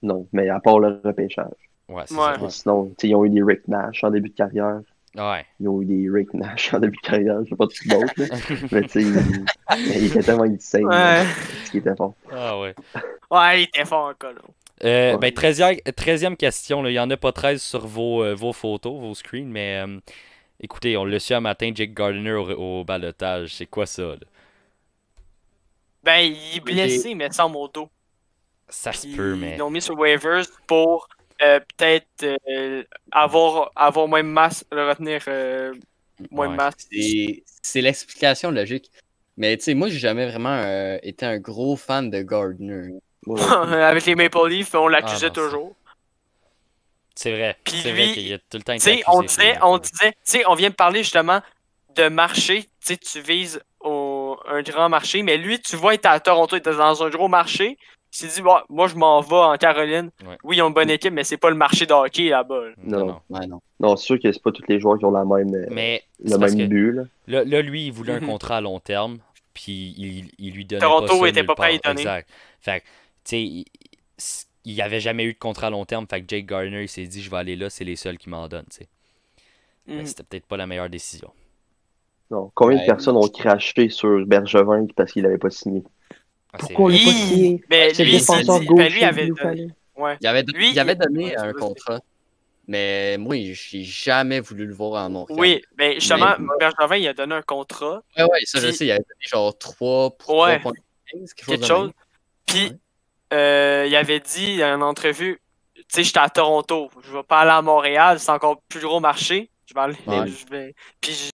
Speaker 3: Non, mais à part le repêchage.
Speaker 2: Ouais, c'est
Speaker 4: Ouais.
Speaker 2: ça.
Speaker 3: Mais Sinon, tu sais, ils ont eu des Rick Nash en début de carrière.
Speaker 2: Ouais.
Speaker 3: Ils ont eu des Rick Nash en début de carrière. Je sais pas tout d'autre. là. mais tu sais, ils- mais ils étaient tellement insane. là,
Speaker 4: Ouais,
Speaker 3: ce qui était fort.
Speaker 2: Ah ouais.
Speaker 4: ouais il était fort encore. Là.
Speaker 2: Euh,
Speaker 3: Ouais.
Speaker 2: ben, 13e, 13e question, là. il n'y en a pas 13 sur vos, euh, vos photos, vos screens, mais euh, écoutez, on l'a su un matin, Jake Gardiner au, au balotage. C'est quoi ça? là?
Speaker 4: Ben, il est blessé, mais il semble au dos.
Speaker 2: Ça se
Speaker 4: Puis,
Speaker 2: peut, mais.
Speaker 4: Ils l'ont mis sur waivers pour euh, peut-être euh, avoir, avoir moins de masse, le retenir euh, moins de
Speaker 2: Ouais.
Speaker 4: masse.
Speaker 5: C'est- C'est l'explication logique. Mais tu sais, moi, j'ai jamais vraiment euh, été un gros fan de Gardner.
Speaker 3: Ouais.
Speaker 4: Avec les Maple Leafs, on l'accusait
Speaker 2: Ah, non, ça.
Speaker 4: toujours.
Speaker 2: C'est vrai.
Speaker 4: Puis
Speaker 2: C'est
Speaker 4: lui,
Speaker 2: vrai qu'il y a tout le temps
Speaker 4: Tu
Speaker 2: été
Speaker 4: sais, on
Speaker 2: accusé,
Speaker 4: disait,
Speaker 2: là.
Speaker 4: on disait, tu sais, on vient de parler justement de marché. Tu sais, tu vises au, un grand marché, mais lui, tu vois, il était à Toronto, il était dans un gros marché. Il s'est dit, Bon, moi, je m'en vais en Caroline.
Speaker 2: Ouais.
Speaker 4: Oui, ils ont une bonne équipe, mais c'est pas le marché de hockey là-bas. là.
Speaker 3: Non.
Speaker 5: Ouais, non.
Speaker 3: Non, c'est sûr que c'est pas tous les joueurs qui ont la même, euh,
Speaker 2: Mais
Speaker 3: le
Speaker 2: c'est parce
Speaker 3: même
Speaker 2: que
Speaker 3: but. Là.
Speaker 2: là, là, lui, il voulait un
Speaker 4: Mhm.
Speaker 2: contrat à long terme, puis il, il lui donnait
Speaker 4: Toronto
Speaker 2: pas ça
Speaker 4: était
Speaker 2: nulle
Speaker 4: pas prêt à y
Speaker 2: part.
Speaker 4: donner.
Speaker 2: Exact. Fait que, tu sais, il- s- il n'y avait jamais eu de contrat à long terme, fait que Jake Gardner, il s'est dit, je vais aller là, c'est les seuls qui m'en donnent, tu sais. Mais
Speaker 4: Mm.
Speaker 2: C'était peut-être pas la meilleure décision.
Speaker 3: Non. Combien
Speaker 5: Ouais.
Speaker 3: de personnes ont craché sur Bergevin parce qu'il avait pas signé?
Speaker 2: Ah, c'est
Speaker 6: Pourquoi on
Speaker 2: vrai.
Speaker 6: l'a pas
Speaker 4: Hi.
Speaker 6: signé?
Speaker 4: Mais
Speaker 5: C'est
Speaker 6: C'est
Speaker 5: le
Speaker 4: lui, il s'est
Speaker 6: défenseur
Speaker 4: dit-
Speaker 6: gauche.
Speaker 4: ben, lui
Speaker 6: chez
Speaker 4: avait
Speaker 6: nous,
Speaker 4: donné-
Speaker 6: fallait.
Speaker 5: Il avait, don-
Speaker 4: Lui,
Speaker 5: il avait
Speaker 4: il-
Speaker 5: donné
Speaker 4: ouais,
Speaker 5: un
Speaker 4: c'est-
Speaker 5: contrat. Mais moi, j'ai jamais voulu le voir à Montréal.
Speaker 4: Oui, mais justement, Bergevin, il a donné un contrat.
Speaker 5: Ouais, ouais, ça, je
Speaker 4: Puis-
Speaker 5: sais. Il avait donné genre 3 pour
Speaker 4: Ouais.
Speaker 5: 3.15, quelque chose.
Speaker 4: quelque
Speaker 5: de
Speaker 4: chose.
Speaker 5: même.
Speaker 4: Puis,
Speaker 5: Ouais.
Speaker 4: euh, il avait dit dans une entrevue, tu sais, j'étais à Toronto, je vais pas aller à Montréal, c'est encore plus gros marché. Je vais aller,
Speaker 5: Ouais.
Speaker 4: je vais- Puis,